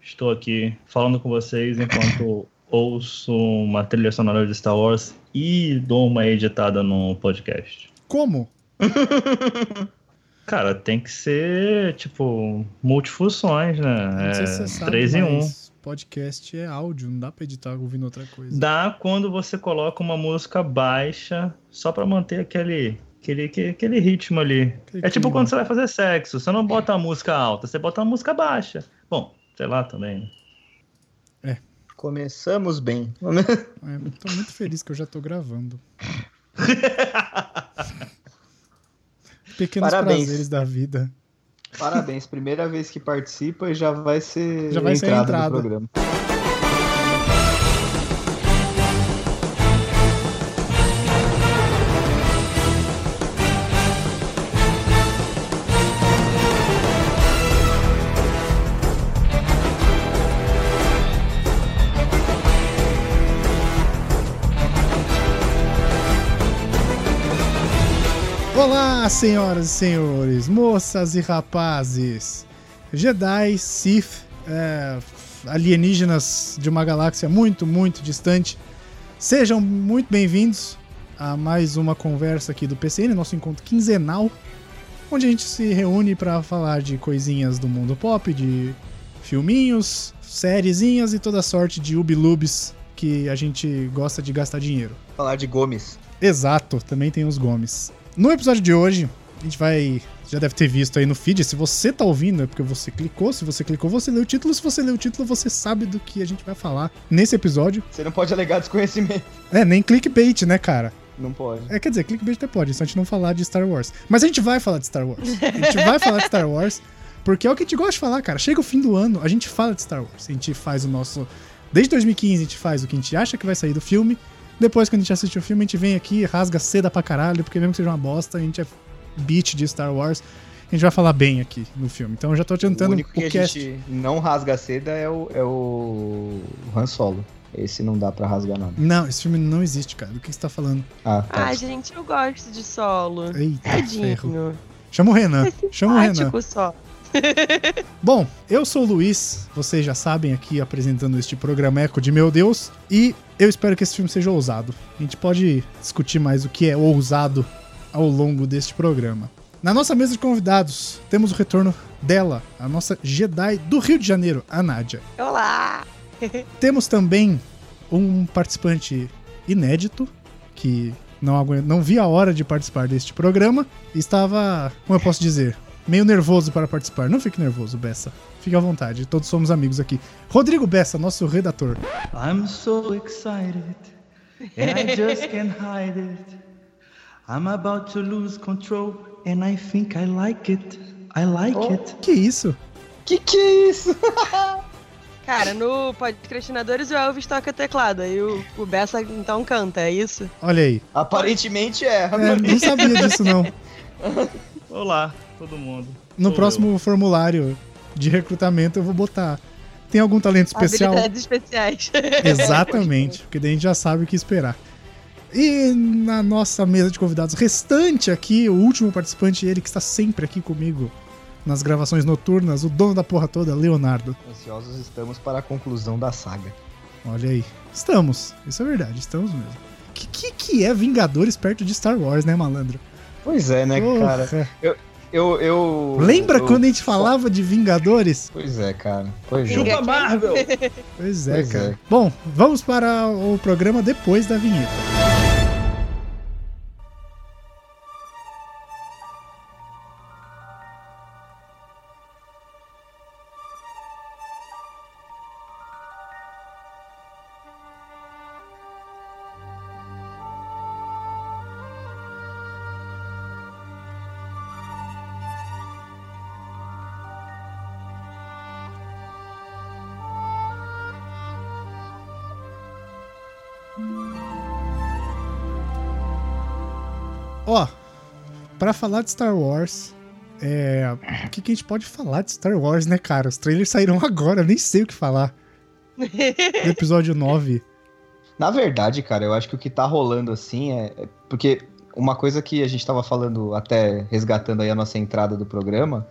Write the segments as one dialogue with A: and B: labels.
A: Estou aqui falando com vocês enquanto ouço uma trilha sonora de Star Wars e dou uma editada no podcast.
B: Como?
A: Cara, tem que ser, tipo, multifunções, né?
B: Não sei se
A: É,
B: você sabe,
A: três em um.
B: mas podcast é áudio, não dá pra editar ouvindo outra coisa.
A: Dá quando você coloca uma música baixa só pra manter aquele, aquele, aquele, aquele ritmo ali.
B: Aquele
A: É tipo
B: clima.
A: quando você vai fazer sexo, você não bota a música alta, você bota a música baixa. Bom, sei lá também. né?
C: Começamos bem.
B: É, tô muito feliz que eu já tô gravando. Pequenos
C: Parabéns.
B: prazeres da vida.
C: Parabéns, primeira vez que participa e já vai ser
B: Já vai ser a
C: entrada
B: entrada.
C: do programa.
B: Olá, senhoras e senhores, moças e rapazes, Jedi, Sith, é, alienígenas de uma galáxia muito, muito distante. Sejam muito bem-vindos a mais uma conversa aqui do PCN, nosso encontro quinzenal, onde a gente se reúne para falar de coisinhas do mundo pop, de filminhos, sériezinhas e toda sorte de ubilubes que a gente gosta de gastar dinheiro.
C: Falar de Gomes.
B: Exato, também tem os Gomes. No episódio de hoje, a gente vai. Já deve ter visto aí no feed. Se você tá ouvindo, é porque você clicou. Se você clicou, você leu o título. Se você leu o título, você sabe do que a gente vai falar nesse episódio.
C: Você não pode alegar desconhecimento.
B: É, nem clickbait, né, cara?
C: Não pode.
B: É, quer dizer, clickbait até pode, só a gente não falar de Star Wars. Mas a gente vai falar de Star Wars. A gente vai falar de Star Wars, porque é o que a gente gosta de falar, cara. Chega o fim do ano, a gente fala de Star Wars. A gente faz o nosso. Desde 2015 a gente faz o que a gente acha que vai sair do filme. Depois, quando a gente assiste o filme, a gente vem aqui, rasga seda pra caralho, porque mesmo que seja uma bosta, a gente é beat de Star Wars. A gente vai falar bem aqui no filme. Então eu já tô
C: o
B: adiantando
C: único que a gente não rasga a seda é o, é o Han Solo. Esse não dá pra rasgar nada.
B: Não, esse filme não existe, cara. Do que você tá falando?
C: Ah, tá.
D: Ah, gente, eu gosto de solo.
B: Eita, ferro.
D: Tadinho. tipo,
B: Chama o Renan. Chama o Renan.
D: Simpático só.
B: Bom, eu sou o Luiz, vocês já sabem aqui apresentando este programa Eco de Meu Deus, e eu espero que esse filme seja ousado. A gente pode discutir mais o que é ousado ao longo deste programa. Na nossa mesa de convidados, temos o retorno dela, a nossa Jedi do Rio de Janeiro, a Nádia.
D: Olá!
B: Temos também um participante inédito, que não, aguenta, não vi a hora de participar deste programa, e estava, como eu posso dizer, meio nervoso para participar. Não fique nervoso, Bessa. Fique à vontade, todos somos amigos aqui. Rodrigo Bessa, nosso redator.
E: I'm so excited, and I just can't hide it. I'm about to lose control, and I think I like it. I like it.
B: Que isso?
C: Que que é isso?
D: Cara, no Podcrastinadores o Elvis toca teclado e o, o Bessa então canta, é isso?
B: Olha aí.
C: Aparentemente é.
B: É, não sabia disso, não.
A: Olá, todo mundo.
B: No
A: Sou
B: próximo formulário de recrutamento eu vou botar. Tem algum talento especial?
D: Habilidades especiais.
B: Exatamente, porque daí a gente já sabe o que esperar. E na nossa mesa de convidados restante aqui, o último participante, ele que está sempre aqui comigo nas gravações noturnas, o dono da porra toda, Leonardo.
C: Ansiosos estamos para a conclusão da saga.
B: Olha aí. Estamos, isso é verdade, estamos mesmo. Que que, que é Vingadores perto de Star Wars, né, malandro?
C: Pois é, né, cara?
B: Porra.
C: Eu. eu
B: Lembra
C: eu-
B: quando a gente falava de Vingadores?
C: Pois é, cara. Pois é.
D: Ninguém-
E: Chupa Marvel!
B: Pois é,
C: Pois é.
B: cara. Bom, vamos para o programa depois da vinheta. Ó, pra falar de Star Wars, é. O que, que a gente pode falar de Star Wars, né, cara? Os trailers saíram agora, eu nem sei o que falar. Do episódio 9.
C: Na verdade, cara, eu acho que o que tá rolando assim é. é- Porque uma coisa que a gente tava falando, até resgatando aí a nossa entrada do programa,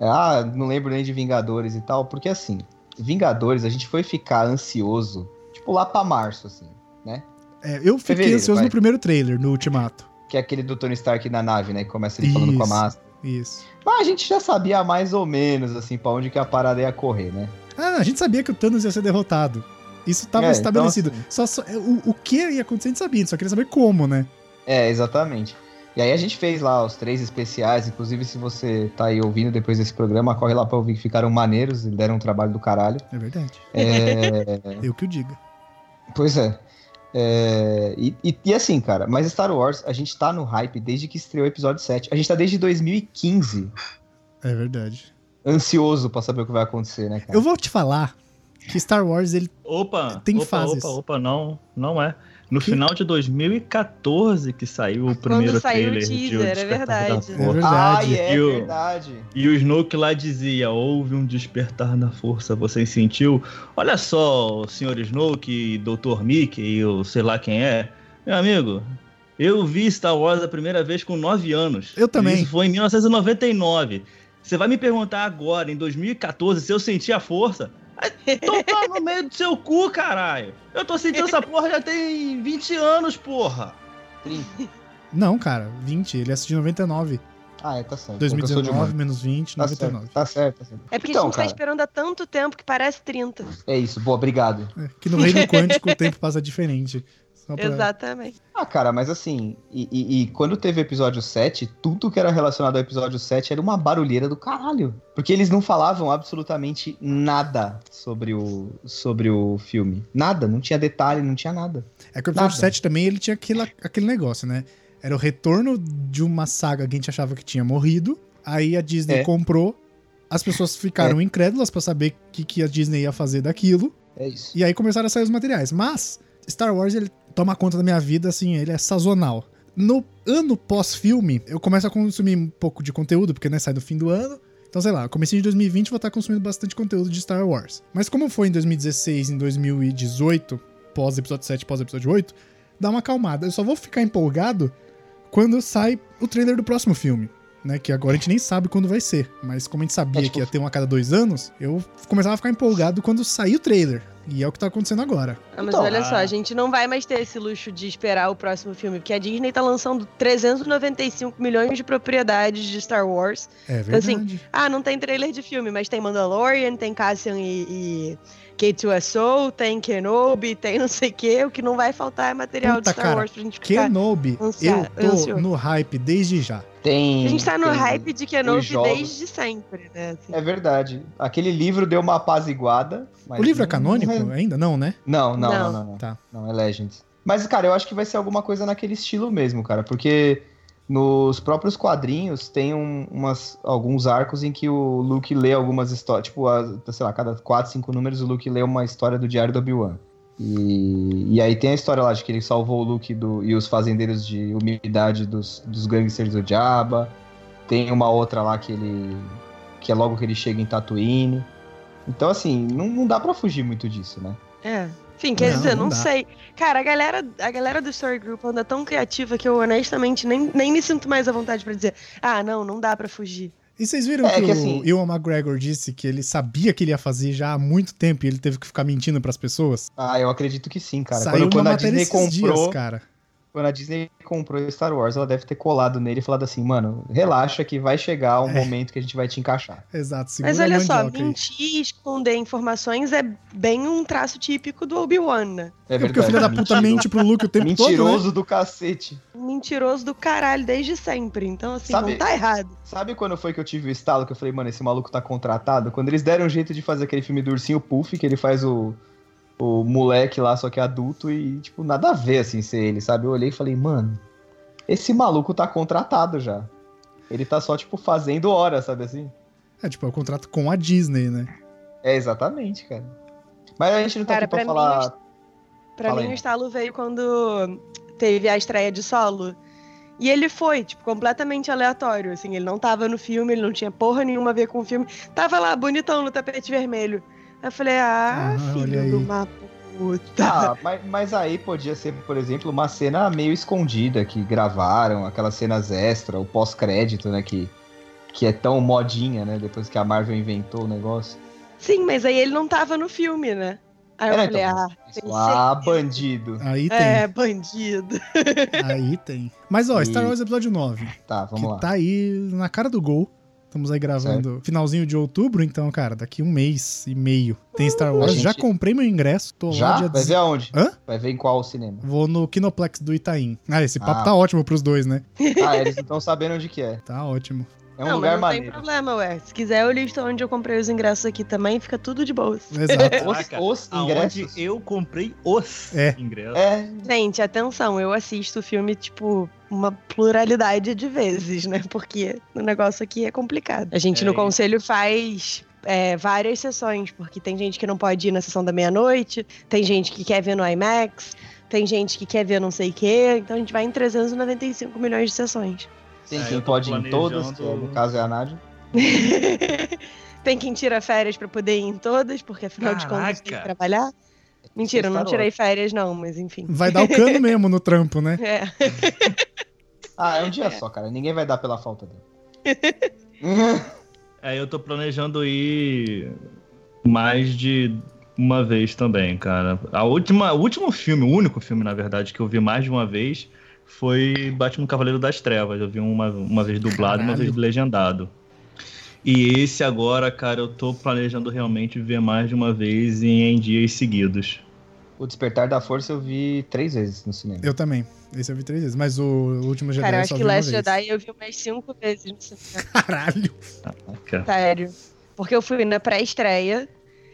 C: é, ah, não lembro nem de Vingadores e tal, porque assim, Vingadores, a gente foi ficar ansioso, tipo, lá pra março, assim, né?
B: É, eu fiquei
C: Fevereiro,
B: ansioso
C: vai.
B: no primeiro trailer, no Ultimato.
C: Que é aquele do Tony Stark na nave, né? Que começa ele falando com a
B: Isso.
C: máscara.
B: Isso.
C: Mas a gente já sabia mais ou menos, assim, pra onde que a parada ia correr, né?
B: Ah, a gente sabia que o Thanos ia ser derrotado. Isso tava
C: É, então,
B: estabelecido.
C: assim-
B: Só, só- é, o, o que ia acontecer a gente sabia, a gente só queria saber como, né?
C: É, exatamente. E aí a gente fez lá os três especiais, inclusive se você tá aí ouvindo depois desse programa, corre lá pra ouvir que ficaram maneiros e deram um trabalho do caralho.
B: É verdade.
C: É,
B: Eu que o diga.
C: pois é. É, e, e- e assim, cara, mas Star Wars, a gente tá no hype desde que estreou o episódio 7. A gente tá desde 2015
B: É verdade.
C: ansioso pra saber o que vai acontecer, né, cara?
B: Eu vou te falar que Star Wars, ele.
A: Opa,
B: Tem
A: Ah, opa,
B: fases.
A: opa, opa, não, não é. No
B: Que-
A: final de 2014 que saiu o primeiro
D: saiu o
A: trailer de O
D: teaser, é
A: Despertar da
D: verdade.
B: É
A: Força.
B: verdade.
C: Ai, é
A: Eu-
C: verdade.
A: E o Snoke lá dizia: houve um despertar da força, você sentiu? Olha só, o senhor Snoke, Dr. Mickey e o sei lá quem é. Meu amigo, eu vi Star Wars a primeira vez com 9 anos.
B: Eu também.
A: Isso foi em 1999. Você vai me perguntar agora, em 2014, se eu senti a força? Ah, Então tá no meio do seu cu, caralho. Eu tô sentindo essa porra já tem 20 anos, porra.
B: Não, cara, 20. Ele é de 99.
C: Ah, é, tá certo. Eu sou de
B: 2019
C: humano.
B: menos 20,
C: Tá
B: 99.
C: certo, tá certo, tá certo.
D: É porque a
C: Então,
D: gente
C: cara.
D: tá esperando há tanto tempo que parece 30.
C: É isso, boa, obrigado.
B: É, que no reino quântico o tempo passa diferente. Só pra-
D: Exatamente.
C: Ah, cara, mas assim, e, e- e quando teve o episódio 7, tudo que era relacionado ao episódio 7 era uma barulheira do caralho. Porque eles não falavam absolutamente nada sobre o, sobre o filme. Nada, não tinha detalhe, não tinha nada.
B: É que o episódio
C: Nada.
B: 7 também ele tinha aquele, aquele negócio, né? Era o retorno de uma saga que a gente achava que tinha morrido. Aí a Disney
C: É.
B: comprou. As pessoas ficaram incrédulas pra saber o que, que a Disney ia fazer daquilo.
C: É isso.
B: E aí começaram a sair os materiais. Mas Star Wars ele toma conta da minha vida, assim, ele é sazonal. No ano pós-filme, eu começo a consumir um pouco de conteúdo, porque né, sai no fim do ano. Então, sei lá, comecinho de 2020 vou estar consumindo bastante conteúdo de Star Wars. Mas como foi em 2016, em 2018, pós episódio 7, pós episódio 8, dá uma acalmada. Eu só vou ficar empolgado quando sai o trailer do próximo filme, né? Que agora a gente nem sabe quando vai ser. Mas como a gente sabia
C: É, tipo-
B: que ia ter um a cada dois anos, eu começava a ficar empolgado quando saiu o trailer. E é o que tá acontecendo agora.
D: Ah, mas
C: Então,
D: olha só,
A: ah.
D: a gente não vai mais ter esse luxo de esperar o próximo filme, porque a Disney tá lançando 395 milhões de propriedades de Star Wars.
B: É
D: Então, assim,
C: tá
B: verdade.
D: Ah, não tem trailer de filme, mas tem Mandalorian, tem Cassian e, e K2SO, tem Kenobi, tem não sei o quê. O que não vai faltar é material
B: Puta,
D: de Star
B: cara,
D: Wars pra gente ficar.
B: Kenobi,
D: ansia-
B: eu tô
D: ansioso.
B: no hype desde já.
C: Tem.
D: A gente tá no
C: tem-
D: hype de Kenobi
C: jogos.
D: desde sempre, né? assim.
C: É verdade. Aquele livro deu uma apaziguada. mas
B: o livro é
C: não-
B: canônico
C: não é-
B: ainda? Não, né?
C: Não, não, não,
D: Não.
C: não. Não,
B: Tá.
C: Não, é Legends. Mas, cara, eu acho que vai ser alguma coisa naquele estilo mesmo, cara, porque nos próprios quadrinhos tem um- umas, alguns arcos em que o Luke lê algumas histórias, tipo, a, sei lá, cada 4, 5 números o Luke lê uma história do Diário do Obi-Wan. E, e aí tem a história lá de que ele salvou o Luke do, e os fazendeiros de umidade dos, dos gangsters do Jabba. Tem uma outra lá que ele. que é logo que ele chega em Tatooine. Então, assim, não, não dá pra fugir muito disso, né?
D: É. Enfim, quer
B: Não,
D: dizer,
B: não
D: não,
B: dá.
D: sei. Cara, a galera, a galera do Story Group anda tão criativa que eu honestamente nem, nem me sinto mais à vontade pra dizer, ah, não, não dá pra fugir.
B: E vocês viram
C: É
B: que,
C: que,
B: o
C: assim-
B: Ewan McGregor disse que ele sabia que ele ia fazer já há muito tempo e ele teve que ficar mentindo pras pessoas?
C: Ah, eu acredito que sim, cara.
B: Saiu
C: Quando, quando
B: uma
C: a
B: matéria
C: Disney
B: esses
C: comprou,
B: dias, cara.
C: quando a Disney comprou Star Wars, ela deve ter colado nele e falado assim, mano, relaxa que vai chegar
B: É.
C: um momento que a gente vai te encaixar.
B: Exato, segura
D: Mas
B: a
D: olha só,
B: mandioca aí.
D: mentir e esconder informações é bem um traço típico do Obi-Wan, né?
C: É
B: É porque o filho da puta mente pro Luke o tempo todo, né?
C: Mentiroso do cacete.
D: Mentiroso do caralho desde sempre. Então, assim,
C: Sabe-
D: não tá errado.
C: Sabe quando foi que eu tive o estalo que eu falei, mano, esse maluco tá contratado? Quando eles deram um jeito de fazer aquele filme do Ursinho Puff, que ele faz o, o moleque lá, só que é adulto, e, tipo, nada a ver, assim, ser ele, sabe? Eu olhei e falei, mano, esse maluco tá contratado já. Ele tá só, tipo, fazendo hora, sabe assim?
B: É tipo, é o contrato com a Disney, né?
C: É, exatamente, cara. Mas a gente não tá
D: Cara,
C: aqui pra
D: pra mim,
C: falar.
D: Pra
C: Fala
D: mim,
C: aí.
D: o estalo veio quando teve a estreia de solo. E ele foi, tipo, completamente aleatório, assim. Ele não tava no filme, ele não tinha porra nenhuma a ver com o filme. Tava lá, bonitão, no tapete vermelho. Aí eu falei, ah,
B: Ah, olha
D: filho
B: aí.
D: de uma puta.
C: Ah, mas, mas aí podia ser, por exemplo, uma cena meio escondida que gravaram, aquelas cenas extra, o pós-crédito, né? Que, que é tão modinha, né? Depois que a Marvel inventou o negócio.
D: Sim, mas aí ele não tava no filme, né? Aí eu
C: Era,
D: falei,
C: então,
D: ah, tem
C: Ah,
D: certeza.
C: bandido.
B: Aí tem.
D: É, bandido.
B: Aí tem. Mas ó, Star
C: E-
B: Wars Episódio 9,
C: Tá,
B: que
C: vamos lá.
B: tá aí na cara do gol. Estamos aí gravando finalzinho de outubro, então, cara, daqui um mês e meio tem Star Wars.
C: gente-
B: Já comprei meu ingresso, tô lá
C: Já? é-
B: dia
C: Vai ver aonde?
B: um Hã?
C: Vai ver em qual cinema?
B: Vou no Kinoplex do Itaim. Ah, esse papo
C: Ah.
B: tá ótimo pros dois, né?
C: Ah, eles não estão sabendo onde que é.
B: Tá ótimo.
C: É um
D: não,
C: lugar
D: mas não tem
C: maneiro.
D: problema, ué. Se quiser, eu listo onde eu comprei os ingressos aqui também, fica tudo de boa.
B: Exato.
A: Os-
C: Caraca,
A: os
C: aonde
A: ingressos. eu comprei os
B: É.
A: ingressos.
C: É,
D: Gente, atenção, eu assisto o filme, tipo, uma pluralidade de vezes, né? Porque o negócio aqui é complicado. A gente
A: É.
D: no conselho faz. é, várias sessões, porque tem gente que não pode ir na sessão da meia-noite, tem gente que quer ver no IMAX, tem gente que quer ver não sei o quê, então a gente vai em 395 milhões de sessões.
C: tem
A: É,
C: quem
A: eu tô
C: pode ir em
A: planejando-
C: todas, que é, no caso é a Nádia.
D: tem quem tira férias pra poder ir em todas, porque afinal de contas tem que
A: Caraca!
D: trabalhar. Mentira, eu não
C: Star
D: tirei
C: Wars.
D: férias não, mas enfim.
B: Vai dar o cano mesmo no trampo, né?
D: É.
C: Ah, é um dia só, cara. Ninguém vai dar pela falta dele.
A: Aí eu tô planejando ir mais de uma vez também, cara. A última, o último filme, o único filme, na verdade, que eu vi mais de uma vez foi Batman Cavaleiro das Trevas. Eu vi uma, uma vez dublado e uma
B: Caralho.
A: vez legendado. E esse agora, cara, eu tô planejando realmente ver mais de uma vez e em dias seguidos.
C: o Despertar da Força eu vi três vezes no cinema.
B: Eu também. Esse eu vi três vezes. Mas o último Jedi
D: Cara, eu
B: eu
D: acho
B: só
D: que
B: vi uma
D: Last
B: vez.
D: Jedi eu vi umas cinco vezes no cinema,
B: Caralho.
A: Caraca.
D: sério. Porque eu fui na pré-estreia,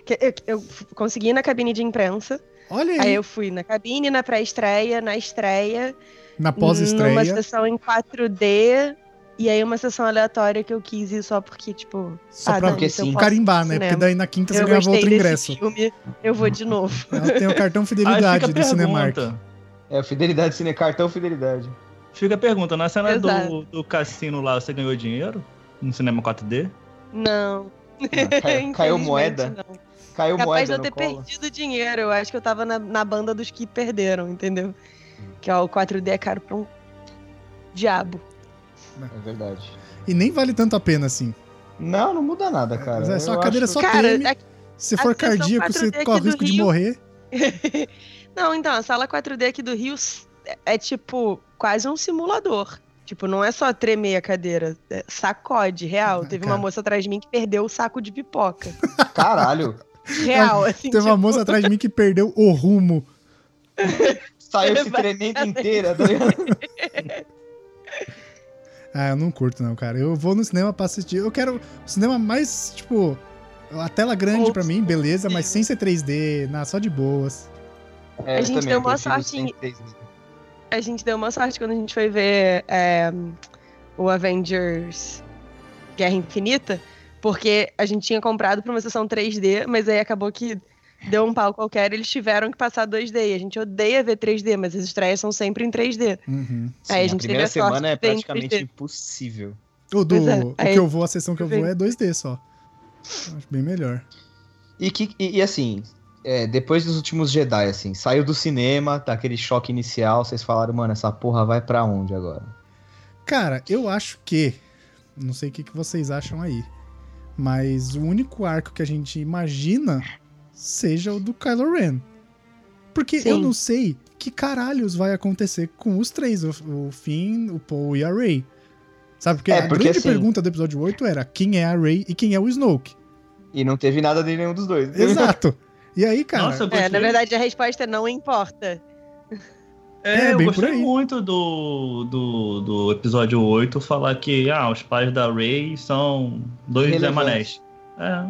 D: que eu, eu f- consegui ir na cabine de imprensa,
B: Olha aí.
D: aí eu fui na cabine, na pré-estreia, na estreia,
B: Na
D: numa
B: pós-estreia.
D: sessão em 4D, e aí uma sessão aleatória que eu quis ir só porque, tipo,
B: Só
D: ah,
B: pra
D: não,
C: Porque
D: isso eu
C: sim.
D: posso ir
B: carimbar,
D: no
B: né? Porque
D: cinema.
B: daí na quinta você
D: eu
B: ganhava
D: gostei
B: outro
D: desse tipo.
B: ingresso.
D: filme, eu vou de novo.
B: Ela tem o cartão
A: Aí
B: fidelidade
A: fica a
B: do Cinemark.
A: pergunta.
C: É, fidelidade cine, cartão fidelidade.
A: Fica a pergunta, na
C: é
A: cena do,
D: Exato.
A: do cassino lá, você ganhou dinheiro? No cinema 4D?
D: Não.
C: Ah, caiu, caiu
D: É, infelizmente
C: moeda.
D: não.
C: Caiu
D: Capaz de
C: moeda
D: eu
C: no
D: ter
C: colo.
D: perdido dinheiro. Eu acho que eu tava na, na banda dos que perderam, entendeu? Que ó, o 4D é caro pra um diabo.
C: É verdade.
B: E nem vale tanto a pena, assim.
C: Não, não muda nada, cara.
B: Mas é só
C: Eu
B: a cadeira
C: acho-
B: só
D: Cara, é
B: treme.
D: aqui-
B: Se
D: a
B: for
D: sessão
B: cardíaco, você
D: 4D
B: corre o
D: aqui do
B: risco de
D: Rio-
B: morrer.
D: não, então, a sala 4D aqui do Rio s- é, é tipo quase um simulador. Tipo, não é só tremer a cadeira, é sacode, real.
B: Ah,
D: Teve
B: cara.
D: uma moça atrás de mim que perdeu o saco de pipoca.
C: é Caralho.
D: Real, assim.
B: É, Teve uma moça atrás de mim que perdeu o rumo.
C: Saiu se tremendo inteira. tá ligado?
B: Ah, eu não curto, não, cara. Eu vou no cinema pra assistir. Eu quero o cinema mais, tipo, a tela grande
D: Old
B: pra mim,
D: school.
B: beleza, mas sem ser 3D, na, só de boas.
C: É,
D: A
C: eu
D: gente
C: também,
D: deu
C: eu
D: mó
C: prefiro
D: sorte em- É,
C: sem três mesmo.
D: A gente deu uma sorte quando a gente foi ver é, o Avengers Guerra Infinita, porque a gente tinha comprado pra uma sessão 3D, mas aí acabou que deu um pau qualquer e eles tiveram que passar 2D. E a gente odeia ver 3D, mas as estreias são sempre em 3D.
B: Uhum.
C: Sim,
D: Aí a
C: a,
D: gente
C: primeira
D: teve a sorte
C: semana é
D: de ter em
C: praticamente
D: 3D.
C: impossível.
B: O, do,
D: Pois é,
B: o
D: aí-
B: que eu vou, a sessão que eu vou
D: Vem.
B: é 2D só. Acho bem melhor.
C: E, que, e, e assim, é, depois dos últimos Jedi, assim, saiu do cinema, daquele choque inicial, vocês falaram, mano, essa porra vai pra onde agora?
B: Cara, eu acho que. Não sei o que, que vocês acham aí. Mas o único arco que a gente imagina seja o do Kylo Ren. Porque eu
D: Sim.
B: não sei que caralhos vai acontecer com os três: o, o Finn, o Poe e a Rey. Sabe? Porque
C: É,
B: a
C: porque
B: grande
C: assim-
B: pergunta do episódio 8 era quem é a Rey e quem é o Snoke.
C: E não teve nada de nenhum dos dois.
B: Exato. E aí, cara.
A: Nossa, eu gostei.
D: É, na verdade, a resposta é não importa.
A: É,
B: É,
A: eu
B: bem
A: gostei
B: por aí.
A: muito do, do, do episódio 8 falar que ah, os pais da Ray são dois Zé
C: Irrelevantes.
A: Manés.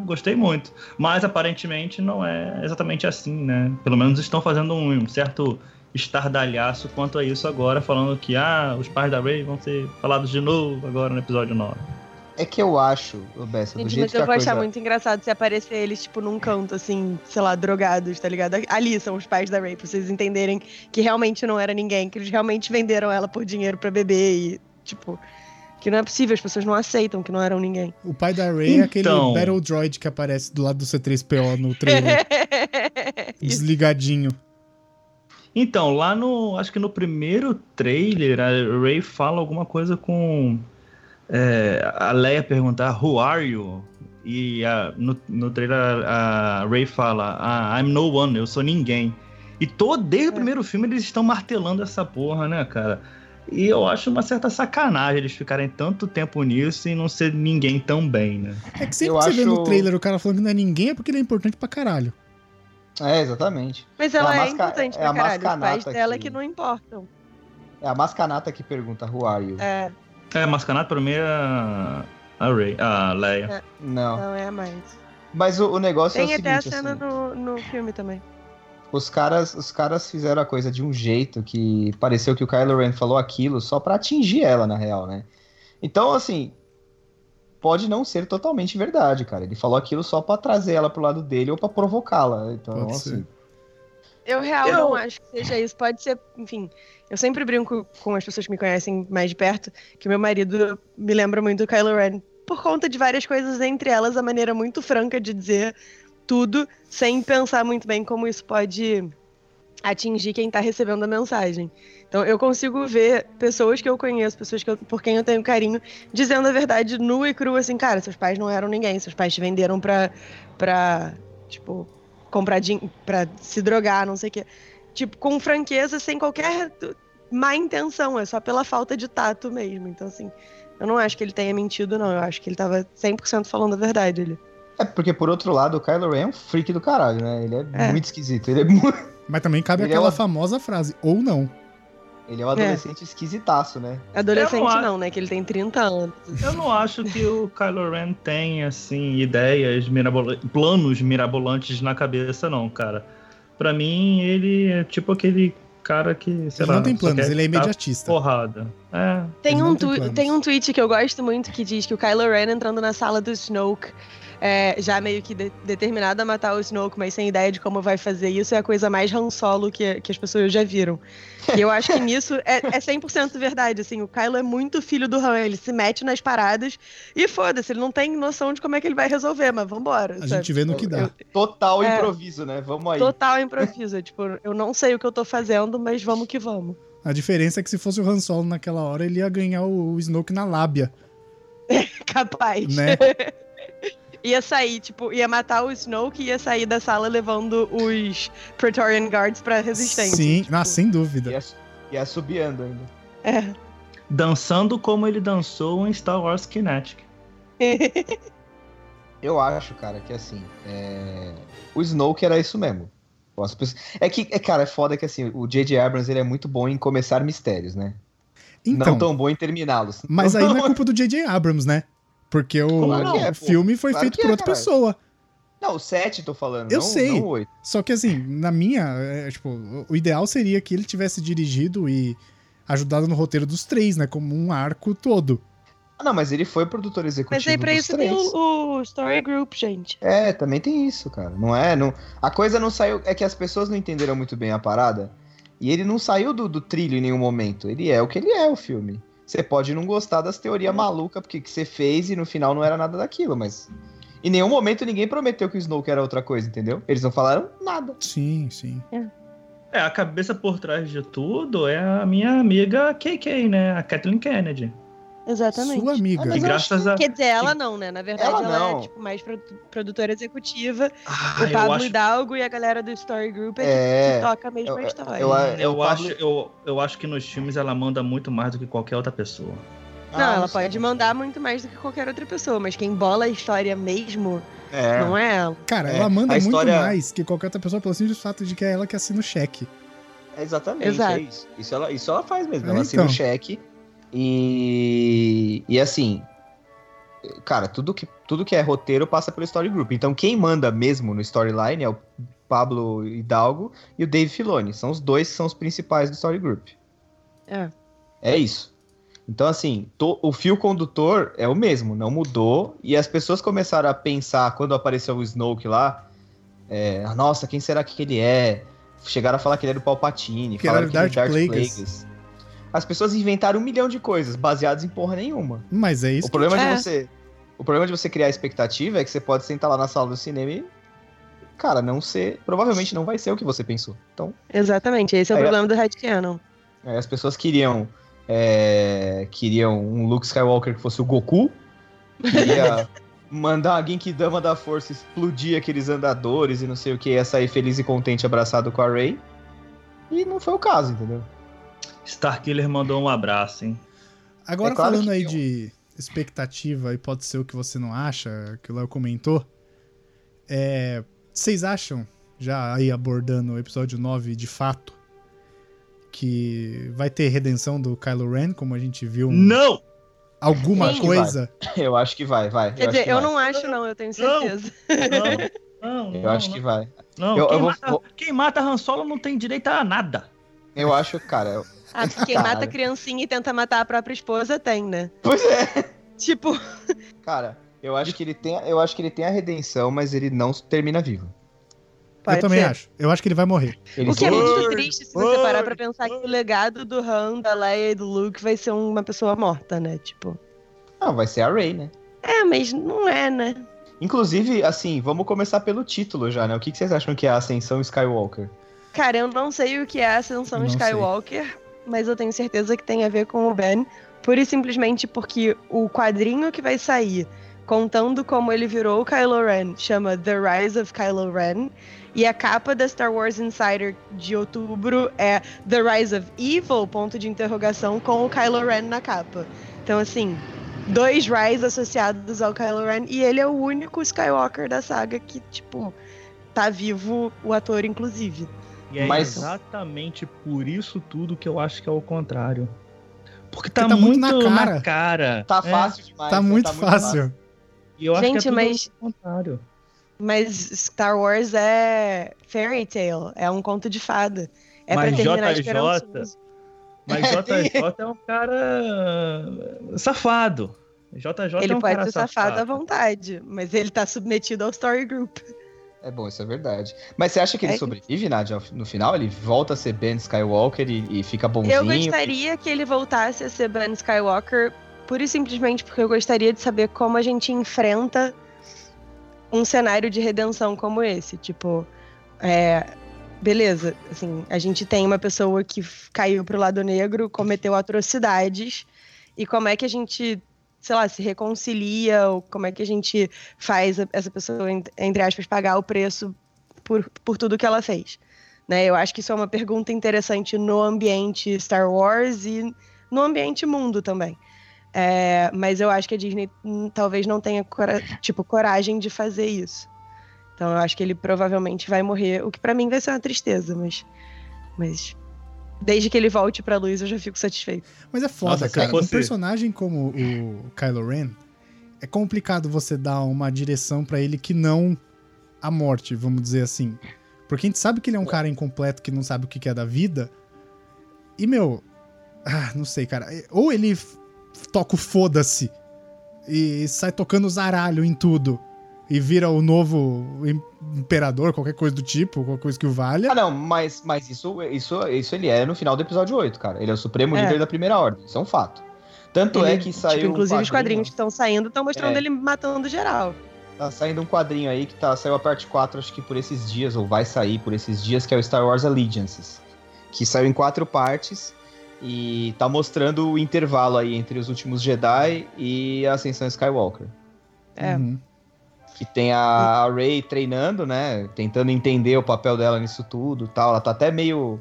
A: É, gostei muito. Mas aparentemente não é exatamente assim, né? Pelo menos estão fazendo um certo estardalhaço quanto a isso agora, falando que ah, os pais da Ray vão ser falados de novo agora no episódio 9.
C: É que eu acho, ô Bessa, do
D: Gente,
C: jeito
D: mas
C: que a
D: eu vou achar
C: coisa...
D: muito engraçado se aparecer eles, tipo, num canto, assim, sei lá, drogados, tá ligado? Ali são os pais da Ray, pra vocês entenderem que realmente não era ninguém, que eles realmente venderam ela por dinheiro pra beber e, tipo, que não é possível, as pessoas não aceitam que não eram ninguém.
B: O pai da Rey é aquele
A: Então.
B: Battle Droid que aparece do lado do C3PO no trailer,
D: Isso.
B: desligadinho.
A: Então, lá no. Acho que no primeiro trailer, a Ray fala alguma coisa com. é, a Leia perguntar, Who are you? e a- no, no trailer a, a Ray fala, ah, I'm no one, eu sou ninguém. E todo, desde o primeiro filme eles estão martelando essa porra, né, cara? E eu acho uma certa sacanagem eles ficarem tanto tempo nisso e não ser ninguém tão bem, né?
B: É que sempre
C: Eu
B: que você vê
C: acho-
B: no trailer o cara falando que não é ninguém, é porque ele é importante pra caralho.
C: É, exatamente.
D: Mas
C: É
D: ela
C: uma
D: é,
C: masca-
D: importante
C: é
D: pra
C: a
D: caralho. Os pais
C: mascanata
D: dela
C: que-
D: que não importam.
C: É a mascanata que pergunta, who are you?
D: É,
A: É, Mascanata pra mim é a, a Ray, a Leia.
C: Não.
D: não é mais.
C: Mas o, o negócio
D: Tem
C: é o
D: até a
C: seguinte,
D: cena
C: assim,
D: no, no filme também.
C: os, caras, os caras fizeram a coisa de um jeito que pareceu que o Kylo Ren falou aquilo só pra atingir ela, na real, né? Então, assim, pode não ser totalmente verdade, cara. Ele falou aquilo só pra trazer ela pro lado dele ou pra provocá-la. Então,
B: Pode
C: assim,
B: ser.
D: Eu real
A: Eu-
D: não acho que seja isso. Pode ser, enfim. Eu sempre brinco com as pessoas que me conhecem mais de perto que meu marido me lembra muito do Kylo Ren por conta de várias coisas, entre elas a maneira muito franca de dizer tudo sem pensar muito bem como isso pode atingir quem tá recebendo a mensagem. Então eu consigo ver pessoas que eu conheço, pessoas que eu- por quem eu tenho carinho, dizendo a verdade nua e crua assim, cara, seus pais não eram ninguém, seus pais te venderam pra, pra tipo, comprar din- pra se drogar, não sei o quê. Tipo, com franqueza, sem qualquer t- má intenção, é só pela falta de tato mesmo. Então, assim, eu não acho que ele tenha mentido, não. Eu acho que ele tava 100% falando a verdade ali.
C: É porque, por outro lado, o Kylo Ren é um freak do caralho, né? Ele é,
D: É.
C: muito esquisito. Ele é, muito...
B: Mas também cabe
C: Ele é
B: aquela
C: uma-
B: famosa frase, ou não.
C: ele é um adolescente esquisitaço, né?
A: Eu não
D: é Adolescente
A: acho.
D: não, né? Que ele tem 30 anos.
A: Eu não acho que o Kylo Ren tem, assim, ideias, mirabol... planos mirabolantes na cabeça, não, cara. Pra mim, ele é tipo aquele cara que, sei
B: ele
A: lá...
B: não tem
A: só
B: planos,
A: quer
B: ele é
A: dar
B: imediatista.
A: Porrada. É,
D: Tem
B: Ele não
D: um,
B: tem
D: tu-
B: planos.
D: tem um tweet que eu gosto muito que diz que o Kylo Ren entrando na sala do Snoke, é, já meio que de- determinado a matar o Snoke, mas sem ideia de como vai fazer isso, é a coisa mais Han Solo que, que as pessoas já viram. E eu acho que nisso é, é 100% verdade, assim, o Kylo é muito filho do Han, ele se mete nas paradas e foda-se, ele não tem noção de como é que ele vai resolver, mas vambora,
B: A
D: sabe?
B: gente vê no que dá.
C: Total
D: É.
C: improviso, né? Vamos aí.
D: Total improviso, tipo, eu não sei o que eu tô fazendo, mas vamos que vamos.
B: A diferença é que se fosse o Han Solo naquela hora, ele ia ganhar o, o Snoke na lábia,
D: Capaz.
B: né?
C: É
D: Ia sair, tipo, ia matar o Snoke e ia sair da sala levando os Praetorian Guards pra resistência.
B: Sim,
D: tipo.
B: ah, sem
C: E
B: dúvida.
C: é, e é assobiando ainda.
D: É.
A: dançando como ele dançou em Star Wars Kinetic.
C: Eu acho, cara, que assim. é, O Snoke era isso mesmo. As pessoas- É que, é, cara, é foda que assim, o J.J. Abrams ele é muito bom em começar mistérios, né? não
B: Então,
C: tão bom em terminá-los.
B: mas aí não é culpa do J.J. Abrams, né? Porque o
C: Claro
A: que
C: é, pô.
B: filme foi
C: Claro
B: feito
C: que
B: por
C: é,
B: outra
C: caralho.
B: pessoa.
C: Não, o 7 tô falando.
B: é- Eu
C: não,
B: sei.
C: Não o 8.
B: Só que assim, na minha, é, tipo, o- o ideal seria que ele tivesse dirigido e ajudado no roteiro dos três, né? Como um arco todo.
C: Ah, não, mas ele foi produtor executivo.
D: Mas aí pra
C: dos
D: isso
C: três.
D: tem o, o Story Group, gente.
C: É, também tem isso, cara. Não é, não. A coisa não saiu. É que as pessoas não entenderam muito bem a parada. E ele não saiu do, do trilho em nenhum momento. Ele é o que ele é, o filme. Você pode não gostar das teorias malucas porque que você fez e no final não era nada daquilo, mas. Em nenhum momento ninguém prometeu que o Snoke era outra coisa, entendeu? Eles não falaram nada.
B: Sim, sim.
A: É, a cabeça por trás de tudo é a minha amiga KK, né? A Kathleen Kennedy.
D: Exatamente.
B: Sua amiga.
C: Ah,
A: E
C: mas eu
A: graças a.
D: Quer dizer, ela não, né? Na verdade,
C: Ela
D: ela,
C: não.
D: é tipo, mais pro- produtora executiva.
A: Ah,
D: o
A: eu
D: Pablo
A: acho,
D: Hidalgo e a galera do Story Group é, que,
C: É.
D: que toca mesmo a
C: eu-
D: história.
C: eu-
A: eu,
C: o Pablo-
A: acho eu, eu acho que nos filmes ela manda muito mais do que qualquer outra pessoa.
D: Não, ela
C: Ah,
D: pode mandar muito mais do que qualquer outra pessoa, mas quem bola a história mesmo
C: É.
D: não é ela.
B: Cara,
C: É,
B: ela manda
C: a história-
B: muito mais que qualquer outra pessoa, pelo simples fato de que é ela que assina o cheque.
C: É Exatamente,
D: Exato.
C: é isso. Isso ela, isso ela faz mesmo.
B: É,
C: ela assina o
B: então.
C: cheque e. E assim. Cara, tudo que, tudo que é roteiro passa pelo Story Group. Então quem manda mesmo no storyline é o Pablo Hidalgo e o Dave Filoni. São os dois que são os principais do Story Group.
D: É.
C: É isso. Então, assim, to- o fio condutor é o mesmo, não mudou. E as pessoas começaram a pensar quando apareceu o Snoke lá. é, Nossa, quem será que ele é? Chegaram a falar que ele era o Palpatine,
B: Que era
C: falaram
B: o
C: que ele era o
B: Darth
C: Darth
B: Plagueis.
C: Plagueis. As pessoas inventaram um milhão de coisas baseadas em porra nenhuma.
B: Mas é isso.
C: o problema
D: é.
C: de você, o problema de você criar expectativa é que você pode sentar lá na sala do cinema e, cara, não ser, provavelmente não vai ser o que você pensou. Então,
D: Exatamente, esse é o
C: Aí, ó.
D: problema do Red Cannon.
C: é, as pessoas queriam é, queriam um Luke Skywalker que fosse o Goku, queria mandar alguém que dama da força explodir aqueles andadores e não sei o que, ia sair feliz e contente abraçado com a Ray. E não foi o caso, entendeu?
A: Starkiller mandou um abraço, hein?
B: Agora
C: É claro
B: falando
C: que
B: aí
C: eu-
B: de expectativa e pode ser o que você não acha, que o Léo comentou. é, vocês acham, já aí abordando o episódio 9 de fato, que vai ter redenção do Kylo Ren, como a gente viu um
A: Não!
B: alguma
C: Sim.
B: coisa?
C: Eu acho que vai, vai.
D: Quer
C: acho
D: dizer,
C: que é.
D: eu
C: vai.
D: não acho, não, eu tenho certeza.
A: Não, não,
C: Eu
A: não,
C: acho que vai.
A: não.
C: eu-
A: quem,
C: eu vou-
A: mata, quem mata Han Solo não tem direito a nada.
C: Eu acho, cara. eu-
D: Ah, porque quem
C: Caralho.
D: mata criancinha e tenta matar a própria esposa tem, né?
C: Pois é.
D: Tipo,
C: Cara, eu acho que ele tem, eu acho que ele tem a redenção, mas ele não termina vivo.
D: pode
B: eu também
D: ser.
B: acho. Eu acho que ele vai morrer.
C: Ele
D: O que é muito
A: Word,
D: triste se
A: word,
D: você parar pra pensar
A: word.
D: que o legado do Han, da Leia e do Luke vai ser uma pessoa morta, né? Tipo.
C: Não, vai ser a Ray, né?
D: É, mas não é, né?
C: Inclusive, assim, vamos começar pelo título já, né? O que, que vocês acham que é a Ascensão Skywalker?
D: Cara, eu não sei o que é a Ascensão
B: Não sei.
D: Skywalker, mas eu tenho certeza que tem a ver com o Ben. Pura e simplesmente porque o quadrinho que vai sair contando como ele virou o Kylo Ren chama The Rise of Kylo Ren. E a capa da Star Wars Insider de outubro é The Rise of Evil, ponto de interrogação, com o Kylo Ren na capa. Então, assim, dois Rise associados ao Kylo Ren. E ele é o único Skywalker da saga que, tipo, tá vivo, o ator, inclusive.
A: E é
C: Mas-
A: exatamente por isso tudo que eu acho que é o contrário. Porque tá,
B: tá muito
A: muito,
B: na
A: na cara.
B: cara.
C: Tá
A: É,
C: fácil demais.
B: tá
C: né?
B: muito fácil.
A: E eu acho
D: Gente,
A: que é tudo
D: mas-
A: o contrário.
D: Mas Star Wars é fairy tale, é um conto de fada. É pra
A: Mas
D: terminar
A: JJ?
D: esperançoso.
A: Mas JJ é um cara safado. JJ
D: Ele
A: é um
D: pode
A: cara
D: ser safado, à vontade, mas ele tá submetido ao story group.
C: É bom, isso é verdade. Mas você acha que ele
D: É.
C: sobrevive, Nadia, ao- no final? Ele volta a ser Ben Skywalker e, e fica bonzinho?
D: Eu gostaria que ele voltasse a ser Ben Skywalker, pura e simplesmente porque eu gostaria de saber como a gente enfrenta um cenário de redenção como esse. Tipo, é, beleza, assim, a gente tem uma pessoa que f- caiu pro lado negro, cometeu atrocidades, e como é que a gente, sei lá, se reconcilia, ou como é que a gente faz a- essa pessoa, ent- entre aspas, pagar o preço por, por tudo que ela fez? Né? Eu acho que isso é uma pergunta interessante no ambiente Star Wars e no ambiente mundo também. É, mas eu acho que a Disney hum, talvez não tenha cora- tipo, coragem de fazer isso. Então eu acho que ele provavelmente vai morrer, o que pra mim vai ser uma tristeza, mas. Mas. Desde que ele volte pra luz, eu já fico satisfeito.
B: Mas é foda,
A: Nossa, se
B: cara.
A: eu fosse-
B: Um personagem como o Kylo Ren, é complicado você dar uma direção pra ele que não a morte, vamos dizer assim. Porque a gente sabe que ele é um cara incompleto que não sabe o que que é da vida. E, meu, ah, não sei, cara. Ou ele f- toca o foda-se e sai tocando o zaralho em tudo e vira o novo im- imperador, qualquer coisa do tipo, qualquer coisa que o valha.
C: Ah, não, mas, mas isso, isso, isso ele é no final do episódio 8, cara. Ele é o supremo
D: É.
C: líder da primeira ordem. Isso é um fato. Tanto é
D: Ele,
C: que saiu.
D: tipo,
C: um
D: inclusive os
C: quadrinho-
D: quadrinhos que estão saindo estão mostrando
C: É.
D: ele matando geral.
C: Tá saindo um quadrinho aí que tá, saiu a parte 4, acho que por esses dias, ou vai sair por esses dias, que é o Star Wars Allegiances. Que saiu em quatro partes e tá mostrando o intervalo aí entre os últimos Jedi e a Ascensão Skywalker.
D: É.
B: Uhum.
C: Que tem a a Rey treinando, né? Tentando entender o papel dela nisso tudo e tal. Ela tá até meio.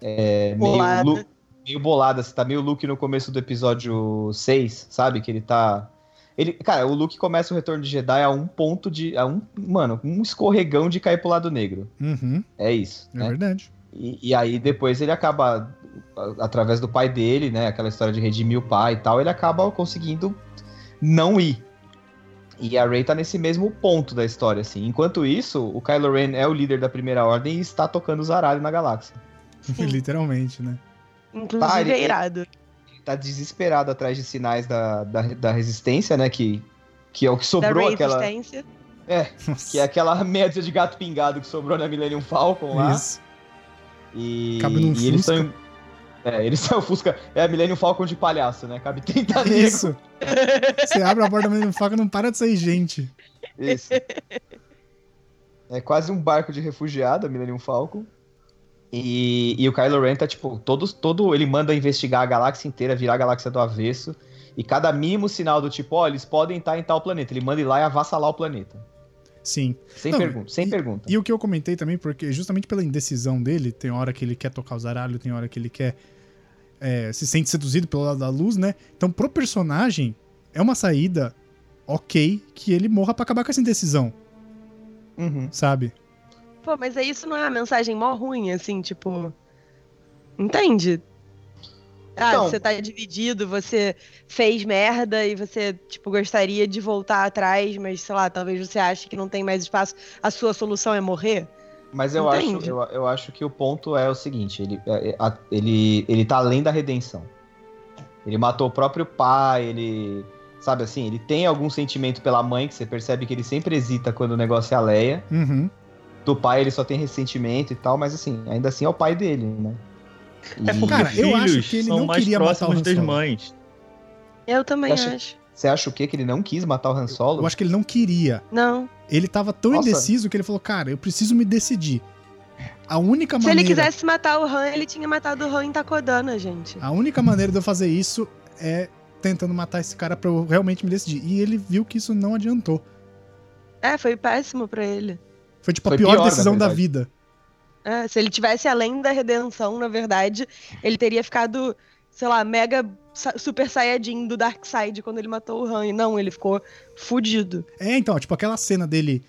C: É, meio,
D: Bolada.
C: Lu- meio bolada, assim, tá meio Luke no começo do episódio 6, sabe? Que ele tá. Ele, cara, o Luke começa o retorno de Jedi a um ponto de. A um, mano, um escorregão de cair pro lado negro.
B: Uhum,
C: É isso.
B: é
C: né?
B: verdade.
C: E, e aí depois ele acaba, a- através do pai dele, né? Aquela história de redimir o pai e tal, ele acaba conseguindo não ir. E a Rey tá nesse mesmo ponto da história, assim. Enquanto isso, o Kylo Ren é o líder da Primeira Ordem e está tocando os aralhos na galáxia.
D: Sim.
B: Literalmente, né?
D: Inclusive
C: Ah, ele-
D: é irado.
C: Ele tá desesperado atrás de sinais da, da, da resistência, né? Que, que é o que
D: Da
C: sobrou,
D: Ray
C: aquela,
D: Resistência.
B: Nossa.
C: que é aquela média de gato pingado que sobrou na Millennium Falcon lá.
B: Isso.
C: E,
B: Cabe num
C: e eles
B: Fusca.
C: estão. É, eles são Fusca. É a Millennium Falcon de palhaço, né? Cabe 30 negros.
B: Isso. Você abre a porta da mesma faca não para de sair gente.
C: Isso. É quase um barco de refugiado, a Millennium Falcon. E, e o Kylo Ren tá, tipo, todos, todo. Ele manda investigar a galáxia inteira, virar a galáxia do avesso. E cada mínimo sinal do tipo, ó, eles podem estar em tal planeta. Ele manda ir lá e avassalar o planeta.
B: Sim.
C: Sem
B: Não,
C: pergunta, sem
B: e-
C: pergunta.
B: E o que eu comentei também, porque justamente pela indecisão dele, tem hora que ele quer tocar o zaralho, tem hora que ele quer. é, se sente seduzido pelo lado da luz, né? Então, pro personagem, é uma saída ok que ele morra pra acabar com essa indecisão,
C: Uhum.
B: sabe?
D: Pô, mas aí isso não é uma mensagem mó ruim, assim, tipo. Entende? Ah,
C: Então-
D: você tá dividido, você fez merda e você, tipo, gostaria de voltar atrás, mas sei lá, talvez você ache que não tem mais espaço. A sua solução é morrer?
C: Mas eu acho,
D: Entende?
C: eu, eu acho que o ponto é o seguinte: ele, é, a- ele, ele tá além da redenção. Ele matou o próprio pai, ele. Sabe assim, ele tem algum sentimento pela mãe, que você percebe que ele sempre hesita quando o negócio é a Leia.
B: Uhum.
C: Do pai ele só tem ressentimento e tal, mas assim, ainda assim é o pai dele, né?
A: É
C: E
A: porque
B: Cara, eu
A: filhos
B: acho que ele
A: são
B: não
A: mais
B: queria matar o
A: próximos
B: Han
A: das
B: Solo.
A: mães.
D: Eu também
C: Acho-
D: acho.
C: Você acha o quê? Que ele não quis matar o Han Solo?
B: Eu acho que ele não queria.
D: Não.
B: Ele tava tão
C: Nossa.
B: indeciso que ele falou, cara, eu preciso me decidir. A
C: É
B: única
D: Se
B: maneira.
D: ele quisesse matar o Han, ele tinha matado o Han em Takodana, gente.
B: A única maneira de eu fazer isso é tentando matar esse cara pra eu realmente me decidir. E ele viu que isso não adiantou.
D: É, foi péssimo pra ele.
B: Foi tipo a
C: Foi
B: pior,
C: pior, na
B: decisão da
C: verdade.
B: vida.
D: É, se ele tivesse além da redenção, na verdade, ele teria ficado, sei lá, mega sa- super saiyajin do Dark Side quando ele matou o Han. E não, ele ficou fudido.
B: É, então, tipo aquela cena dele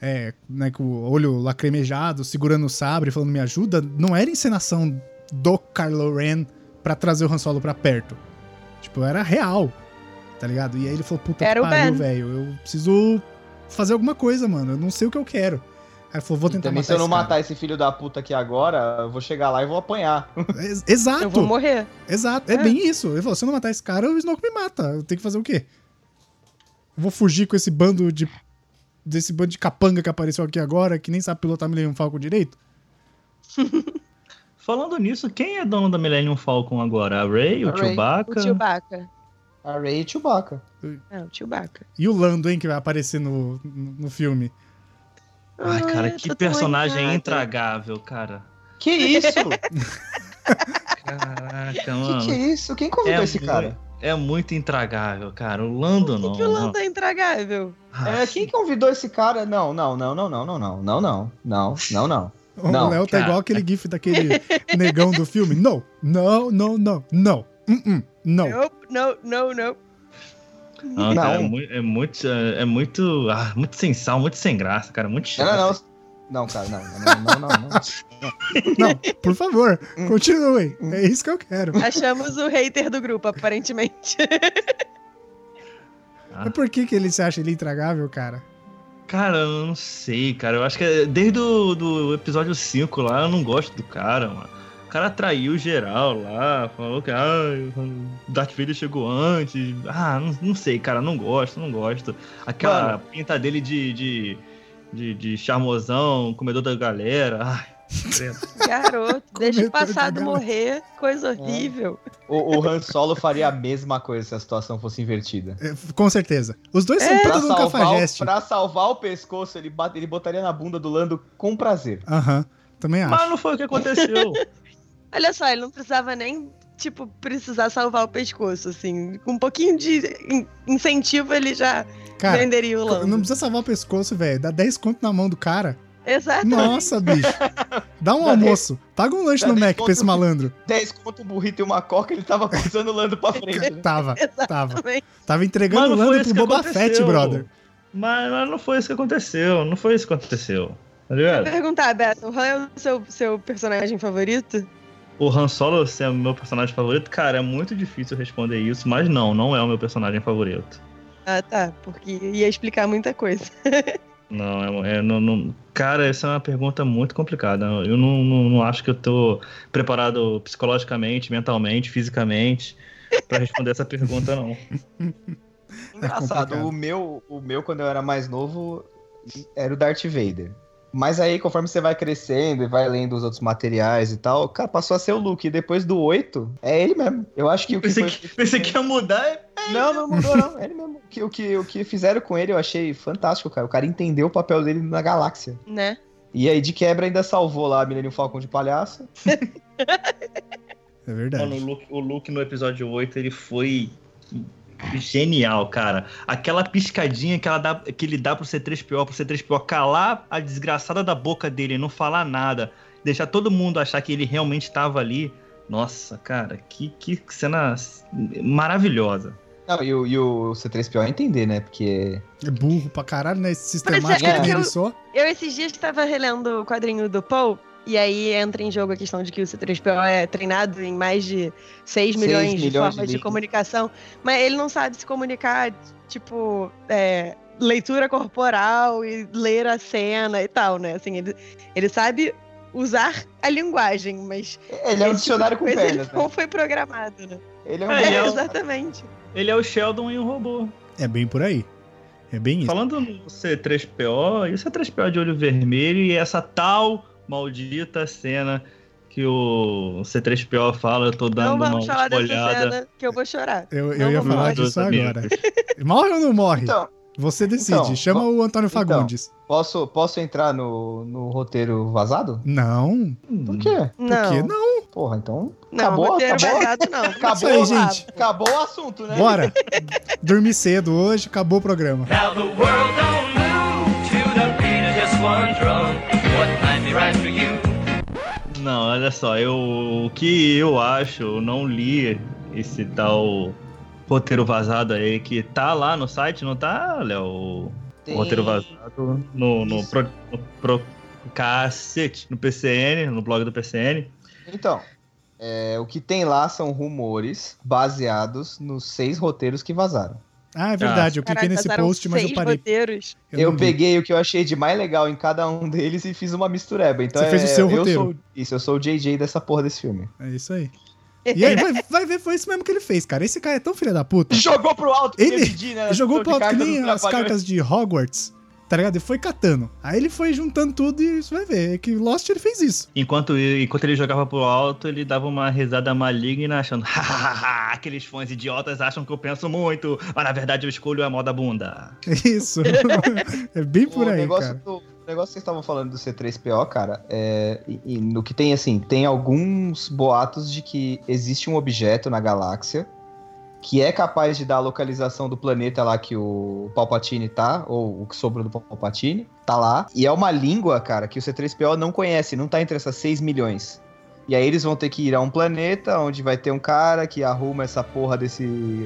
B: é, né, com o olho lacrimejado, segurando o sabre, falando me ajuda, não era encenação do Carlo Ren pra trazer o Han Solo pra perto. Tipo, era real, tá ligado? E aí ele falou, puta
D: Era
B: que
D: o
B: pariu,
D: Ben.
B: velho, eu preciso fazer alguma coisa, mano, eu não sei o que eu quero. Aí ele falou, vou
C: E
B: tentar
C: Também
B: matar
C: se eu não
B: esse cara.
C: matar esse filho da puta aqui agora, eu vou chegar lá e vou apanhar.
B: Ex-
D: Eu vou
B: Exato,
D: morrer.
B: exato, é,
D: É.
B: bem isso. Ele falou, se eu não matar esse cara, o Snoke me mata, eu tenho que fazer o quê? Eu vou fugir com esse bando de... desse bando de capanga que apareceu aqui agora, que nem sabe pilotar Millennium Falcon direito?
A: Falando nisso, quem é dono da Millennium Falcon agora? A Ray,
C: A
A: o
C: Rey,
A: Chewbacca?
D: O Chewbacca.
C: A Ray e Chewbacca.
D: É, o Chewbacca.
B: E o Lando, hein, que vai aparecer no, no no filme.
A: Ai, cara,
D: eu
A: que
D: tô
A: personagem
D: tão
A: intragável, cara.
C: Que isso?
A: Caraca,
C: que que é
A: mano.
C: isso? Quem convidou
A: É
C: esse
A: muito-
C: cara?
A: É muito intragável, cara. O Lando
D: Por
A: não.
D: que, que o
A: não.
D: Lando é intragável?
A: Ah,
C: É, quem convidou esse cara? Não, não, não, não, não, não, não, não, não, não, não, não.
B: O
C: Não,
B: Léo tá
A: cara.
B: igual aquele gif daquele negão do filme. Não, não, não, não, não, uh -uh, não.
D: Não, não, não, não.
A: Não, cara,
C: Não.
A: é mui- é muito, é muito, ah, muito sem sal, muito sem graça, cara, muito
C: Não,
A: chato.
C: não, não. Não, cara, não, não, não, não, não.
B: Não, por favor,
C: Hum.
B: continuem. É isso que eu quero.
D: Achamos o hater do grupo, aparentemente.
C: Ah.
B: Mas por que, que ele se acha ele intragável, cara?
A: Cara, eu não sei, cara. Eu acho que é- desde o do episódio 5 lá, eu não gosto do cara, mano. O cara traiu geral lá, falou que ah, o Darth Vader chegou antes. Ah, não, não sei, cara, não gosto, não gosto. Aquela
C: Mano.
A: pinta dele de, de, de, de charmosão, comedor da galera. Ai, credo.
D: Garoto, deixa
B: Comentou
D: o passado
B: devagar.
D: morrer.
B: É.
D: Coisa horrível.
C: O, o Han Solo faria a mesma coisa se a situação fosse invertida.
B: É, com certeza. Os dois são
C: É. Pra
B: puta de um
C: salvar, o,
B: cafajeste.
C: pra salvar o pescoço, ele, bate, ele botaria na bunda do Lando com prazer.
B: Aham, também acho.
A: Ah, Mas não foi o que aconteceu.
D: Olha só, ele não precisava nem, tipo, precisar salvar o pescoço, assim. Com um pouquinho de in- incentivo, ele já
B: Cara,
D: venderia o
B: não
D: Lando.
B: precisa salvar o pescoço, velho. Dá 10 conto na mão do cara.
D: Exato.
B: Nossa, bicho. Dá um
C: Dá
B: almoço. Paga um lanche
C: dá
B: no
C: dez
B: Mac pra esse
C: conto.
B: malandro.
C: 10 conto, um burrito e uma coca, ele tava cruzando o Lando pra frente.
B: Tava, tava.
D: Exatamente.
B: Tava entregando o
A: Mas não foi
B: Lando
A: isso
B: pro
A: que
B: Boba
A: aconteceu.
B: Fett, brother.
A: mas, mas não foi isso que aconteceu, não foi isso que aconteceu. Tá ligado?
D: Perguntar, Beto, o Han é o seu, seu personagem favorito?
A: O Han Solo ser o meu personagem favorito, cara, é muito difícil responder isso, mas não, não é o meu personagem favorito.
D: Ah, tá. Porque ia explicar muita coisa.
A: Não, é, é- não, não- cara, essa é uma pergunta muito complicada. Eu não, não, não acho que eu tô preparado psicologicamente, mentalmente, fisicamente pra responder essa pergunta, não.
C: Engraçado,
B: complicado.
C: o meu, o meu, quando eu era mais novo, era o Darth Vader. Mas aí, conforme você vai crescendo e vai lendo os outros materiais e tal, cara, passou a ser o Luke. E depois do 8, é ele mesmo. Eu acho que o que
A: Pensei
C: foi...
A: que, pensei que ia mudar. é-
C: Não, não mudou, não. É ele mesmo. O que, o, que, o que fizeram com ele eu achei fantástico, cara. O cara entendeu o papel dele na galáxia.
D: Né?
C: E aí, de quebra, ainda salvou lá a Millennium Falcon de palhaço.
B: É
A: Mano, o
B: verdade.
A: Luke, o Luke no episódio 8, ele foi. genial, cara. Aquela piscadinha que, ela dá, que ele dá pro C3PO, pro C3PO calar a desgraçada da boca dele, não falar nada, deixar todo mundo achar que ele realmente estava ali. Nossa, cara, que, que cena maravilhosa.
C: Não, e, o, e o C3PO é entender, né? Porque.
B: É burro pra caralho, né? Esse sistemático
D: é,
B: dele
D: eu-
B: só.
D: Eu, esses dias, estava relendo o quadrinho do Poe, e aí entra em jogo a questão de que o C3PO é treinado em mais de 6
C: Seis
D: milhões, de
C: milhões de
D: formas de,
C: línguas.
D: comunicação, mas ele não sabe se comunicar, tipo, é, leitura corporal e ler a cena e tal, né? Assim, ele, ele sabe usar a linguagem, mas
C: Ele é um
D: esse tipo de
C: dicionário com
D: coisa
C: pernas,
D: ele
C: né?
D: não foi programado, né?
C: Ele é um.
A: É, ele
D: É,
A: é
C: dicionário.
D: exatamente.
A: Ele é o Sheldon e o robô.
B: É bem por aí. É bem isso.
A: Falando no C3PO, e o C3PO de olho vermelho e essa tal maldita cena que o C3PO fala, eu tô
D: Não
A: dando
D: vamos
A: uma
D: falar dessa
A: olhada.
D: cena que eu vou chorar.
B: Eu, eu
D: Não,
B: ia
D: vamos
B: falar
D: lá.
B: disso
A: Amigo.
B: agora. Morre ou não morre?
C: Então,
B: Você decide.
C: Então,
B: Chama
C: vo-
B: o Antônio
C: então.
B: Fagundes.
C: posso, posso entrar no, no roteiro vazado?
B: Não.
A: Hum.
C: Por quê?
B: Por
D: Não,
B: quê? Não.
C: Porra, então.
D: não,
C: acabou,
D: roteiro
C: acabou.
D: vazado não.
C: Acabou,
B: aí,
D: Vamos lá.
B: gente.
C: acabou o assunto, né?
B: Bora. Dormi cedo hoje, acabou o programa.
F: Now the world don't move to the beat of just one drum. What might be right for you
A: Não, olha só, eu, o que eu acho, eu não li esse tal roteiro vazado aí que tá lá no site, não tá, Léo? O
C: Tem-
A: roteiro vazado no, no,
C: Isso.
A: pro, no pro- cacete, no PCN, no blog do PCN.
C: Então, é, o que tem lá são rumores baseados nos seis roteiros que vazaram.
B: Ah, é verdade. eu cliquei
D: Caralho,
B: nesse
D: passaram
B: post, mas eu
D: seis
B: parei.
D: roteiros.
C: Eu,
B: não vi.
C: peguei o que eu achei de mais legal em cada um deles e fiz uma mistureba. Então
B: Você
C: é,
B: fez o seu
C: eu
B: roteiro.
C: sou- isso, eu sou o JJ dessa porra desse filme.
B: É isso aí. E aí, vai, vai ver, foi isso mesmo que ele fez, cara. Esse cara é tão filho da puta.
C: Jogou pro alto,
B: Ele-
C: decidi, né?
B: Ele jogou pro
C: Jogou de
B: alto que
C: carta
B: nem
C: no
B: as
C: trabalho.
B: cartas de Hogwarts, tá ligado? Ele foi catando. Aí ele foi juntando tudo e você vai ver. É que Lost ele fez isso.
A: Enquanto, enquanto ele jogava pro alto, ele dava uma risada maligna, achando, hahaha, aqueles fãs idiotas acham que eu penso muito, mas na verdade eu escolho a moda bunda.
B: É isso. é bem por
C: o
B: aí,
C: negócio
B: cara.
C: do- o negócio que vocês estavam falando do C3PO, cara, é, e- e no que tem assim, tem alguns boatos de que existe um objeto na galáxia que é capaz de dar a localização do planeta lá que o Palpatine tá, ou o que sobrou do Palpatine, tá lá. E é uma língua, cara, que o C3PO não conhece, não tá entre essas 6 milhões. E aí eles vão ter que ir a um planeta onde vai ter um cara que arruma essa porra desse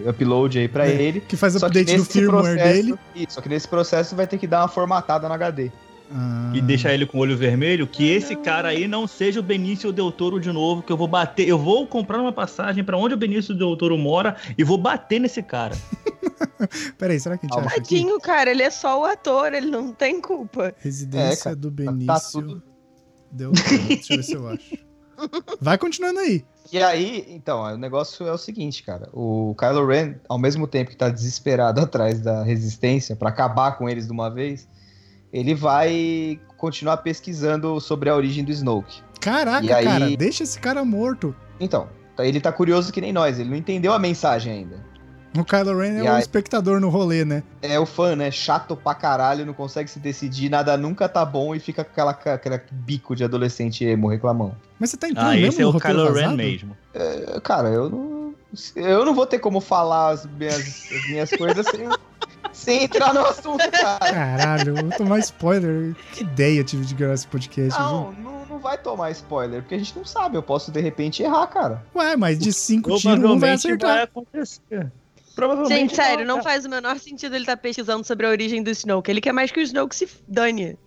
C: upload aí pra
B: É.
C: ele.
B: Que faz
C: Só que
B: update do
C: nesse
B: firmware
C: processo-
B: dele.
C: Isso, só que nesse processo vai ter que dar uma formatada no Tá HD.
B: Ah,
A: E deixar ele com o olho vermelho, que esse cara aí não seja o Benício Del Toro de novo, que eu vou bater, eu vou comprar uma passagem pra onde o Benício Del Toro mora e vou bater nesse cara.
B: Peraí, será que a gente
C: Calma.
B: acha aqui?
D: Tadinho, cara, ele é só o ator, ele não tem culpa.
B: Residência
C: É, cara,
B: do
C: tá
B: Benício.
C: tudo-
B: Deu certo. Deixa eu ver se eu acho. Vai continuando aí.
C: E aí, então, o negócio é o seguinte, cara. O Kylo Ren, ao mesmo tempo que tá desesperado atrás da resistência pra acabar com eles de uma vez, ele vai continuar pesquisando sobre a origem do Snoke.
B: Caraca,
C: E aí-
B: cara, deixa esse cara morto.
C: Então, tá- ele tá curioso que nem nós, ele não entendeu a mensagem ainda.
B: O Kylo Ren é
C: E
B: um
C: aí-
B: espectador no rolê, né?
C: É o fã, né? Chato pra caralho, não consegue se decidir, nada nunca tá bom e fica com aquela, ca- aquela bico de adolescente emo reclamando.
B: Mas você tá entrando
A: Ah,
B: mesmo
A: esse é
B: no
A: o
B: roteiro
A: Kylo Ren
B: vazado?
A: mesmo.
C: Eu- Cara, eu não. Eu não vou ter como falar as minhas, as minhas coisas sem, sem entrar no assunto, cara.
B: Caralho, eu vou tomar spoiler. Que ideia eu tive de gravar esse podcast, viu?
C: Não, não, não vai tomar spoiler, porque a gente não sabe. Eu posso de repente errar, cara.
B: Ué, mas de cinco tiros um vai
A: Provavelmente vai
B: acertar.
A: acontecer. Provavelmente
D: Gente, sério, não
A: cara.
D: faz o menor sentido ele estar pesquisando sobre a origem do Snoke. Ele quer mais que o Snoke se dane.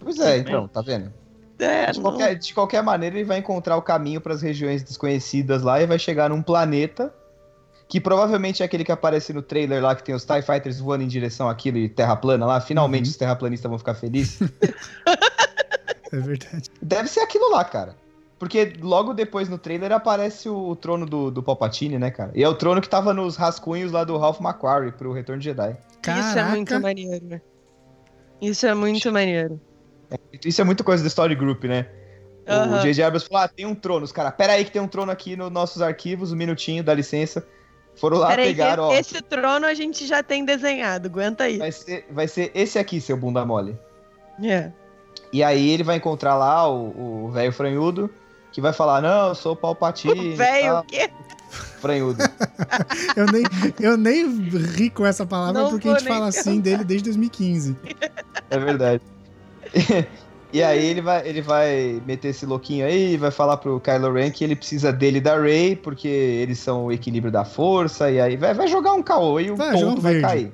C: Pois é,
A: Sim,
C: então, tá vendo?
D: É,
C: De
D: não.
C: qualquer, de qualquer maneira, ele vai encontrar o caminho para as regiões desconhecidas lá e vai chegar num planeta que provavelmente é aquele que aparece no trailer lá que tem os TIE Fighters voando em direção àquilo e terra plana lá. Finalmente os terraplanistas vão ficar felizes.
B: É verdade.
C: Deve ser aquilo lá, cara. Porque logo depois no trailer aparece o trono do, do Palpatine, né, cara? E é o trono que tava nos rascunhos lá do Ralph McQuarrie pro Retorno de Jedi.
D: Isso é muito
B: Caraca,
D: maneiro. Isso é muito maneiro.
C: Isso é muita coisa do Story Group, né? O
D: Aham.
C: J.J. Abrams falou, ah, tem um trono. Os caras, pera aí que tem um trono aqui nos nossos arquivos, um minutinho, dá licença. Foram lá,
D: Peraí,
C: pegaram, ó,
D: que esse trono a gente já tem desenhado, aguenta aí.
C: vai ser, vai ser esse aqui, seu bunda mole.
D: É.
C: E aí ele vai encontrar lá o o velho franhudo, que vai falar, não, eu sou o Palpatine,
D: Velho,
C: tá,
D: o quê?
C: franhudo.
B: Eu nem, eu nem ri com essa palavra
D: Não
B: porque a gente
D: vou nem
B: fala assim dele desde 2015.
C: É verdade. E aí ele vai, ele vai meter esse louquinho aí, vai falar pro Kylo Ren que ele precisa dele e da Rey, porque eles são o equilíbrio da força, e aí vai, vai jogar um caô e o
B: Vai jogar
C: tonto
B: um
C: vai
B: verde.
C: cair.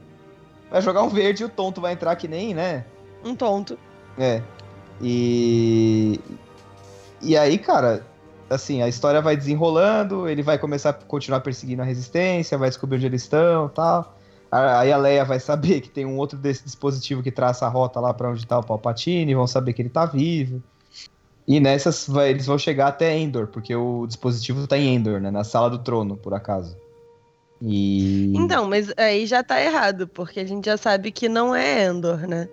C: Vai jogar um verde e o tonto vai entrar que nem, né?
D: Um tonto.
C: É. E. E aí, cara, assim, a história vai desenrolando, ele vai começar a continuar perseguindo a resistência, vai descobrir onde eles estão e tal. A- Aí a Leia vai saber que tem um outro desse dispositivo que traça a rota lá pra onde tá o Palpatine, vão saber que ele tá vivo. E nessas vai- eles vão chegar até Endor, porque o dispositivo tá em Endor, né? Na sala do trono, por acaso. E.
D: Então, mas aí já tá errado, porque a gente já sabe que não é Endor, né?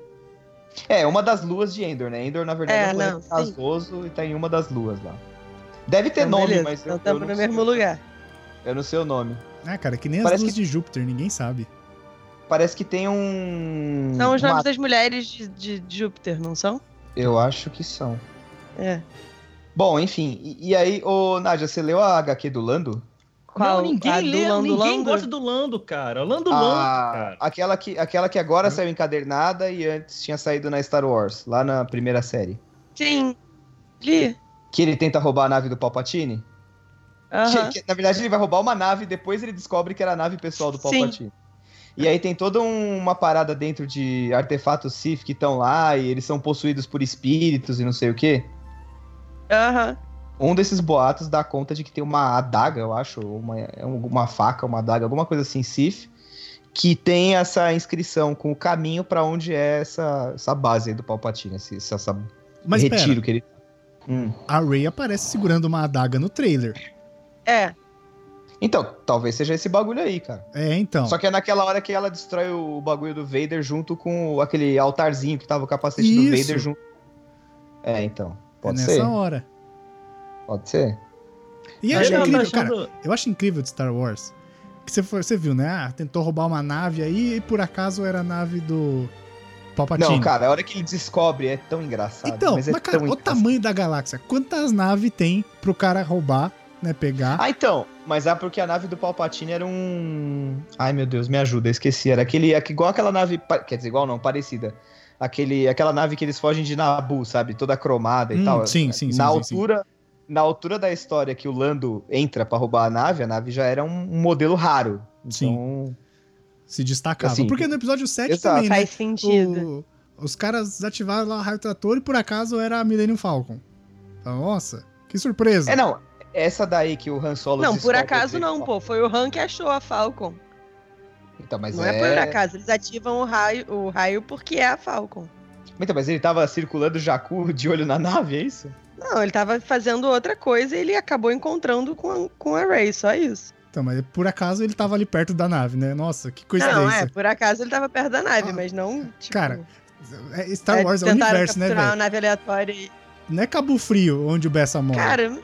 C: É, uma das luas de Endor, né? Endor, na verdade,
D: É,
C: é, um
D: não,
C: planeta
D: sim.
C: casoso e tá em uma das luas lá. Deve ter
D: Então,
C: nome,
D: beleza,
C: mas eu,
D: então
C: eu,
D: estamos
C: não
D: no
C: sei,
D: mesmo lugar.
C: eu não sei o nome.
B: Ah, cara, que nem as
C: Parece
B: luzes de Júpiter, ninguém sabe.
C: Parece que tem um.
B: Hum,
D: São os
C: uma-
D: nomes das mulheres de, de Júpiter, não são?
C: Eu acho que são.
D: É.
C: Bom, enfim. E, e aí, ô Nádia, você leu a HQ do Lando?
D: Qual?
A: Não, ninguém
D: A do
A: lê,
D: Lando
A: ninguém
D: Lando? Ah,
A: gosta do Lando, cara. Lando Lando,
C: a...
A: cara.
C: Ah, aquela, que, aquela que agora saiu encadernada e antes tinha saído na Star Wars, lá na primeira série.
D: Sim. Li.
C: Que ele tenta roubar a nave do Palpatine?
D: Aham.
C: Que- que, na verdade, ele vai roubar uma nave e depois ele descobre que era a nave pessoal do
D: Sim.
C: Palpatine. E aí tem toda um- uma parada dentro de artefatos Sith que estão lá e eles são possuídos por espíritos e não sei o quê.
D: Aham.
C: Um desses boatos dá conta de que tem uma adaga, eu acho, ou uma, é um- uma faca, uma adaga, alguma coisa assim, Sith, que tem essa inscrição com o caminho pra onde é essa, essa base aí do Palpatine, esse, essa- essa
B: Mas
C: retiro que ele... Hum.
B: pera, a Ray aparece segurando uma adaga no trailer.
D: É.
C: Então, talvez seja esse bagulho aí, cara.
B: É, então.
C: Só que é naquela hora que ela destrói o bagulho do Vader junto com o- aquele altarzinho que tava o capacete do
B: Isso.
C: Vader junto. É, então.
B: é
C: Pode
B: nessa
C: ser?
B: hora.
C: Pode ser.
B: E eu
A: Aí
B: acho
A: ela tá
B: É incrível, cara.
A: achando-
B: Eu acho incrível de Star Wars. Que você, foi, você viu, né? Ah, tentou roubar uma nave aí e por acaso era a nave do Palpatine.
C: Não, cara, a hora que ele descobre é tão engraçado.
B: Então,
C: mas
B: mas,
C: é
B: cara,
C: tão
B: o
C: engraçado.
B: tamanho da galáxia. Quantas naves tem pro cara roubar, né? Pegar.
C: Ah, então. Mas é porque a nave do Palpatine era um. Ai, meu Deus, me ajuda, eu esqueci. Era aquele. aqu- Igual aquela nave. pa- Quer dizer, igual não, parecida. Aquele, aquela nave que eles fogem de Nabu, sabe? Toda cromada e
B: Hum,
C: tal.
B: sim, sim, sim,
C: na
B: sim, sim.
C: altura, Na altura da história que o Lando entra pra roubar a nave, a nave já era um um modelo raro.
B: Sim.
C: Então,
B: se destacava.
C: assim,
B: Porque no episódio 7
C: exato.
B: também, né?
D: Faz sentido.
B: o- os caras ativaram lá o raio trator e por acaso era a Millennium Falcon. Então, nossa, que surpresa.
C: É, não. Essa daí que o Han Solo
D: Não, por
C: descobre
D: acaso
C: que-
D: não, pô. Foi o Han que achou a Falcon.
C: Então, mas
D: não
C: é...
D: é... por acaso. Eles ativam o raio, o raio porque é a Falcon.
C: Então, mas ele tava circulando o Jakku de olho na nave, é isso?
D: Não, ele tava fazendo outra coisa e ele acabou encontrando com a, com a Ray, só isso.
B: Então, mas por acaso ele tava ali perto da nave, né? Nossa, que coincidência.
D: Não, é, por acaso ele tava perto da nave,
B: Ah,
D: mas não, tipo...
B: cara, É, Star
D: é,
B: Wars é o
D: tentaram
B: universo, né,
D: capturar
B: velho?
D: uma nave aleatória e...
B: Não é Cabo Frio onde o Bessa mora,
D: Cara,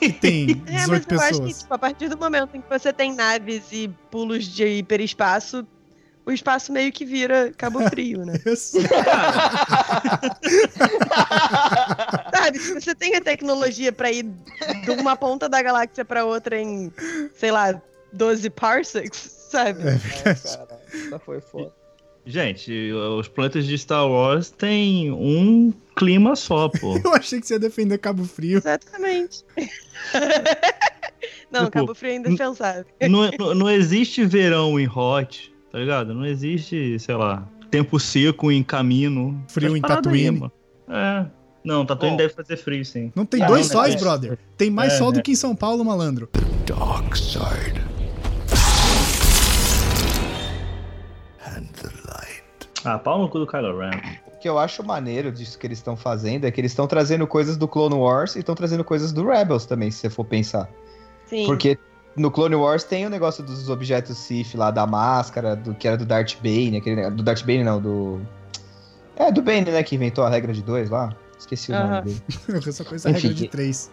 B: que tem 18
D: É, mas eu acho que
B: pessoas.
D: tipo, a partir do momento em que você tem naves e pulos de hiperespaço, o espaço meio que vira Cabo Frio, né?
B: Eu sei.
D: Sabe, se você tem a tecnologia pra ir de uma ponta da galáxia pra outra em, sei lá, 12 parsecs, sabe?
B: É
C: É,
B: verdade.
C: cara, essa foi foda.
A: Gente, os planetas de Star Wars têm um clima só, pô.
B: Eu achei que você ia defender Cabo Frio.
D: Exatamente. Não,
A: Tipo,
D: Cabo Frio é indefensável.
A: não, não- não existe verão em hot, tá ligado? Não existe, sei lá, tempo seco em caminho.
B: Frio
A: Essas
B: em
A: paradas
B: Tatooine.
A: mano. É. Não, Tatooine
C: Bom.
A: deve fazer frio, sim.
B: Não tem
C: Ah,
B: dois
C: não,
B: sóis,
C: mas-
B: brother. Tem mais
A: É,
B: sol
A: é.
D: né?
B: do que em São Paulo, malandro.
G: dark side and the light.
A: Ah, pau no cu do Kylo Ren.
C: O que eu acho maneiro disso que eles estão fazendo é que eles estão trazendo coisas do Clone Wars e estão trazendo coisas do Rebels também, se você for pensar.
D: Sim.
C: Porque no Clone Wars tem o negócio dos objetos Sith lá, da máscara, do que era do Darth Bane, aquele negócio- do Darth Bane não, do... É, do Bane, né, que inventou a regra de dois lá. Esqueci o nome
D: Aham.
C: dele.
B: Eu só conheço é a regra
C: Enfim,
B: de
C: que-
B: três.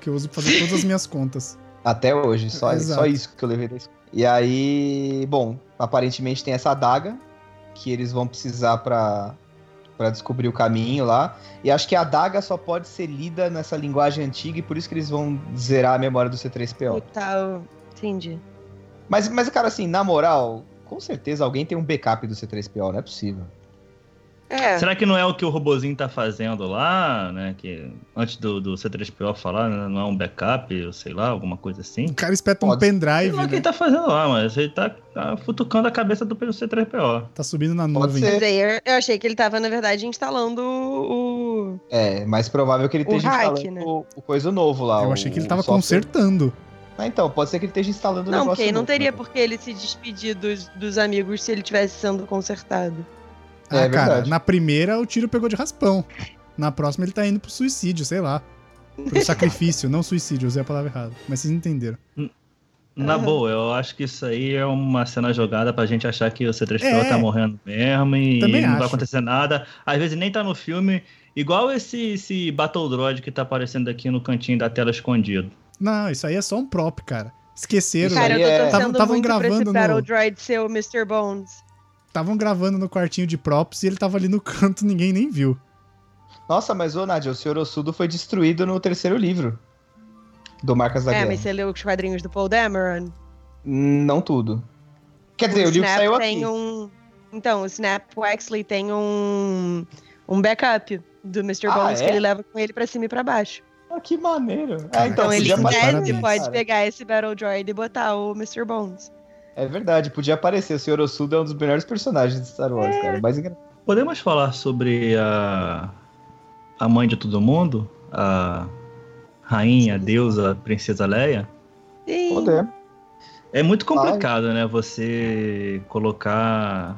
B: Que eu uso pra fazer todas as minhas contas.
C: Até hoje, só,
B: Exato.
C: só isso que eu levei da escola. E aí, bom, aparentemente tem essa adaga que eles vão precisar pra, pra para descobrir o caminho lá. E acho que a adaga só pode ser lida nessa linguagem antiga e por isso que eles vão zerar a memória do C3PO.
D: Total. Entendi.
C: Mas, mas cara, assim, na moral, com certeza alguém tem um backup do C3PO, não é possível.
D: É.
A: Será que não é o que o robozinho tá fazendo lá, né? Que antes do, do C3PO falar, né, não é um backup, eu sei lá, alguma coisa assim?
B: O cara espeta um
C: Pode.
A: Sei
B: pendrive,
A: lá o que
B: né?
A: ele tá fazendo lá, mas ele tá, tá futucando a cabeça do C3PO.
B: Tá subindo na
C: Pode
B: nuvem.
C: ser.
D: Mas aí eu- eu achei que ele tava, na verdade, instalando o. o-
C: É, mais provável que ele
D: O
C: esteja
D: hack,
C: instalando
D: né?
C: o, o coisa novo lá.
B: Eu achei que ele
C: o
B: tava
C: software.
B: consertando.
C: Ah, então, pode ser que ele esteja instalando o
D: Não,
C: negócio
D: porque aí não
C: novo,
D: teria
C: né?
D: por que ele se despedir dos, dos amigos se ele tivesse sendo consertado.
B: Ah,
C: É
B: cara,
C: verdade.
B: na primeira o tiro pegou de raspão. Na próxima ele tá indo pro suicídio, sei lá. Pro sacrifício, não suicídio, usei a palavra errada. Mas vocês entenderam. É.
A: Na
D: Aham.
A: boa, eu acho que isso aí é uma cena jogada pra gente achar que o C3PO
B: É.
A: tá morrendo mesmo e
B: Também
A: não
B: acho.
A: vai acontecer nada. Às vezes nem tá no filme, igual esse, esse Battle Droid que tá aparecendo aqui no cantinho da tela escondido.
B: Não, isso aí é só um prop, cara. Esqueceram.
C: Isso
D: Cara, eu
C: aí é-
D: tô
B: Tavam-
D: torcendo
B: tavam
D: muito pra esse
B: gravando no-
D: Battle Droid ser o Mr. Bones.
B: Estavam gravando no quartinho de props e ele tava ali no canto, ninguém nem viu.
C: Nossa, mas ô Nadia, o Senhor Ossudo foi destruído no terceiro livro do Marcas da
D: é,
C: Guerra.
D: mas você leu os quadrinhos do Paul Dameron?
C: Hum, Não tudo. Quer dizer, o, livro
D: Snap
C: saiu assim.
D: tem
C: aqui.
D: um. Então, o Snap Wexley tem um. um backup do Mr.
C: Ah,
D: Bones que
C: é?
D: ele leva com ele pra cima e pra baixo.
C: Ah, que maneiro.
B: Caraca,
C: é, então,
D: então
B: vocês
C: podia
D: ele
B: estão de
C: aparecer,
D: deve,
B: parabéns.
D: pode
C: cara.
D: pegar esse Battle Droid e botar o Mr. Bones.
C: É verdade, podia aparecer. O Senhor Ossudo é um dos melhores personagens de Star
D: É,
C: Wars, cara. Mais engraçado.
A: Podemos falar sobre a, a mãe de todo mundo? A rainha, deusa, princesa Leia?
D: Sim.
C: Poder.
A: É muito complicado, né? Você colocar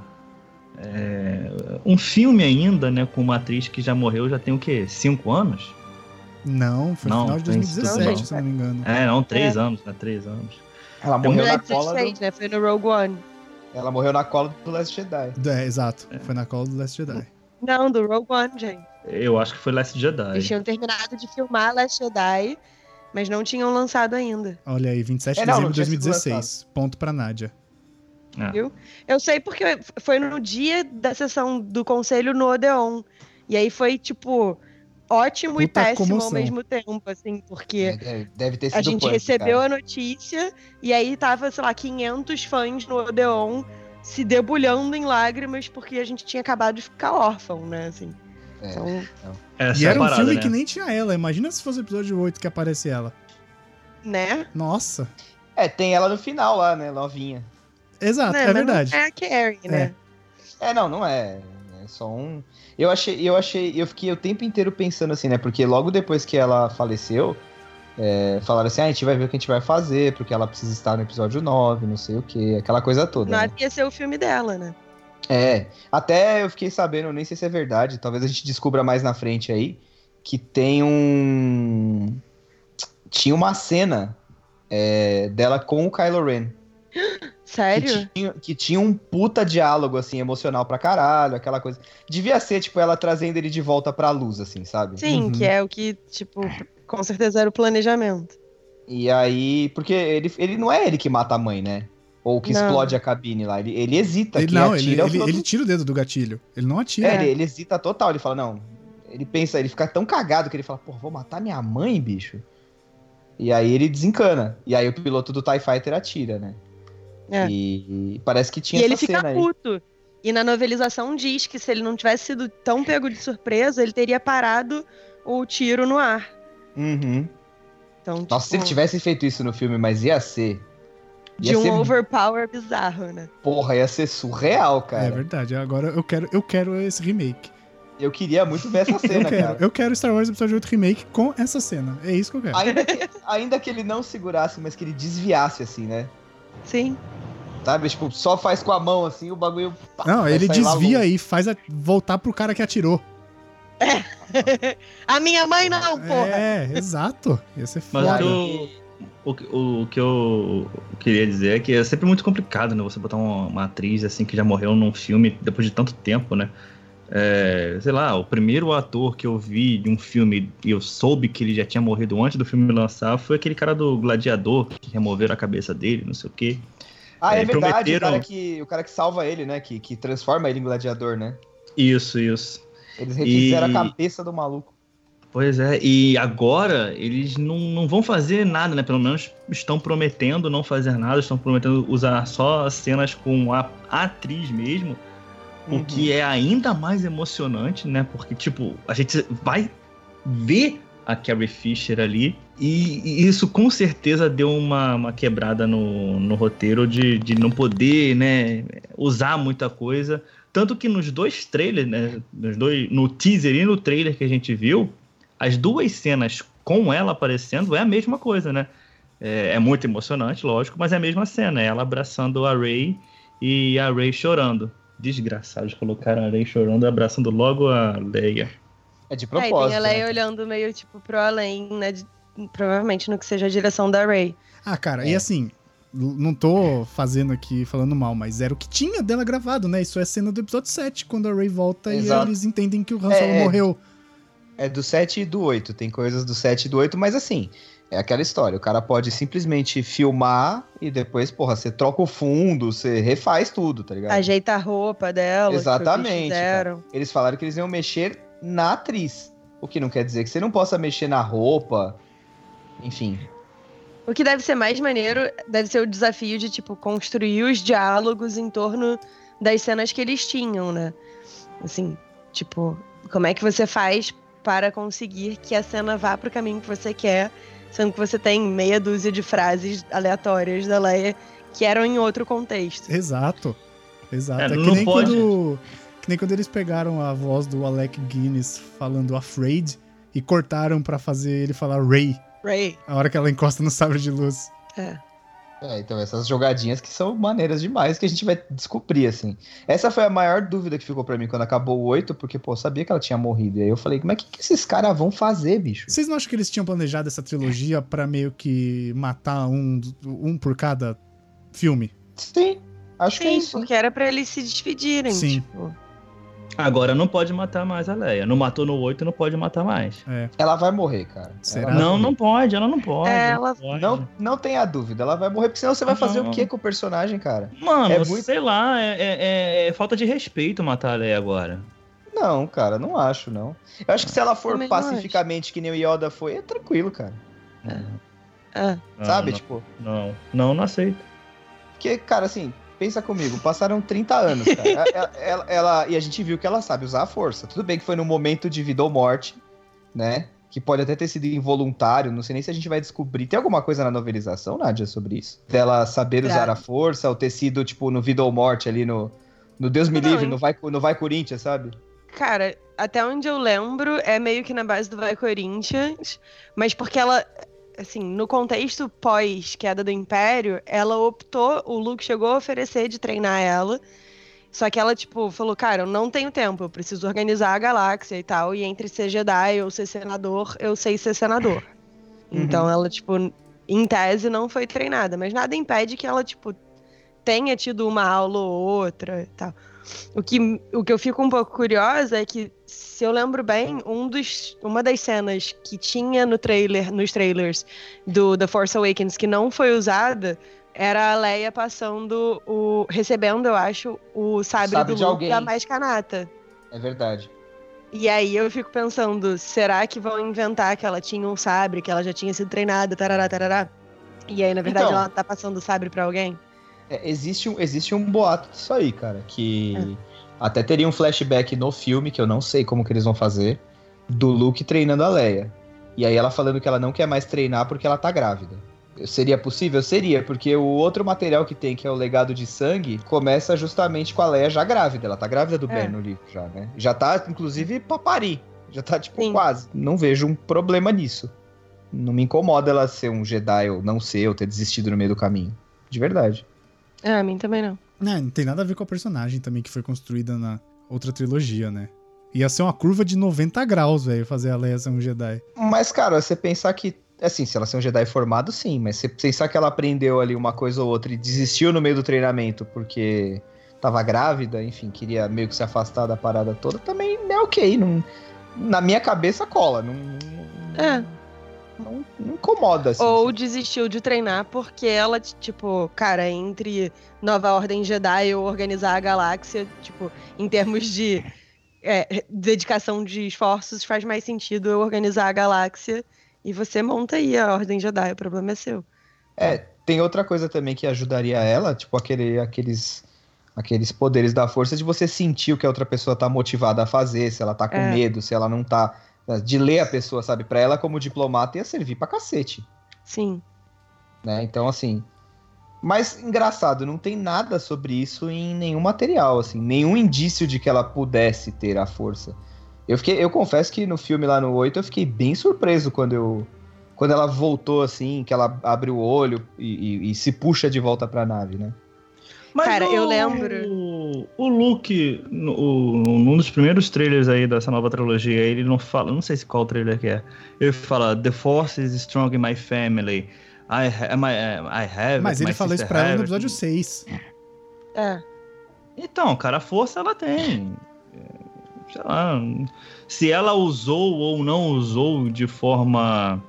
A: é, um filme ainda, né? Com uma atriz que já morreu, já tem o quê? Cinco anos?
B: Não, foi no
A: Não,
B: final de
A: tem isso tudo
B: 2017,
A: não.
B: se eu não me engano.
A: É, não, três anos, né? Três anos.
C: Ela
A: Então,
C: morreu,
D: Não é
C: na cola
D: 16,
C: do...
D: né? Foi no Rogue One.
C: Ela morreu na cola do Last Jedi.
B: É, exato. Foi na cola do Last Jedi.
D: Não, do Rogue One, gente.
A: Eu acho que foi Last Jedi.
D: Eles tinham terminado de filmar Last Jedi, mas não tinham lançado ainda.
B: Olha aí, 27 de
C: É, não,
B: dezembro
C: não
B: de
C: tinha sido
B: 2016. Ponto pra Nádia.
D: Eu sei porque foi no dia da sessão do conselho no Odeon. E aí foi, tipo, ótimo e
B: Puta
D: péssimo
B: comoção.
D: ao mesmo tempo, assim, porque
C: É, deve, deve ter sido
D: a gente
C: punk,
D: recebeu
C: cara.
D: a notícia e aí tava, sei lá, 500 fãs no Odeon se debulhando em lágrimas porque a gente tinha acabado de ficar órfão, né, assim.
C: É.
D: Então,
A: Essa
B: e
A: é a
B: era um
A: parada,
B: filme
A: né?
B: que nem tinha ela. Imagina se fosse o episódio 8 que aparece ela.
D: né?
B: Nossa.
C: É, tem ela no final lá, né? Novinha.
B: Exato,
D: Né,
B: é,
D: mas não
B: verdade.
D: É a Carrie, né?
C: É, não, não é. É só um. Eu achei, eu achei, eu fiquei o tempo inteiro pensando assim, né? Porque logo depois que ela faleceu, é, falaram assim, ah, a gente vai ver o que a gente vai fazer, porque ela precisa estar no episódio 9, não sei o quê, aquela coisa toda.
D: Não
C: né?
D: havia ser o filme dela, né?
C: É, até eu fiquei sabendo, nem sei se é verdade, talvez a gente descubra mais na frente aí, que tem um. Tinha uma cena é, dela com o Kylo Ren.
D: Sério?
C: Que tinha, que tinha um puta diálogo, assim, emocional pra caralho, aquela coisa. Devia ser, tipo, ela trazendo ele de volta pra luz, assim, sabe?
D: Sim,
B: Uhum.
D: que é o que, tipo, com certeza era o planejamento.
C: E aí. Porque ele, ele não é ele que mata a mãe, né? Ou que
D: Não.
C: explode a cabine lá. Ele, ele hesita,
B: Ele,
C: quem
B: não, ele,
C: atira é o
B: ele,
C: piloto
B: ele tira o dedo do gatilho. Ele não atira.
C: É, ele, ele hesita total, ele fala, não. Ele pensa, ele fica tão cagado que ele fala, pô, vou matar minha mãe, bicho. E aí ele desencana. E aí o piloto do TIE Fighter atira, né?
D: É.
C: E, e parece que tinha
D: e
C: essa
D: ele fica
C: cena aí.
D: puto. E na novelização diz que se ele não tivesse sido tão pego de surpresa, ele teria parado o tiro no ar.
C: Uhum.
D: Então,
C: Nossa, se ele
D: tipo,
C: tivesse feito isso no filme, mas ia ser. Ia
D: de um
C: ser,
D: overpower bizarro, né?
C: porra, ia ser surreal,
B: É
C: cara.
B: verdade. Agora eu quero, eu quero esse remake.
C: eu queria muito ver essa
B: Eu
C: cena, cara.
B: quero, eu quero Star Wars Episódio 8 Remake com essa cena. É isso que eu quero.
C: Ainda que, ainda que ele não segurasse, mas que ele desviasse, assim, né?
D: Sim.
C: Sabe? Tipo, só faz com a mão, assim, o bagulho... pá,
B: Não,
C: vai
B: ele
C: sair lá
B: desvia
C: longe.
B: aí, faz a- voltar pro cara que atirou.
D: A minha mãe não, porra!
B: É, exato. Ia ser
A: Mas
B: foda.
A: o, o, que- o, o que eu queria dizer é que é sempre muito complicado, né? Você botar uma, uma atriz assim que já morreu num filme depois de tanto tempo, né? É, sei lá, o primeiro ator que eu vi de um filme e eu soube que ele já tinha morrido antes do filme lançar foi aquele cara do Gladiador, que removeram a cabeça dele, não sei o quê.
C: Ah, é,
A: É,
C: verdade, o,
A: prometeram-
C: cara que, o cara que salva ele, né? Que, que transforma ele em gladiador, né?
A: Isso, isso.
C: Eles refizeram
A: E-
C: a cabeça do maluco.
A: Pois é, e agora eles não, não vão fazer nada, né? Pelo menos estão prometendo não fazer nada, estão prometendo usar só cenas com a atriz mesmo, o
C: Uhum.
A: que é ainda mais emocionante, né? Porque, tipo, a gente vai ver a Carrie Fisher ali, e, e isso com certeza deu uma, uma quebrada no, no roteiro de, de não poder, né? Usar muita coisa. Tanto que nos dois trailers, né? Nos dois, no teaser e no trailer que a gente viu, as duas cenas com ela aparecendo é a mesma coisa, né? É, é muito emocionante, lógico, mas é a mesma cena. é Ela abraçando a Ray e a Ray chorando. Desgraçados, colocaram a Ray chorando e abraçando logo a Leia.
C: É de
D: Aí tem
C: propósito. né?
D: a Leia olhando meio, tipo, pro além, né? de- provavelmente no que seja a direção da Ray.
B: Ah, cara,
A: É.
B: e assim, n- não tô fazendo aqui falando mal, mas era o que tinha dela gravado, né? Isso é cena do episódio 7, quando a Ray volta
C: Exato.
B: e eles entendem que o Han
C: É,
B: Solo
C: é.
B: morreu.
C: É do 7 e do 8. Tem coisas do 7 e do 8, mas assim, é aquela história. O cara pode simplesmente filmar e depois, porra, você troca o fundo, você refaz tudo, tá ligado?
D: Ajeita a roupa dela. que foi o que eles
C: Exatamente, cara.
D: fizeram.
C: Eles falaram que eles iam mexer na atriz. O que não quer dizer que você não possa mexer na roupa. Enfim.
D: O que deve ser mais maneiro deve ser o desafio de, tipo, construir os diálogos em torno das cenas que eles tinham, né? Assim, tipo, como é que você faz para conseguir que a cena vá pro caminho que você quer, sendo que você tem meia dúzia de frases aleatórias da Leia que eram em outro contexto.
B: Exato. Exato.
A: É,
B: É, que,
A: não
B: nem
A: pode.
B: Quando, que nem quando eles pegaram a voz do Alec Guinness falando Afraid e cortaram pra fazer ele falar Ray,
D: Ray.
B: a hora que ela encosta no sabre de luz.
D: É.
C: É, então essas jogadinhas que são maneiras demais que a gente vai descobrir, assim. Essa foi a maior dúvida que ficou pra mim quando acabou o 8, porque, pô, eu sabia que ela tinha morrido. E aí eu falei, como é que, que esses caras vão fazer, bicho?
B: Vocês não acham que eles tinham planejado essa trilogia pra meio que matar um, um por cada filme?
C: Sim, acho que é
D: Sim,
C: isso.
D: porque era pra eles se despedirem.
B: Sim.
D: Tipo,
A: Agora não pode matar mais a Leia. Não matou no 8, não pode matar mais.
C: Ela vai morrer, cara. Ela
B: Será?
C: vai
A: Não,
C: morrer.
A: não pode, ela não pode.
D: É,
A: não
D: ela-
A: pode.
C: Não, não tenha dúvida, ela vai morrer, porque senão você vai fazer
A: Não.
C: o que com o personagem, cara?
A: Mano,
C: É muito-
A: sei lá, é, é- é- é falta de respeito matar a Leia agora.
C: Não, cara, não acho, não. Eu acho que
A: Ah.
C: se ela for
D: Também não acho.
C: pacificamente que nem o Yoda foi, é tranquilo, cara.
D: é.
A: Não, Ah,
C: Sabe?
A: Não,
C: Tipo,
A: não, não, não aceito.
C: porque, cara, assim, pensa comigo, passaram 30 anos, cara. ela, ela- ela- e a gente viu que ela sabe usar a força. Tudo bem que foi num momento de vida ou morte, né? Que pode até ter sido involuntário, não sei nem se a gente vai descobrir. Tem alguma coisa na novelização, Nádia, sobre isso? Dela saber usar
D: Claro.
C: a força, ou ter sido, tipo, no vida ou morte ali no. No Deus me
D: Não,
C: livre,
D: hein?
C: no vai, no vai Corinthians, sabe?
D: Cara, até onde eu lembro, é meio que na base do Vai Corinthians, mas porque ela, assim, no contexto pós-queda do Império, ela optou, o Luke chegou a oferecer de treinar ela, só que ela, tipo, falou, cara, eu não tenho tempo, eu preciso organizar a galáxia e tal, e entre ser Jedi ou ser senador, eu sei ser senador.
C: Uhum.
D: Então ela, tipo, em tese não foi treinada, mas nada impede que ela, tipo, tenha tido uma aula ou outra e tal. O que, o que eu fico um pouco curiosa é que, se eu lembro bem, um dos, uma das cenas que tinha no trailer, nos trailers do The Force Awakens que não foi usada era a Leia passando o. recebendo, eu acho, o sabre,
C: Sabre
D: do
C: de
D: Luke
C: alguém.
D: da mais canata.
C: É verdade.
D: E aí eu fico pensando, será que vão inventar que ela tinha um sabre, que ela já tinha sido treinada, tarará, tarará? E aí, na verdade,
C: Então.
D: ela tá passando o sabre pra alguém?
C: É, existe, um, existe um boato disso aí, cara, que
D: É.
C: até teria um flashback no filme, que eu não sei como que eles vão fazer, do Luke treinando a Leia. E aí ela falando que ela não quer mais treinar porque ela tá grávida. Seria possível? Seria, porque o outro material que tem, que é o legado de sangue, começa justamente com a Leia já grávida. Ela tá grávida do
D: É.
C: Ben no livro já, né? Já tá, inclusive, papari. Já tá, tipo,
D: Sim.
C: quase. Não vejo um problema nisso. Não me incomoda ela ser um Jedi ou não ser, ou ter desistido no meio do caminho. De verdade.
D: Ah, a mim também não.
B: É, Não, não tem nada a ver com a personagem também que foi construída na outra trilogia, né? Ia ser uma curva de 90 graus, velho, fazer a Leia ser um Jedi.
C: Mas, cara, você pensar que. Assim, se ela ser um Jedi formado, sim, mas você pensar que ela aprendeu ali uma coisa ou outra e desistiu no meio do treinamento porque tava grávida, enfim, queria meio que se afastar da parada toda, também é ok. Não, na minha cabeça cola, não, não,
D: É.
C: não- não incomoda. Assim,
D: Ou
C: sabe?
D: desistiu de treinar porque ela, t- tipo, cara, entre Nova Ordem Jedi ou organizar a galáxia, tipo, em termos de é, dedicação de esforços, faz mais sentido eu organizar a galáxia e você monta aí a Ordem Jedi, o problema é seu.
C: É, tem outra coisa também que ajudaria ela, tipo aquele, aqueles aqueles poderes da força de você sentir o que a outra pessoa tá motivada a fazer, se ela tá com
D: É.
C: medo, se ela não tá. De ler a pessoa, sabe? Pra ela, como diplomata, ia servir pra cacete,
D: Sim.
C: né? Então, assim. Mas, engraçado, não tem nada sobre isso em nenhum material, assim. Nenhum indício de que ela pudesse ter a força. Eu fiquei, eu confesso que no filme lá no 8, eu fiquei bem surpreso quando eu. Quando ela voltou, assim, que ela abre o olho e, e- e se puxa de volta pra nave, né?
D: Cara, eu
A: o-
D: lembro.
A: O Luke, no, o- num dos primeiros trailers aí dessa nova trilogia, ele não fala, não sei se qual trailer que é. Ele fala: The Force is strong in my family. I, ha my, I have. it,
B: Mas ele
A: my
B: falou isso
A: sister
B: pra ela
A: have
B: no
A: it."
B: episódio 6.
D: É.
A: Então, cara, a força ela tem. É, Sei lá. Se ela usou ou não usou de forma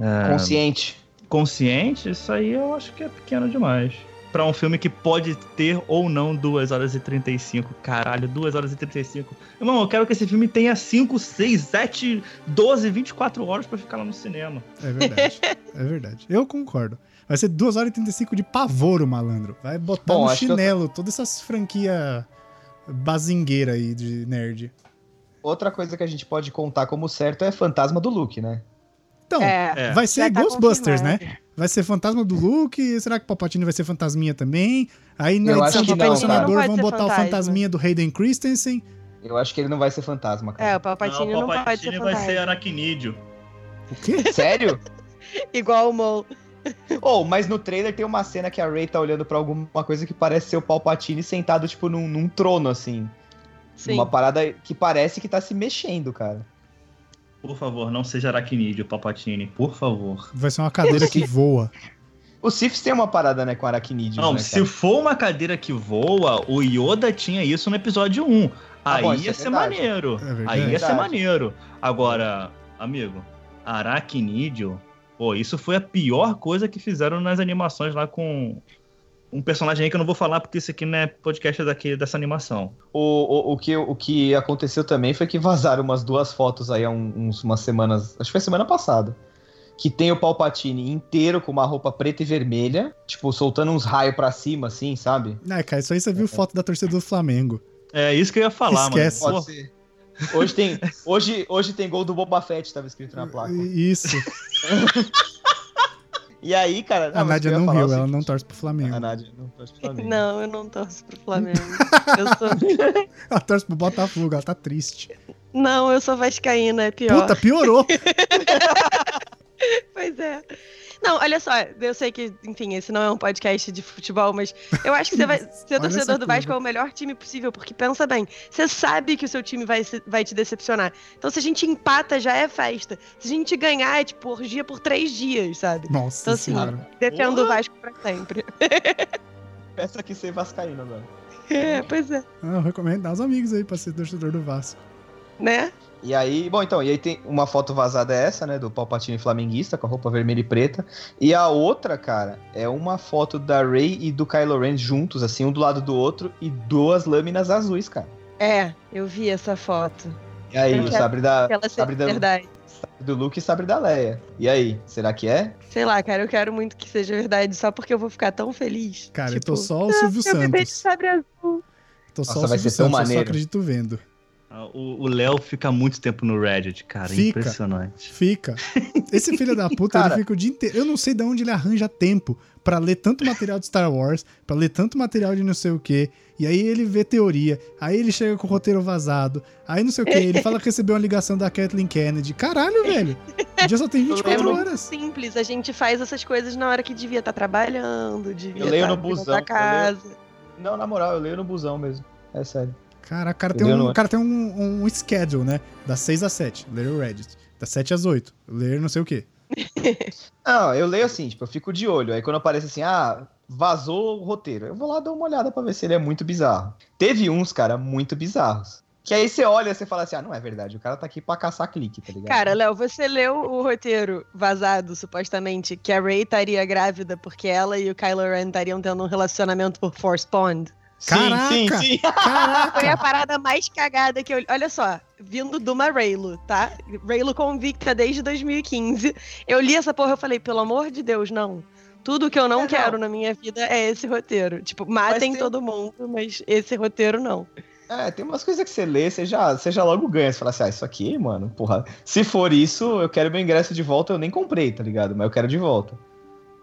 A: é,
C: Consciente.
A: consciente, isso aí eu acho que é pequeno demais. Pra um filme que pode ter ou não 2 horas e 35. Caralho, 2 horas e 35. Irmão, eu quero que esse filme tenha 5, 6, 7, 12, 24 horas pra ficar lá no cinema.
B: É verdade. é verdade. Eu concordo. Vai ser 2 horas e 35 de pavor o malandro. Vai botar
C: Bom,
B: no
C: acho que eu tô-
B: chinelo todas essas franquias bazingueira aí de nerd.
C: Outra coisa que a gente pode contar como certo é Fantasma do Luke, né?
B: Então,
D: é.
A: É.
B: vai ser
D: já tá
B: Ghostbusters, né?
D: confirmado.
B: Vai ser Fantasma do Luke? Será que o Palpatine vai ser Fantasminha também? Aí na
C: Eu acho
B: edição
C: que
B: do
C: não,
B: colecionador
D: cara.
B: vão
D: Não pode ser
B: botar o
D: fantasma.
B: Fantasminha do Hayden Christensen.
C: Eu acho que ele não vai ser fantasma,
D: É, o
C: cara.
A: Não,
D: Palpatine não,
A: o
D: pode ser
A: Palpatine vai
D: fantasma.
A: ser aracnídeo.
B: O quê?
C: Sério?
D: Igual o Maul.
C: oh, mas no trailer tem uma cena que a Rey tá olhando pra alguma coisa que parece ser o Palpatine sentado, tipo, num, num trono, assim.
D: Sim.
C: Uma parada que parece que tá se mexendo, cara.
A: Por favor, não seja aracnídeo, Papatini, por favor.
B: Vai ser uma cadeira que voa.
C: Os Siths tem uma parada, né, com aracnídeos,
A: Não,
C: né,
A: se
C: cara?
A: for uma cadeira que voa, o Yoda tinha isso no episódio 1.
C: Ah,
A: Aí
C: bom, isso é
A: ia ser
C: verdade.
A: maneiro.
B: É verdade.
A: Aí ia ser
C: Verdade.
A: maneiro. Agora, amigo, aracnídeo, pô, isso foi a pior coisa que fizeram nas animações lá com um personagem aí que eu não vou falar porque isso aqui não é podcast daqui, dessa animação.
C: O, o, o, que, o que aconteceu também foi que vazaram umas duas fotos aí há um- uns, umas semanas. Acho que foi semana passada. Que tem o Palpatine inteiro com uma roupa preta e vermelha, tipo, soltando uns raios pra cima, assim, sabe?
B: Ah, cara, isso aí
C: É.
B: você viu foto da torcida do Flamengo.
A: É isso que eu ia falar,
B: Esquece.
A: mano.
C: Pode ser. Hoje tem, hoje, hoje tem gol do Boba Fett, tava escrito na placa.
B: Isso.
C: E aí, cara.
B: a
C: mas
B: Nádia
C: eu ia
B: não
C: falar o
B: riu, ela
C: seguinte.
B: não tá torce pro Flamengo.
C: A Nádia não torce pro Flamengo.
D: Não, eu não torço pro Flamengo. eu sou...
B: Ela torce pro Botafogo, ela tá triste.
D: Não, eu sou vascaína, é pior.
B: Puta, piorou.
D: Pois é. Não, olha só, eu sei que, enfim, esse não é um podcast de futebol, mas eu acho que você vai ser
B: Olha essa
D: torcedor do Vasco
B: curva.
D: é o melhor time possível, porque pensa bem, você sabe que o seu time vai, se- vai te decepcionar. Então se a gente empata, já é festa. Se a gente ganhar, é tipo orgia por três dias, sabe?
B: Nossa
D: Então, assim,
B: senhora.
D: Defendo o Vasco pra sempre.
C: Peça que ser vascaíno agora.
D: É, pois é,
B: Ah, eu recomendo aos amigos aí pra ser torcedor do Vasco.
D: né?
C: E aí, bom, então, e aí tem uma foto vazada é essa, né, do Palpatine flamenguista com a roupa vermelha e preta, e a outra, cara, é uma foto da Rey e do Kylo Ren juntos, assim, um do lado do outro e duas lâminas azuis, cara.
D: É, eu vi essa foto.
C: E aí,
D: Eu
C: o
D: quero-
C: sabre da
D: é Ela
C: sabre da-
D: verdade.
C: do Luke e sabre da Leia. E aí, será que é?
D: Sei lá, cara, eu quero muito que seja verdade, só porque eu vou ficar tão feliz.
B: Cara, eu
D: Tipo,
B: tô só o Silvio
D: Eu bebê de
B: Santos.
D: sabre azul.
B: Tô só
C: Nossa,
B: o
C: vai
B: Silvio
C: ser tão
B: Santos, eu só
C: maneiro.
B: acredito vendo.
A: Ah, O o Léo fica muito tempo no Reddit, cara. é
B: Fica.
A: Impressionante.
B: Fica. Esse filho da puta,
C: Cara.
B: ele fica o dia inteiro. Eu não sei de onde ele arranja tempo pra ler tanto material de Star Wars, pra ler tanto material de não sei o quê. E aí ele vê teoria, aí ele chega com o roteiro vazado, aí não sei o quê. Ele fala que recebeu uma ligação da Kathleen Kennedy. Caralho, velho. O dia só tem 24
D: É muito
B: horas.
D: simples, a gente faz essas coisas na hora que devia estar trabalhando, devia
C: Eu leio
D: tá
C: no
D: vindo
C: busão,
D: da casa.
C: Não, na moral, eu leio no busão mesmo. É sério.
B: Cara, o cara tem,
C: Entendeu,
B: um,
C: não é?
B: o cara tem um, um schedule, né? Das 6 às 7, ler o Reddit. Das 7 às 8, ler não sei o quê.
C: Não, eu leio assim, tipo, eu fico de olho. Aí quando aparece assim, ah, vazou o roteiro. Eu vou lá dar uma olhada pra ver se ele é muito bizarro. Teve uns, cara, muito bizarros. Que aí você olha e você fala assim, ah, não é verdade, o cara tá aqui pra caçar clique, tá ligado?
D: Cara, Léo, você leu o roteiro vazado, supostamente, que a Ray estaria grávida porque ela e o Kylo Ren estariam tendo um relacionamento por Force Bond?
B: Caraca!
C: Sim, sim, sim.
D: Foi a parada mais cagada que eu. Olha só, vindo de uma Raylo, tá? Raylo convicta desde 2015. Eu li essa porra, eu falei, pelo amor de Deus, não. Tudo que eu não
H: É, não.
D: quero na minha vida é esse roteiro. Tipo, matem
H: tem-
D: todo mundo, mas esse roteiro não.
C: É, tem umas coisas que você lê, você já, você já logo ganha. Você fala assim, ah, isso aqui, mano, porra. Se for isso, eu quero meu ingresso de volta, eu nem comprei, tá ligado? Mas eu quero de volta.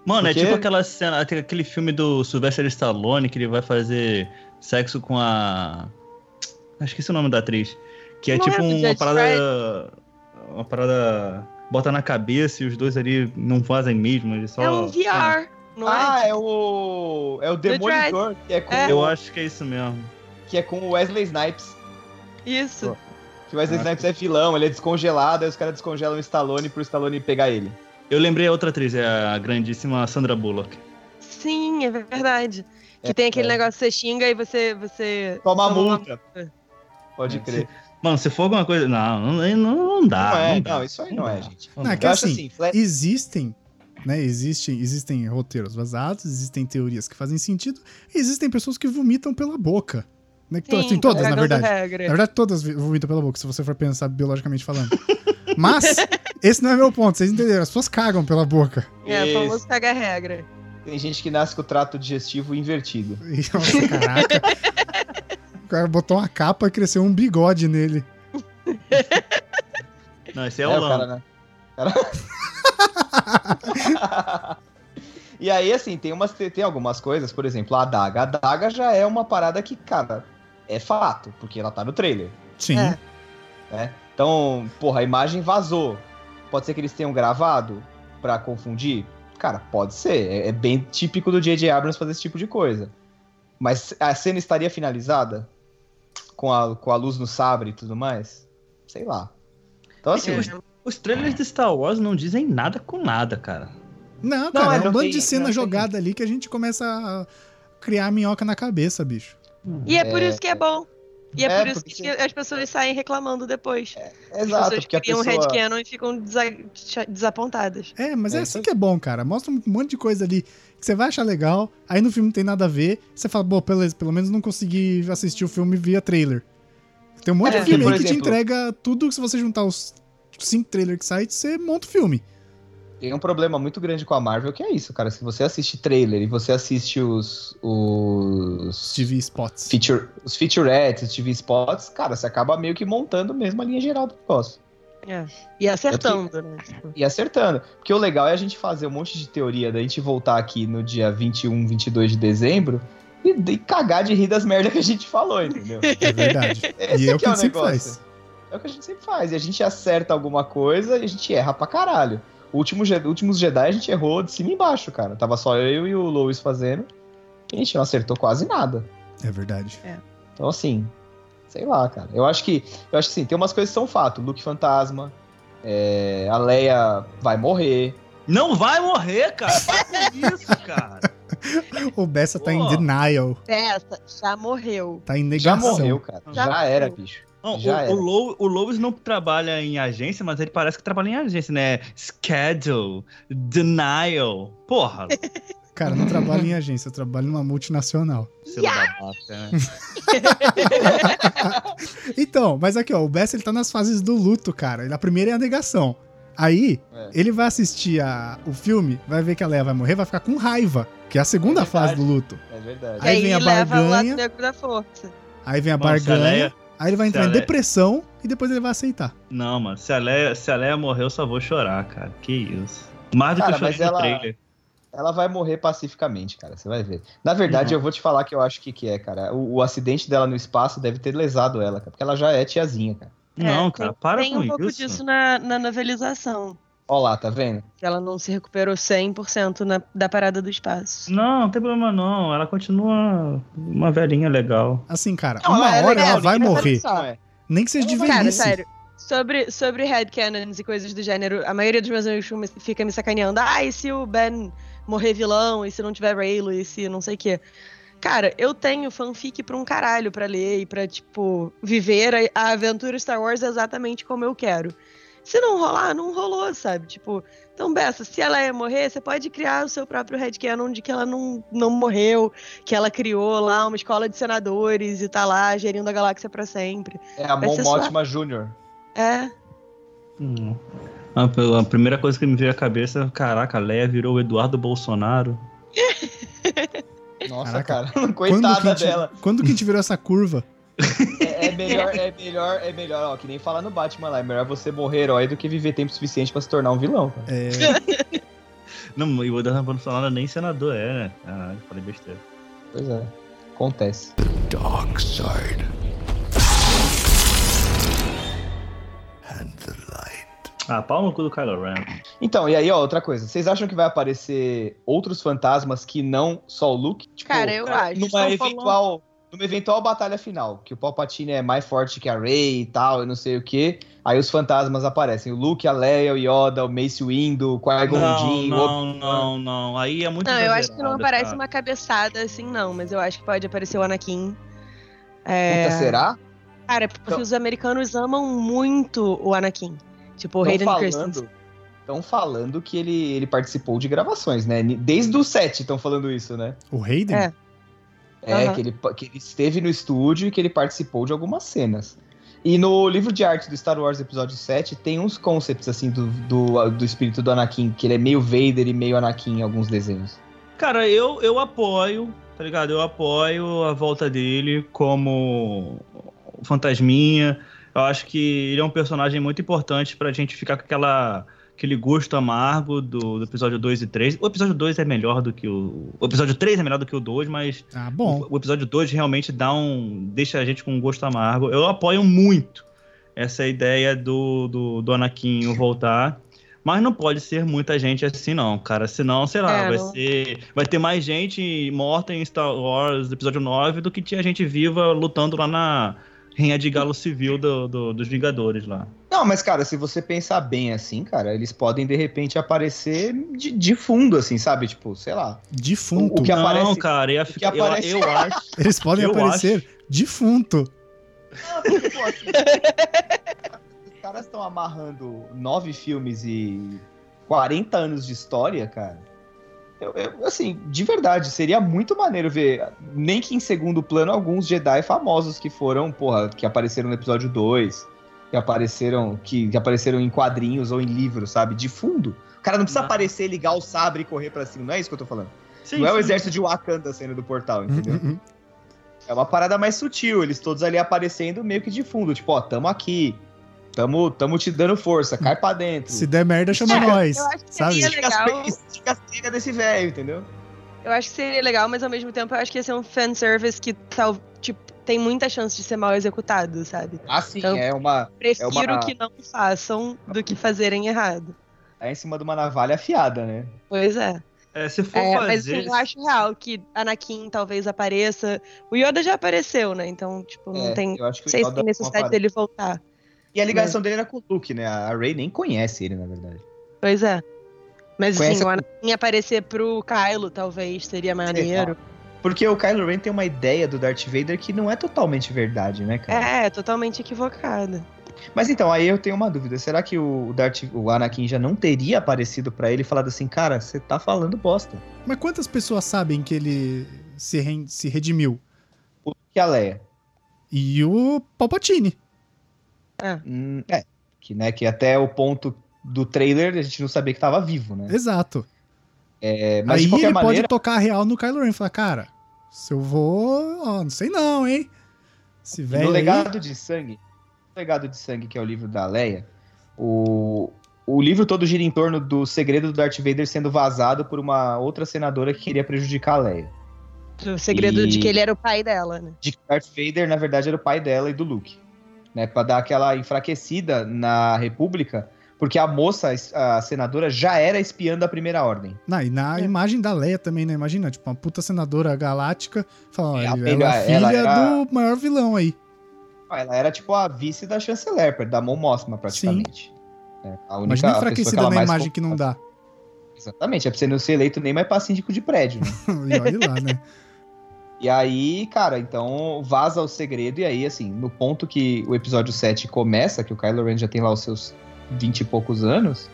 A: Mano, é
C: Porque-
A: tipo aquela cena, aquele filme do Sylvester Stallone que ele vai fazer sexo com a. Ah, Esqueci o nome da atriz. Que é
D: Não é
A: tipo
D: do
A: uma
D: Judge
A: parada. Uma parada. Bota na cabeça e os dois ali não fazem mesmo. Eles só.
D: É um VR, não
C: ah,
D: é?
C: é o. É o Demolidor, que é, com,
D: É.
A: Eu acho que é isso mesmo.
C: que é com o Wesley Snipes.
D: Isso.
C: Que o Wesley
A: Ah,
C: Snipes é vilão, ele é descongelado, aí os caras descongelam o Stallone pro Stallone pegar ele.
A: Eu lembrei a outra atriz, é a grandíssima Sandra Bullock.
D: Sim, é verdade. Que
C: É,
D: tem aquele
C: é.
D: negócio que você xinga e você. você...
C: Toma a
D: Toma uma
C: multa. Pode
A: É,
C: crer.
A: Mano, se for alguma coisa. Não, não, não dá.
C: não é,
A: não
C: não,
A: dá.
C: isso aí não,
A: Não
C: é,
A: dá.
C: gente.
A: Não
B: Não, é
A: dá.
B: que
C: Eu acho
B: assim,
C: assim, Fle-
B: existem, né? Existem, existem roteiros vazados, existem teorias que fazem sentido, e existem pessoas que vomitam pela boca. Né? Que to-
D: Sim, é
B: assim, todas, na
D: cagando
B: verdade.
D: regra.
B: Na verdade, todas vi- vomitam pela boca, se você for pensar biologicamente falando. Mas, esse não é meu ponto, vocês entenderam? As pessoas cagam pela boca.
D: É, o
C: Isso.
D: famoso cagar regra.
C: Tem gente que nasce com o trato digestivo invertido.
B: E, nossa, caraca. O cara botou uma capa e cresceu um bigode nele.
A: Não, esse é,
C: É,
A: o Lando.
C: cara, né? Cara- e aí, assim, tem, umas, tem algumas coisas, por exemplo, a adaga. A adaga já é uma parada que, cara, é fato, porque ela tá no trailer.
B: Sim.
D: É.
C: Então, porra, a imagem vazou. Pode ser que eles tenham gravado pra confundir? Cara, pode ser. É, é bem típico do J.J. Abrams fazer esse tipo de coisa. Mas a cena estaria finalizada? Com a, com a luz no sabre e tudo mais? Sei lá. Então, assim,
A: É. Os trailers de Star Wars não dizem nada com nada, cara.
B: Não, cara,
C: é,
B: é um
C: não
B: bando
C: tem-
B: de cena
C: não tem.
B: jogada ali que a gente começa a criar minhoca na cabeça, bicho.
D: E é por isso que é bom. E é,
C: É,
D: por isso
C: porque
D: que as pessoas saem reclamando depois. As
C: exato,
D: pessoas
C: porque a
D: criam
C: pessoa...
D: um headcanon e ficam desa- desapontadas.
B: É, mas é,
C: É,
B: assim
C: então-
B: que é bom, cara. Mostra um monte de coisa ali que você vai achar legal, aí no filme não tem nada a ver, você fala, pô, beleza, pelo menos não consegui assistir o filme via trailer. Tem um monte
C: É,
B: de filme
C: por
B: aí que te
C: exemplo-
B: entrega tudo que se você juntar os cinco trailers que saem, você monta o filme.
C: Tem um problema muito grande com a Marvel que é isso, cara. Se você assiste trailer e você assiste os. os.
B: TV spots.
C: Feature, os featurettes, os TV spots, cara, você acaba meio que montando mesmo a linha geral do negócio.
D: E
C: É
D: acertando, né? Tipo,
C: E acertando. Porque o legal é a gente fazer um monte de teoria, da gente voltar aqui no dia 21, 22 de dezembro e, e cagar de rir das merdas que a gente falou, entendeu?
B: É verdade.
C: Esse
B: e é o
C: aqui
B: que a gente sempre faz.
C: É o que a gente sempre faz. E a gente acerta alguma coisa e a gente erra pra caralho. O último, Je- últimos Jedi a gente errou de cima e embaixo, cara. Tava só eu e o Lois fazendo. E a gente não acertou quase nada.
B: É verdade.
C: Então, assim, sei lá, cara. Eu acho que, eu acho que sim, tem umas coisas que são fato. Luke fantasma, é, a Leia vai morrer.
A: Não vai morrer, cara. Para com isso, cara.
B: O Bessa tá em
A: Pô.
B: denial,
D: Essa já morreu.
B: tá em
C: Já
B: negação.
C: morreu, cara. Já,
D: Já morreu.
C: era, bicho.
A: Não, o,
C: Já era.
A: o, Low, o Lois não trabalha em agência, mas ele parece que trabalha em agência, né? Schedule, denial. Porra,
B: Cara, não trabalho em agência, eu trabalho numa multinacional.
A: seu babaca, né?
B: Então, mas aqui, ó, o Bess ele tá nas fases do luto, cara. A primeira é a negação. Aí,
C: É.
B: ele vai assistir a- o filme, vai ver que a Leia vai morrer, vai ficar com raiva, que é a segunda
C: É
B: fase
C: verdade.
B: do luto.
C: É verdade.
D: E
B: Aí vem a
D: leva lá
B: barganha.
D: do Negro da Força.
B: Aí vem a
A: Mano, se a
B: barganha,
A: Leia-
B: aí ele vai
A: se
B: entrar
A: a
B: em
A: Leia-
B: depressão e depois ele vai aceitar.
A: Não, mano, se a, Leia, se a Leia morrer, eu só vou chorar, cara. Que isso. Mais do
C: Cara,
A: que eu
C: mas
A: chorei no
C: ela-
A: trailer.
C: Ela vai morrer pacificamente, cara. Você vai ver. Na verdade, eu vou te falar que eu acho que, que é, cara. O, o acidente dela no espaço deve ter lesado ela, cara. Porque ela já é tiazinha, cara.
A: não,
D: É,
A: cara,
D: tem-
A: para
D: Tem
A: com
D: um pouco
A: isso.
D: disso na, na novelização.
C: Ó lá, tá vendo?
D: que Ela não se recuperou 100% na, da parada do espaço.
A: Não, não tem problema não. Ela continua uma velhinha legal.
B: Assim, cara,
C: Não,
B: uma
C: ela é
B: hora
C: legal,
B: ela vai
C: ninguém vai
B: morrer.
C: pensar. Não é.
B: Nem que seja de velhice.
D: Cara, sério. Sobre, sobre headcanons e coisas do gênero, a maioria dos meus amigos fica me- fica me sacaneando. Ah, e se o Ben morrer vilão? E se não tiver Raylo? E se não sei o quê? Cara, eu tenho fanfic pra um caralho pra ler e pra, tipo, viver a, a aventura Star Wars exatamente como eu quero. Se não rolar, não rolou, sabe? Tipo, então, Bessa, se ela ia morrer, você pode criar o seu próprio headcanon de que ela não, não morreu, que ela criou lá uma escola de senadores e tá lá gerindo a galáxia pra sempre.
C: É a
D: Vai
C: Mon
D: ser
C: Mothma Jr.
D: É,
H: Hum. A, a primeira coisa que me veio à cabeça, caraca, a Leia virou o Eduardo Bolsonaro.
C: Nossa,
B: Caraca.
C: cara.
B: Quando que, a
C: Coitada
B: gente,
C: dela.
B: quando que a gente virou essa curva?
C: É, é melhor, é melhor, é melhor, ó, que nem falar no Batman lá. É melhor você morrer herói do que viver tempo suficiente pra se tornar um vilão. cara.
B: É,
H: Não, e o Eduardo Bolsonaro nem senador é, né? Caralho, falei besteira.
C: Pois é. Acontece.
I: dark side, and the light.
H: Ah, pau no cu do Kylo Ren.
C: Então, e aí, ó, outra coisa. Vocês acham que vai aparecer outros fantasmas que não só o Luke? Tipo,
D: Cara, eu acho.
C: Numa
D: Estão
C: eventual, numa eventual batalha final, que o Palpatine é mais forte que a Rey e tal, eu não sei o que. Aí os fantasmas aparecem. O Luke, a Leia, o Yoda, o Mace Windu, o Qui-Gon
H: Não,
C: Jinn, o
H: não, não, não. Aí é muito
D: Não, eu acho que não
H: exagerado,
D: aparece
H: cara.
D: uma cabeçada assim, não, mas eu acho que pode aparecer o Anakin. É,
C: Puta, será?
D: Cara, porque
C: Então-
D: os americanos amam muito o Anakin. Tipo, o
C: Estão
D: Hayden Christensen.
C: falando, tão falando que ele, ele participou de gravações, né? Desde o set estão falando isso, né?
B: o Hayden?
D: É.
C: É,
D: Aham.
C: que, ele, que ele esteve no estúdio e que ele participou de algumas cenas. E no livro de arte do Star Wars Episódio 7 tem uns concepts, assim, do, do, do espírito do Anakin, que ele é meio Vader e meio Anakin em alguns desenhos.
H: Cara, eu, eu apoio, tá ligado? Eu apoio a volta dele como fantasminha. Eu acho que ele é um personagem muito importante pra gente ficar com aquela, aquele gosto amargo do, do episódio 2 e 3. O episódio 2 é melhor do que o. O episódio 3 é melhor do que o 2, mas
B: Ah, bom.
H: o, o episódio 2 realmente dá um. deixa a gente com um gosto amargo. Eu apoio muito essa ideia do, do, do Anakin voltar. Mas não pode ser muita gente assim, não, cara. Senão, sei lá,
D: É,
H: vai
D: não-
H: ser. Vai ter mais gente morta em Star Wars episódio 9 do que tinha gente viva lutando lá na Rainha de Galo Civil do- do- dos Vingadores lá.
C: Não, mas, cara, se você pensar bem assim, cara, eles podem, de repente, aparecer de, de fundo, assim, sabe? Tipo, sei lá.
B: Defunto.
C: o que a-
H: não,
C: aparece-
H: cara, ia
C: que
H: ficar. Eu,
C: aparece-
H: eu acho.
B: Eles podem
H: eu
B: aparecer defunto.
C: Pô, assim, os caras estão amarrando nove filmes e 40 anos de história, cara. Eu, eu, assim, de verdade, seria muito maneiro ver, nem que em segundo plano, alguns Jedi famosos que foram, porra, que apareceram no episódio 2, que apareceram, que, que apareceram em quadrinhos ou em livros, sabe? De fundo. O cara não precisa
H: Mas-
C: aparecer, ligar o sabre e correr pra cima, não é isso que eu tô falando.
H: Sim,
C: não é o
H: sim.
C: exército de Wakanda saindo do portal, entendeu?
B: Hum, hum, hum.
C: É uma parada mais sutil, eles todos ali aparecendo meio que de fundo, tipo, ó, tamo aqui, tamo, tamo te dando força, cai pra dentro. assim,
B: Se der merda, chama
D: É,
B: nós.
D: eu acho que
B: Sabe?
D: seria-
C: Estica as
D: legal.
C: pe- estica as pegas desse velho, entendeu?
D: Eu acho que seria legal, mas ao mesmo tempo eu acho que ia ser um fanservice que tal, tipo, tem muita chance de ser mal executado, sabe?
C: Assim,
D: Então-
C: é uma.
D: Prefiro
C: uma-
D: que não façam do que fazerem errado.
C: É em cima de uma navalha afiada, né?
D: Pois é.
H: É, se for
D: É, mas
H: fazer.
D: eu acho real que Anakin talvez apareça. O Yoda já apareceu, né? Então, tipo, não
C: É,
D: tem.
C: eu acho que
D: Não
C: o
D: sei se
C: Yoda é
D: tem
C: uma
D: necessidade
C: parada-
D: dele voltar.
C: E a ligação dele era com o Luke, né? A Ray nem conhece ele, na verdade.
D: Pois é. Mas
C: Conhece
D: assim,
C: a-
D: o Anakin aparecer pro Kylo talvez seria maneiro.
C: Porque o Kylo Ren tem uma ideia do Darth Vader que não é totalmente verdade, né, cara?
D: É, totalmente equivocado.
C: Mas então, aí eu tenho uma dúvida. Será que o Darth, o Anakin já não teria aparecido pra ele e falado assim, cara, você tá falando bosta?
B: Mas quantas pessoas sabem que ele se, ren- se redimiu?
C: O que a Leia?
B: E o Palpatine.
C: Hum, é, que, né, que até o ponto do trailer a gente não sabia que tava vivo, né?
B: Exato.
C: É, mas
B: Aí
C: de qualquer
B: ele
C: maneira,
B: pode tocar a real no Kylo Ren e falar, cara, se eu vou... ó, não sei não, hein? Esse velho
C: no
B: aí...
C: Legado de Sangue, no Legado de Sangue, que é o livro da Leia, o, o livro todo gira em torno do segredo do Darth Vader sendo vazado por uma outra senadora que queria prejudicar a Leia.
D: O segredo de
C: E-
D: que ele era o pai dela, né?
C: De que Darth Vader, na verdade, era o pai dela e do Luke. Né, pra dar aquela enfraquecida na República, porque a moça, a senadora, já era espiando a Primeira Ordem.
B: Não, e na
D: É.
B: imagem da Leia também, né? Imagina, tipo, uma puta senadora galáctica falando,
C: É, a
B: olha,
C: melhor-
B: ela é filha
C: ela era-
B: do maior vilão aí.
C: Ela era tipo a vice da chanceler, da Mon Mothma, praticamente. É, a única
B: Imagina
C: pessoa que
B: enfraquecida
C: ela
B: na
C: mais
B: imagem
C: confiava.
B: que não dá.
C: Exatamente, é pra você não ser eleito nem mais pra síndico de prédio. né?
B: e olha lá, né?
C: e aí, cara, então vaza o segredo. E aí, assim, no ponto que o episódio 7 começa, que o Kylo Ren já tem lá os seus 20 e poucos anos,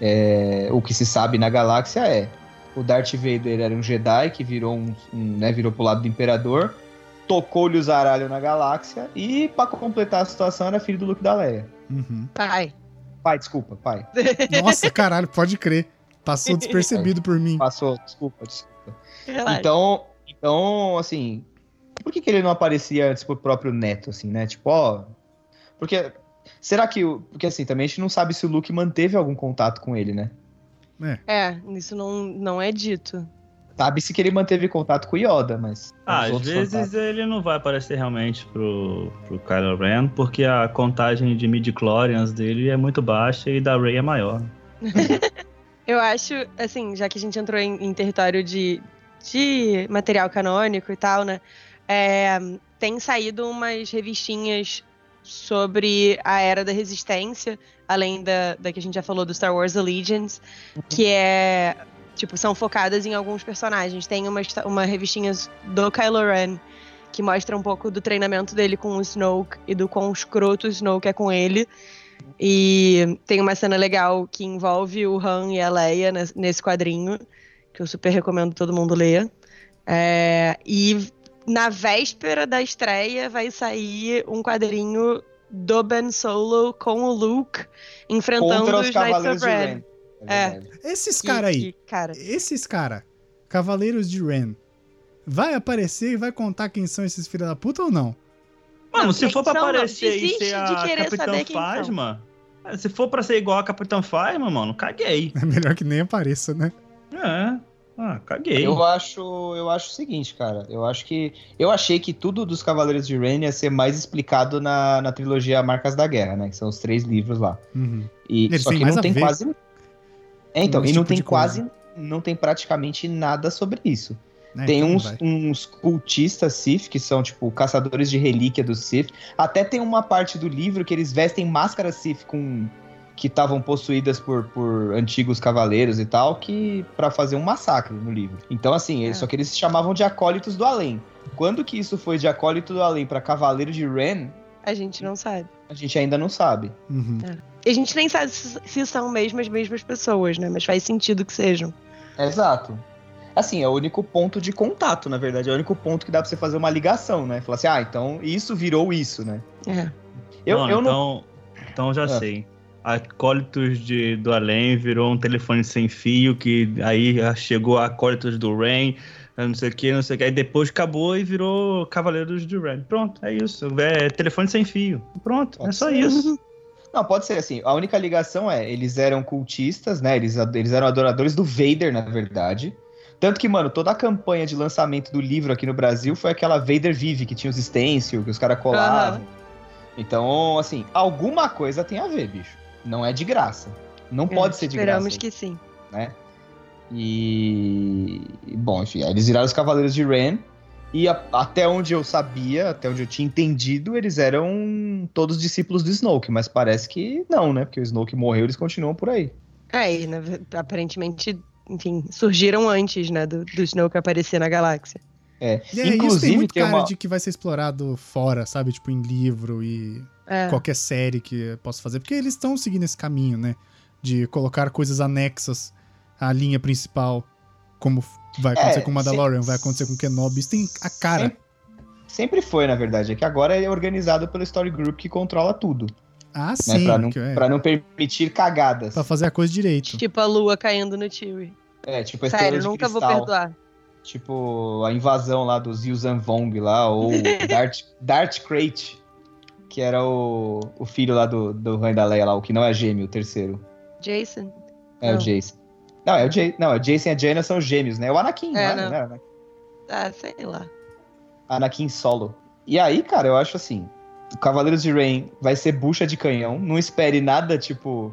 C: é, o que se sabe na galáxia é o Darth Vader era um Jedi que virou um, um, né, virou pro lado do Imperador, tocou-lhe os aralhos na galáxia e, pra completar a situação, era filho do Luke da Leia.
B: Uhum.
D: Pai.
C: Pai, desculpa, pai.
B: Nossa, caralho, pode crer. Passou despercebido por mim.
C: Passou, desculpa, desculpa.
D: Relaxa.
C: Então, então, assim, por que, que ele não aparecia antes pro próprio neto, assim, né? Tipo, ó. Porque. Será que. o- Porque assim, também a gente não sabe se o Luke manteve algum contato com ele, né?
D: É, isso não, não é dito.
C: Sabe-se que ele manteve contato com o Yoda, mas.
A: Ah,
C: Então, os
A: às
C: outros
A: vezes
C: fantasmas-
A: ele não vai aparecer realmente pro, pro Kylo Ren, porque a contagem de midi-chlorians dele é muito baixa e da Rey é maior.
D: Eu acho, assim, já que a gente entrou em, em território de, de material canônico e tal, né? é, tem saído umas revistinhas sobre a Era da Resistência, além da, da que a gente já falou do Star Wars Allegiance, que é. Tipo, são focadas em alguns personagens. Tem uma, histó- uma revistinha do Kylo Ren que mostra um pouco do treinamento dele com o Snoke e do quão escroto o Snoke é com ele. E tem uma cena legal que envolve o Han e a Leia nes- nesse quadrinho, que eu super recomendo todo mundo ler. É, e na véspera da estreia vai sair um quadrinho do Ben Solo com o Luke enfrentando
C: Contra
D: os
C: os
D: Knights
C: Cavaleiros
D: of
C: de
D: Ren.
C: Ren. É. verdade.
B: Esses
D: Que-
B: caras aí,
D: que, cara,
B: esses cara, Cavaleiros de Ren, vai aparecer e vai contar quem são esses filha da puta ou não?
A: Mano,
D: Não,
A: se for pra
D: quem são, não.
A: aparecer e
D: Desiste
A: ser
D: de
A: a
D: querer
A: Capitã
D: saber quem são.
A: Phasma, ah, se for pra ser igual a Capitã Phasma, mano, caguei.
B: É melhor que nem apareça, né?
A: É, ah, caguei.
C: Eu acho, eu acho o seguinte, cara. Eu acho que. Eu achei que tudo dos Cavaleiros de Ren ia ser mais explicado na, na trilogia Marcas da Guerra, né? Que são os três livros lá.
B: Uhum.
C: E,
B: Eles
C: só
B: têm
C: que
B: mais
C: não
B: a
C: tem
B: ver
C: quase. É, então,
B: com
C: e
B: esse
C: não
B: tipo de
C: tem quase. Não tem praticamente nada sobre isso.
B: É,
C: tem
B: então não
C: uns,
B: vai.
C: uns cultistas Sith, que são, tipo, caçadores de relíquia do Sith. Até tem uma parte do livro que eles vestem máscaras Sith com. Que estavam possuídas por, por antigos cavaleiros e tal, que para fazer um massacre no livro. Então, assim,
D: É.
C: eles- só que eles se chamavam de acólitos do além. Quando que isso foi de acólito do além para cavaleiro de Ren,
D: a gente não sabe.
C: a gente ainda não sabe.
B: Uhum.
D: E a gente nem sabe se, se são mesmo as mesmas pessoas, né? Mas faz sentido que sejam.
C: Exato. Assim, é o único ponto de contato, na verdade. É o único ponto que dá pra você fazer uma ligação, né? Falar assim, ah, então isso virou isso, né?
D: É.
C: Eu,
A: Mano,
C: eu não.
A: então, então já
C: Ah.
A: sei. Acólitos de, do Além virou um telefone sem fio, que aí chegou a Acólitos do Rain, não sei o que, não sei o que. Aí depois acabou e virou Cavaleiros do Rain. Pronto, é isso. É telefone sem fio. Pronto, é
C: Pode
A: só
C: ser.
A: isso.
C: Não, pode ser assim. A única ligação é, eles eram cultistas, né? Eles, ad- eles eram adoradores do Vader, na verdade. Tanto que, mano, toda a campanha de lançamento do livro aqui no Brasil foi aquela Vader Vive, que tinha os stencil, que os caras colavam. Então, assim, alguma coisa tem a ver, bicho. Não é de graça. Não pode ser de graça.
D: É. Esperamos que sim.
C: E. e, Bom, enfim, aí eles viraram os Cavaleiros de Ren. E a- até onde eu sabia, até onde eu tinha entendido, eles eram todos discípulos do Snoke, mas parece que não, né? Porque o Snoke morreu, eles continuam por aí.
D: É, e na ve- aparentemente, enfim, surgiram antes, né? Do, do Snoke aparecer na galáxia.
B: E é, isso
C: Inclusive,
B: tem muito
C: tem
B: cara
C: uma-
B: de que vai ser explorado fora, sabe? Tipo, em livro e
D: É.
B: qualquer série que eu possa fazer. Porque eles estão seguindo esse caminho, né? De colocar coisas anexas à linha principal. Como f- vai acontecer
C: É,
B: com Mandalorian,
C: se-
B: vai acontecer com Kenobi. Isso tem a cara.
C: Sempre, sempre foi, na verdade. É que agora é organizado pelo Story Group que controla tudo.
B: Ah,
C: Né?
B: sim.
C: pra, não,
B: que é,
C: pra não permitir cagadas.
B: pra fazer a coisa direito.
D: Tipo a lua caindo no Chewie.
C: É, tipo a estrela
D: Sério,
C: de
D: nunca vou
C: cristal.
D: perdoar.
C: Tipo, a invasão lá dos Yuuzhan Vong lá, ou o Dart, Dart Crate, que era o, o filho lá do, do Han da Leia lá, o que não é gêmeo, o terceiro.
D: Jason?
C: É
D: Não.
C: o Jason. Não, é o Jason. Não, é o Jason e a Jaina são gêmeos, né? É o Anakin, né?
D: É, não.
C: Não era Anakin?
D: Ah, sei lá.
C: Anakin solo. E aí, cara, eu acho assim, o Cavaleiros de Rain vai ser bucha de canhão, não espere nada, tipo,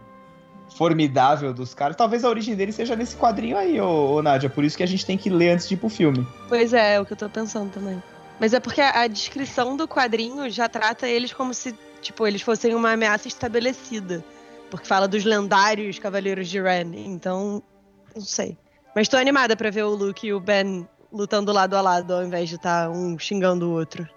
C: formidável dos caras. Talvez a origem dele seja nesse quadrinho aí, ô, ô Nádia, por isso que a gente tem que ler antes de ir pro filme.
D: Pois é, é o que eu tô pensando também. Mas é porque a a descrição do quadrinho já trata eles como se, tipo, eles fossem uma ameaça estabelecida. Porque fala dos lendários Cavaleiros de Ren, então, não sei. Mas tô animada pra ver o Luke e o Ben lutando lado a lado, ao invés de estar um xingando o outro.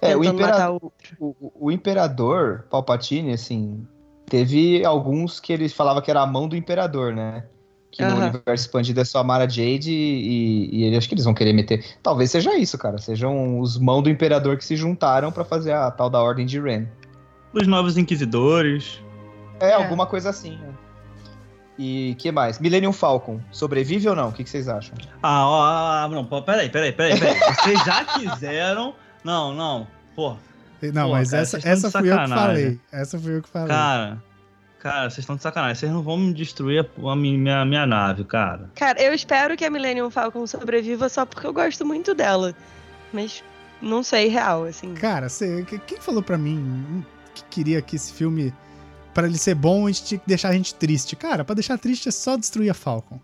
C: É, o
D: tentando
C: Imperador.
D: matar o outro.
C: O, o- o imperador Palpatine, assim, Teve alguns que ele falava que era a mão do imperador, né? Que no
D: Aham.
C: universo expandido é só a Mara Jade e, e ele, acho que eles vão querer meter. Talvez seja isso, cara. Sejam os mão do imperador que se juntaram pra fazer a tal da Ordem de Ren.
H: Os Novos Inquisidores.
C: É, alguma coisa assim, né? E que mais? Millennium Falcon, sobrevive ou não? O que, que vocês acham?
H: Ah, ó, ah, ah, não, pô, peraí, peraí, peraí, peraí. Vocês já quiseram. Não, não.
C: Tá
H: Pô,
B: Não,
H: Pô,
B: mas
H: cara,
B: essa,
H: vocês
B: essa
H: estão
B: fui
H: de
B: eu que
H: sacanagem.
B: falei. Essa fui eu que falei.
H: cara. Cara, vocês estão de sacanagem. Vocês não vão me destruir a, a minha, minha nave, cara.
D: Cara, eu espero que a Millennium Falcon sobreviva só porque eu gosto muito dela. Mas não sei real, assim.
B: Cara, você- que- quem falou pra mim hum, que queria que esse filme, pra ele ser bom, a gente tinha que deixar a gente triste? Cara, pra deixar triste é só destruir a Falcon.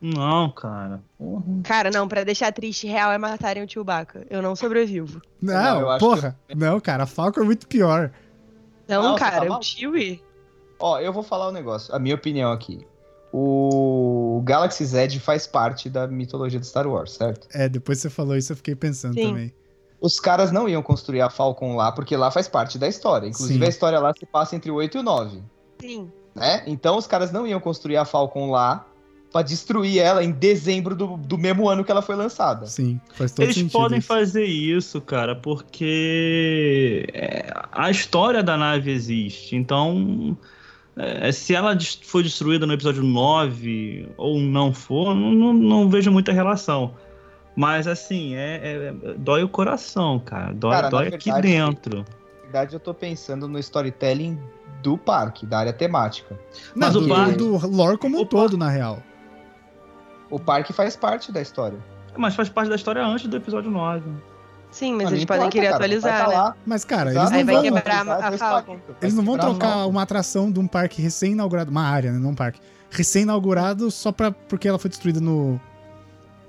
H: Não, cara. Porra.
D: Cara, não, pra deixar triste real é matarem o Chewbacca. Eu não sobrevivo.
B: Não,
C: eu acho
B: porra. Não, cara, a Falcon é muito pior.
D: Então,
C: Não, você tá
D: cara, o
C: maluco?
D: Chewie.
C: Ó, eu vou falar um negócio, a minha opinião aqui. O Galaxy Z faz parte da mitologia de Star Wars, certo?
B: É, depois que você falou isso, eu fiquei pensando
D: Sim.
B: também.
C: Os caras não iam construir a Falcon lá, porque lá faz parte da história. Inclusive,
B: Sim.
C: a história lá se passa entre o 8 e o 9,
D: Sim.
C: né? Então, os caras não iam construir a Falcon lá pra destruir ela em dezembro do, do mesmo ano que ela foi lançada.
B: Sim, faz todo
H: Eles
B: sentido.
H: podem
B: isso.
H: fazer isso, cara, porque é, a história da nave existe. Então, é, se ela des- foi destruída no episódio 9 ou não for, não, não- não vejo muita relação. Mas, assim, é, é- é- dói o coração, cara. Dói,
C: Cara, na
H: dói aqui
C: verdade,
H: dentro.
C: Na verdade, eu tô pensando no storytelling do parque, da área temática.
B: Não,
H: Mas o
B: do,
H: Bard-
B: do lore como um
H: Opa.
B: todo, na real.
C: O parque faz parte da história.
H: Mas faz parte da história antes do episódio 9.
D: Sim, mas
C: Não,
D: eles
C: não
D: podem
C: importa,
D: querer
C: cara,
D: atualizar,
C: vai tá
D: né?
C: lá.
B: Mas, cara,
C: Exato.
D: Aí
B: eles
D: vai
B: não vão,
D: quebrar a- a Falcon.
B: eles não vão
C: Quebrar a
B: trocar
C: Falcon.
B: uma atração de um parque recém-inaugurado, uma área, né, não um parque, recém-inaugurado só pra, porque ela foi destruída no,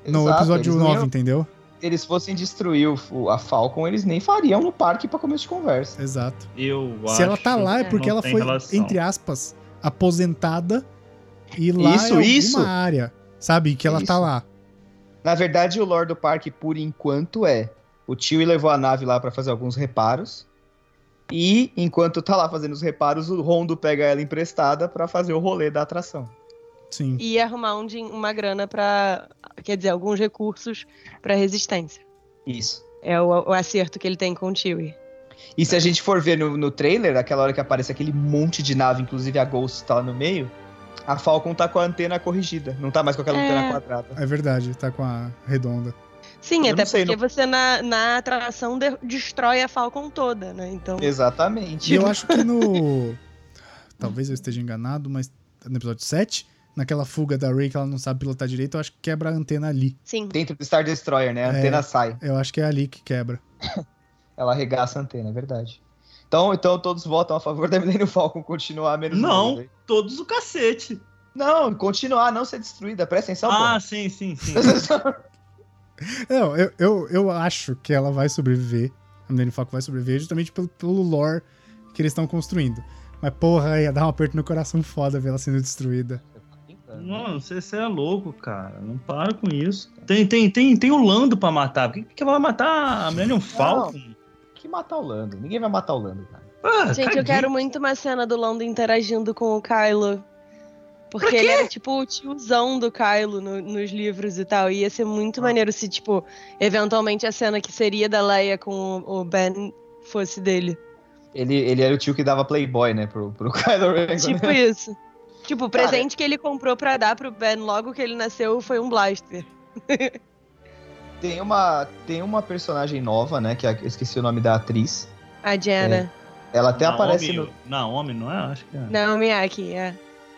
B: no
C: Exato,
B: episódio
C: eles não
B: 9,
C: iam-
B: entendeu?
C: eles fossem destruir o- o- a Falcon, eles nem fariam no parque pra começo de conversa.
B: Exato.
H: Eu
B: Se ela tá lá é
H: que
B: porque
H: não
B: ela
H: tem
B: foi,
H: relação.
B: entre aspas, aposentada e lá
C: Isso,
B: é alguma
C: isso.
B: área, sabe? Que ela tá
C: Isso.
B: lá.
C: Na verdade, o lore do parque, por enquanto, é o tio levou a nave lá pra fazer alguns reparos. E, enquanto tá lá fazendo os reparos, o Rondo pega ela emprestada pra fazer o rolê da atração.
B: Sim.
D: E arrumar um din- uma grana pra. Quer dizer, alguns recursos pra resistência.
C: Isso.
D: É o, o acerto que ele tem com o Chewie.
C: E se a gente for ver no, no trailer, naquela hora que aparece aquele monte de nave, inclusive a Ghost tá lá no meio, a Falcon tá com a antena corrigida. Não tá mais com aquela
D: É.
C: antena quadrada.
B: É verdade, tá com a redonda.
D: Sim,
C: Eu
D: até
C: não sei,
D: porque você na, na atração de- destrói a Falcon toda, né? Então.
C: Exatamente.
B: E um- eu acho que no. Talvez eu esteja enganado, mas no episódio 7, naquela fuga da Ray que ela não sabe pilotar direito, eu acho que quebra a antena ali.
D: Sim.
C: Dentro do Star Destroyer, né? A antena sai.
B: Eu acho que é ali que quebra.
C: Ela arregaça a antena, é verdade. Então, então todos votam a favor da Millennium Falcon continuar menos
H: Não,
C: um, né?
H: todos o cacete.
C: Não, continuar, não ser destruída. Presta atenção,
H: ah, sim, sim, sim.
C: pô.
B: Não, eu, eu, eu acho que ela vai sobreviver. A Millennium Falcon vai sobreviver justamente pelo, pelo lore que eles estão construindo. Mas, porra, ia dar um aperto no coração foda ver ela sendo destruída.
H: Não, você, você é louco, cara. Não para com isso. Tem, tem, tem, tem o Lando pra matar. Por que, que vai matar a Millennium Falcon?
C: que matar o Lando. Ninguém vai matar o Lando, cara.
H: Ah,
D: Gente,
H: caguei.
D: eu quero muito uma cena do Lando interagindo com o Kylo. Porque
H: Pra
D: ele era tipo o tiozão do Kylo no- nos livros e tal. E ia ser muito maneiro se, tipo, eventualmente a cena que seria da Leia com o, o Ben fosse dele.
C: Ele, ele era o tio que dava Playboy, né, pro, pro Kylo Ren. né?
D: Tipo isso. Tipo, o presente que ele comprou pra dar pro Ben logo que ele nasceu foi um blaster.
C: Tem uma, tem uma personagem nova, né, que é- eu esqueci o nome da atriz.
D: A Jenna.
C: Ela até
H: Naomi,
C: aparece no...
H: Naomi, não é? Acho que é.
D: Não, Miyake, é.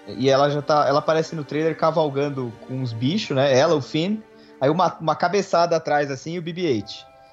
C: E ela já tá... Ela aparece no trailer cavalgando com uns bichos, né? Ela, o Finn. Aí uma, uma cabeçada atrás, assim, e o BB-8.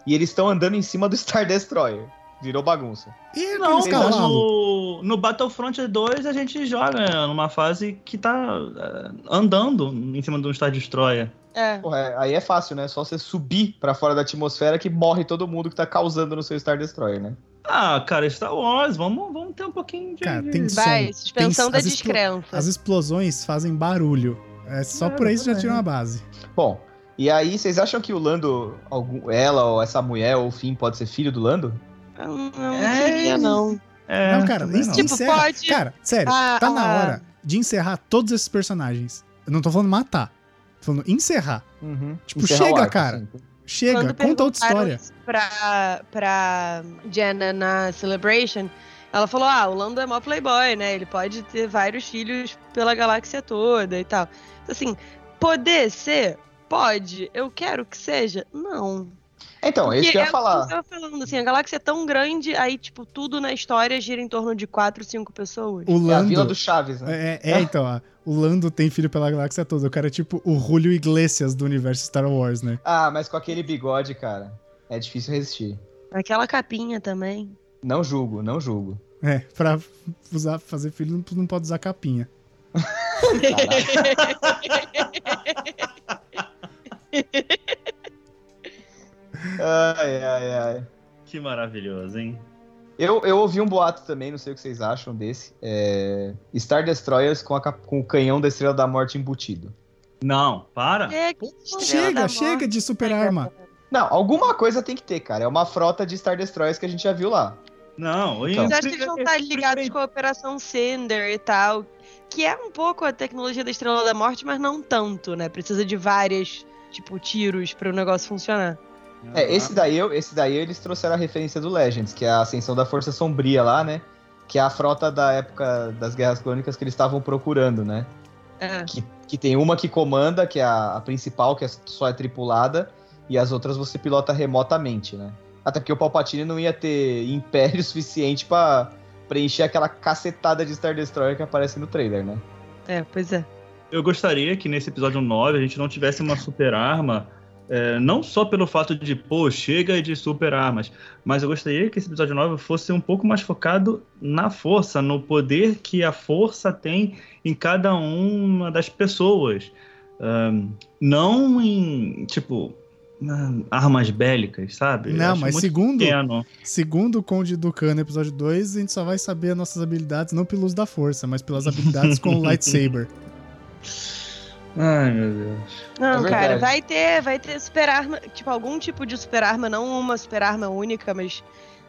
C: E eles estão andando em cima do Star Destroyer. Virou bagunça.
B: E é
H: Não,
B: aqueles
H: mas
B: cavalos?
H: no, no Battlefront 2 a gente joga numa fase que tá eh, andando em cima de um Star Destroyer.
D: É.
C: Porra, é- aí é fácil, né? Só você subir pra fora da atmosfera que morre todo mundo que tá causando no seu Star Destroyer, né?
H: Ah, cara, Star Wars, vamos, vamos ter um pouquinho de.
B: Cara, tem som.
D: Vai, suspensão
B: Tem
D: da
B: as explo-
D: descrença.
B: As explosões fazem barulho. É só por isso já tiram a base.
C: Bom, e aí vocês acham que o Lando, algum, ela ou essa mulher ou o Finn pode ser filho do Lando?
D: Eu Não, não
H: É.
D: seria, não.
H: É,
B: não, cara,
H: também
B: en-
H: não.
D: Tipo,
B: encerra.
D: pode-
B: Cara, sério,
D: Ah,
B: tá na
D: ah.
B: hora de encerrar todos esses personagens. Eu não tô falando matar. Tô falando encerrar.
C: Uhum.
B: Tipo,
C: Encerrar o
B: chega,
C: arco,
B: cara.
C: assim.
B: Chega,
D: Quando
B: conta outra
D: perguntaram
B: história.
D: isso Pra, pra Jenna na Celebration, ela falou: ah, o Lando é mó playboy, né? Ele pode ter vários filhos pela galáxia toda e tal. Então, assim, poder ser? Pode. Eu quero que seja? Não.
C: Então, é isso que eu ia
D: Eu
C: falar.
D: tava falando assim, a galáxia é tão grande, aí, tipo, tudo na história gira em torno de quatro, cinco pessoas.
B: O
C: É a vila do
B: Lando.
C: Chaves,
H: Tá.
C: né?
B: É, é, então, ó, o Lando tem filho pela galáxia toda. O cara é tipo o Julio Iglesias do universo Star Wars, né?
C: Ah, mas com aquele bigode, cara, é difícil resistir.
D: Aquela capinha também.
C: Não julgo, não julgo.
B: É, pra usar, fazer filho não- não pode usar capinha.
C: Ai, ai, ai.
H: Que maravilhoso, hein?
C: Eu, eu ouvi um boato também, não sei o que vocês acham desse. é, Star Destroyers com, a cap- com o canhão da Estrela da Morte embutido.
H: Não, para.
D: Chega,
B: Ah, Chega, chega de super arma.
C: Não, alguma coisa tem que ter, cara. É uma frota de Star Destroyers que a gente já viu lá.
H: Não,
C: Então.
D: Vocês acham que eles não tá ligados com a Operação Cinder e tal? Que é um pouco a tecnologia da Estrela da Morte, mas não tanto, né? Precisa de várias, tipo, tiros para o negócio funcionar.
C: É, esse daí, eu- esse daí eles trouxeram a referência do Legends, que é a ascensão da Força Sombria lá, né? Que é a frota da época das Guerras Clônicas que eles estavam procurando, né?
D: É.
C: que, que tem uma que comanda, que é a, a principal, que é- só é tripulada, e as outras você pilota remotamente, né? Até porque o Palpatine não ia ter império suficiente pra preencher aquela cacetada de Star Destroyer que aparece no trailer, né?
D: É, pois é.
H: Eu gostaria que nesse episódio 9 a gente não tivesse uma super arma, é, não só pelo fato de, pô, chega de super armas, mas eu gostaria que esse episódio 9 fosse um pouco mais focado na força, no poder que a força tem em cada uma das pessoas. Ahn, não em, tipo, ah, armas bélicas, sabe? Eu
B: Não,
H: acho
B: mas
H: muito
B: segundo,
H: pequeno.
B: segundo o Conde Dukan no episódio 2, a gente só vai saber as nossas habilidades não pelo uso da força, mas pelas habilidades com o lightsaber.
H: Ai, meu Deus.
D: Não,
C: É
D: cara,
C: verdade.
D: vai ter, vai ter super arma, tipo, algum tipo de super arma, não uma super arma única, mas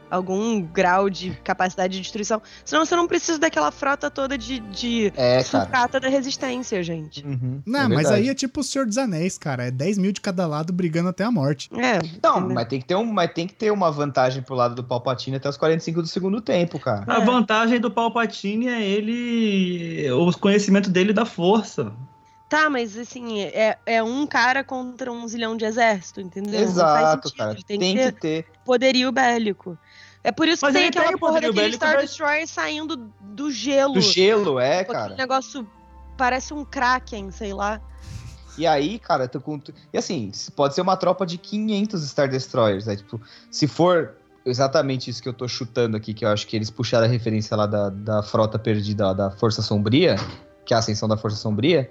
D: algum grau de capacidade de destruição. Senão você não precisa daquela frota toda de, de
C: É, cara.
D: sucata da resistência, gente.
C: Uhum,
B: Não,
C: é
B: mas
C: verdade.
B: aí é tipo o Senhor dos Anéis, cara. É 10 mil de cada lado brigando até a morte.
D: É,
C: Não,
D: né?
C: mas tem, que ter um, mas tem que ter uma vantagem pro lado do Palpatine até os 45 do segundo tempo, cara.
H: A
D: É.
H: vantagem do Palpatine é ele. o conhecimento dele da força.
D: Tá, mas assim, é, é um cara contra um zilhão de exército, entendeu? Não faz
C: Exato,
D: sentido,
C: cara.
D: ele Tem, que ter
C: ter.
D: poderio bélico. É por isso
H: Mas
D: que tem
H: ele
D: aquela
H: tem o
D: porra
H: poderio
D: daquele
H: bélico,
D: Star
H: mas-
D: Destroyer saindo do gelo.
C: Do gelo, é,
D: com aquele
C: cara.
D: negócio parece um Kraken, sei lá.
C: E aí, cara, tu, com- tu- e assim, s- pode ser uma tropa de 500 Star Destroyers, né? Tipo, se for exatamente isso que eu tô chutando aqui, que eu acho que eles puxaram a referência lá da, da frota perdida, ó, da Força Sombria, que é a ascensão da Força Sombria,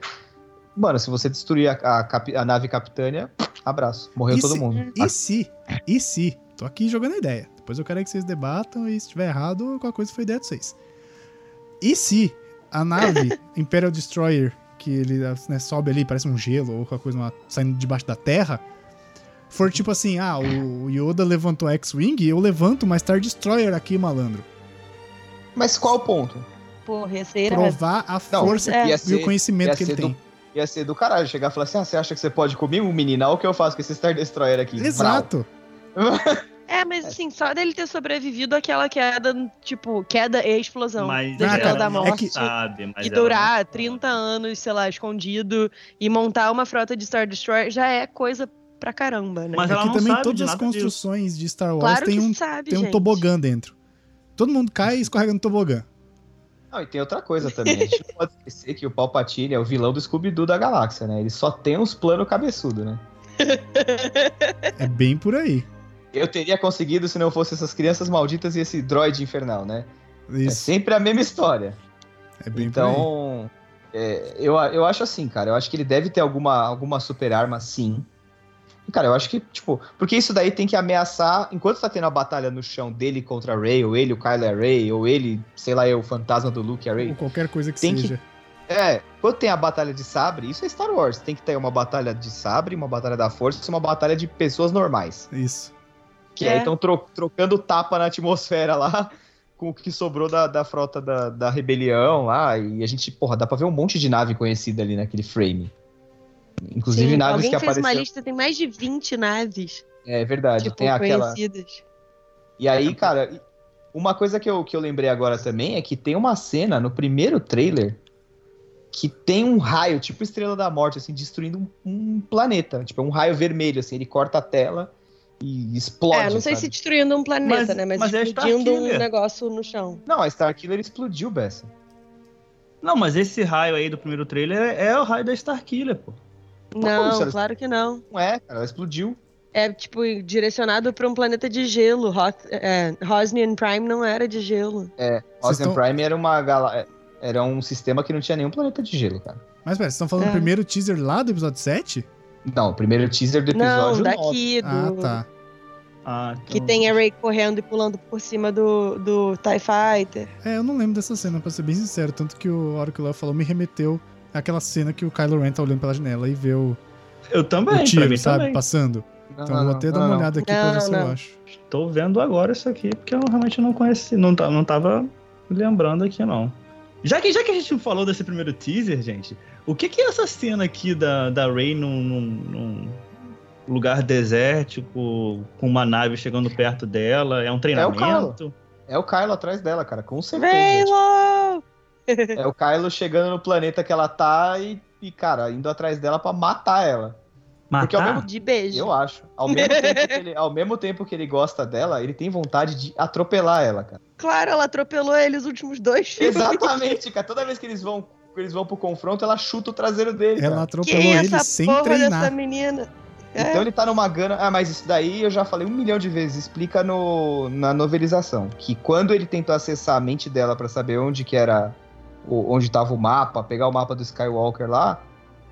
C: mano, se você destruir a, a capi- a nave capitânia, abraço, morreu
B: E
C: todo
B: se-
C: mundo.
B: E se? E se? Tô aqui jogando ideia. Depois eu quero é que vocês debatam e se tiver errado, qualquer coisa foi ideia de vocês. E se a nave Imperial Destroyer, que ele né, sobe ali, parece um gelo ou qualquer coisa uma- saindo debaixo da terra, for tipo assim, ah, o Yoda levantou a X-Wing, eu levanto uma Star Destroyer aqui, malandro.
C: Mas qual o ponto?
D: Porra, ia ser irado.
B: Provar a
C: Não,
B: força
D: É.
C: ia
B: e o
C: ser,
B: conhecimento
C: ia
B: que ele
C: ser
B: tem.
C: do, ia ser do caralho chegar e falar assim, ah, você acha que você pode comigo, menina? Olha o que eu faço com esse Star Destroyer aqui.
B: Exato.
D: É, mas assim, só dele ter sobrevivido àquela queda, tipo, queda e explosão.
H: Mas
D: da
B: Ah,
D: Estrela
B: cara,
D: da
B: é
D: Morte.
B: que-
H: sabe, mas é
D: e
H: ela não
D: durar
H: sabe.
D: 30 anos, sei lá, escondido e montar uma frota de Star Destroyer já é coisa pra caramba, né?
H: Mas
B: É
H: ela
B: que
H: não
B: também
H: sabe
B: todas
H: de
B: as
H: nada disso.
B: construções de Star Wars
D: claro
B: têm
D: que
B: um
D: sabe,
B: tem um
D: gente.
B: tobogã dentro. Todo mundo cai e escorrega no tobogã.
C: Não, e tem outra coisa também. A gente não pode esquecer que o Palpatine é o vilão do Scooby-Doo da galáxia, né? Ele só tem uns planos cabeçudo, né?
B: É bem por aí.
C: Eu teria conseguido se não fosse essas crianças malditas e esse droid infernal, né? É
B: Isso,
C: sempre a mesma história.
B: é bem por aí.
C: então, é, eu, a- eu acho assim, cara. Eu acho que ele deve ter alguma, alguma super arma, sim. E, cara, eu acho que, tipo, porque isso daí tem que ameaçar. Enquanto tá tendo a batalha no chão dele contra a Ray, ou ele, o Kylo a Ray, ou ele, sei lá, eu, o fantasma do Luke é e a Ray.
B: Ou qualquer coisa que
C: Tem que-
B: seja.
C: É, quando tem a batalha de sabre, isso é Star Wars. Tem que ter uma batalha de sabre, uma batalha da força e uma batalha de pessoas normais.
B: Isso.
C: Que
D: É.
C: aí estão tro- trocando tapa na atmosfera lá, com com o que sobrou da, da frota da, da rebelião lá. E a gente, porra, dá pra ver um monte de nave conhecida ali naquele frame. Inclusive
D: Sim,
C: naves
D: alguém
C: que
D: fez uma
C: apareceram.
D: lista, tem mais de 20 naves
C: É verdade,
D: tipo,
C: tem aquela.
D: conhecidas.
C: E
B: É.
C: aí, cara, e- uma coisa que eu, que eu lembrei agora também é que tem uma cena no primeiro trailer que tem um raio, tipo Estrela da Morte, assim, destruindo um, um planeta. Tipo, é um raio vermelho, assim, ele corta a tela e explode.
D: é, não sei se
C: sabe?
D: destruindo um planeta,
H: Mas-
D: né? Mas,
H: mas é
D: explodindo um
H: Starkiller.
D: negócio no chão.
C: Não, a Starkiller explodiu, Bessa.
H: Não, mas esse raio aí do primeiro trailer é, é o raio da Starkiller, pô.
D: Não,
C: Luciano?
D: claro que não.
C: Não é, cara, ela explodiu.
D: É, tipo, direcionado pra um planeta de gelo. Ros- é, Rosnian Prime não era de gelo.
C: Ocean
B: tão-
C: Prime era uma gala... era um sistema que não tinha nenhum planeta de gelo, cara.
B: Mas pera, vocês estão falando do
D: É.
B: primeiro teaser lá do episódio 7?
C: Não, o primeiro teaser do
D: Não,
C: episódio nove.
D: daqui,
B: Ah,
D: É do,
B: tá.
H: Ah,
D: que
H: então-
D: tem a Ray correndo e pulando por cima do, do TIE Fighter.
B: É, eu não lembro dessa cena, pra ser bem sincero. Tanto que o a hora que o Léo falou me remeteu àquela cena que o Kylo Ren tá olhando pela janela e vê o,
H: Eu também,
B: o
H: pra
B: tiro,
H: mim
B: sabe?
H: também.
B: Passando.
C: Não,
B: Então eu
C: não,
B: vou até
C: não,
B: dar uma
C: não.
B: olhada aqui
D: Não,
B: pra ver se eu
D: não.
B: acho.
H: Tô vendo agora isso aqui, porque eu realmente não conheci, não, ta- não tava lembrando aqui, não. Já que, já que a gente falou desse primeiro teaser, gente, o que que é essa cena aqui da, da Rey num, num- num lugar desértico, com uma nave chegando perto dela? É um treinamento?
C: É o Kylo atrás dela, cara, com certeza. Tipo,
D: Raylo!
C: É o Kylo chegando no planeta que ela tá e, e, cara, indo atrás dela pra matar ela. Porque ao
H: Matar?
C: mesmo-
D: De beijo.
C: Eu acho. Ao mesmo, tempo que ele, ao mesmo tempo que ele gosta dela, ele tem vontade de atropelar ela, cara.
D: Claro, ela atropelou ele os últimos dois filmes.
C: Exatamente, cara. Toda vez que eles vão, que eles vão pro confronto, ela chuta o traseiro dele.
B: Ela
C: cara.
B: atropelou
D: Quem é
B: ele
D: essa
B: sem
D: porra dessa
B: treinar.
D: menina? É.
C: Então ele tá numa gana. Ah, mas isso daí eu já falei um milhão de vezes. Explica no, na novelização. Que quando ele tentou acessar a mente dela pra saber onde que era. o- Onde tava o mapa, pegar o mapa do Skywalker lá,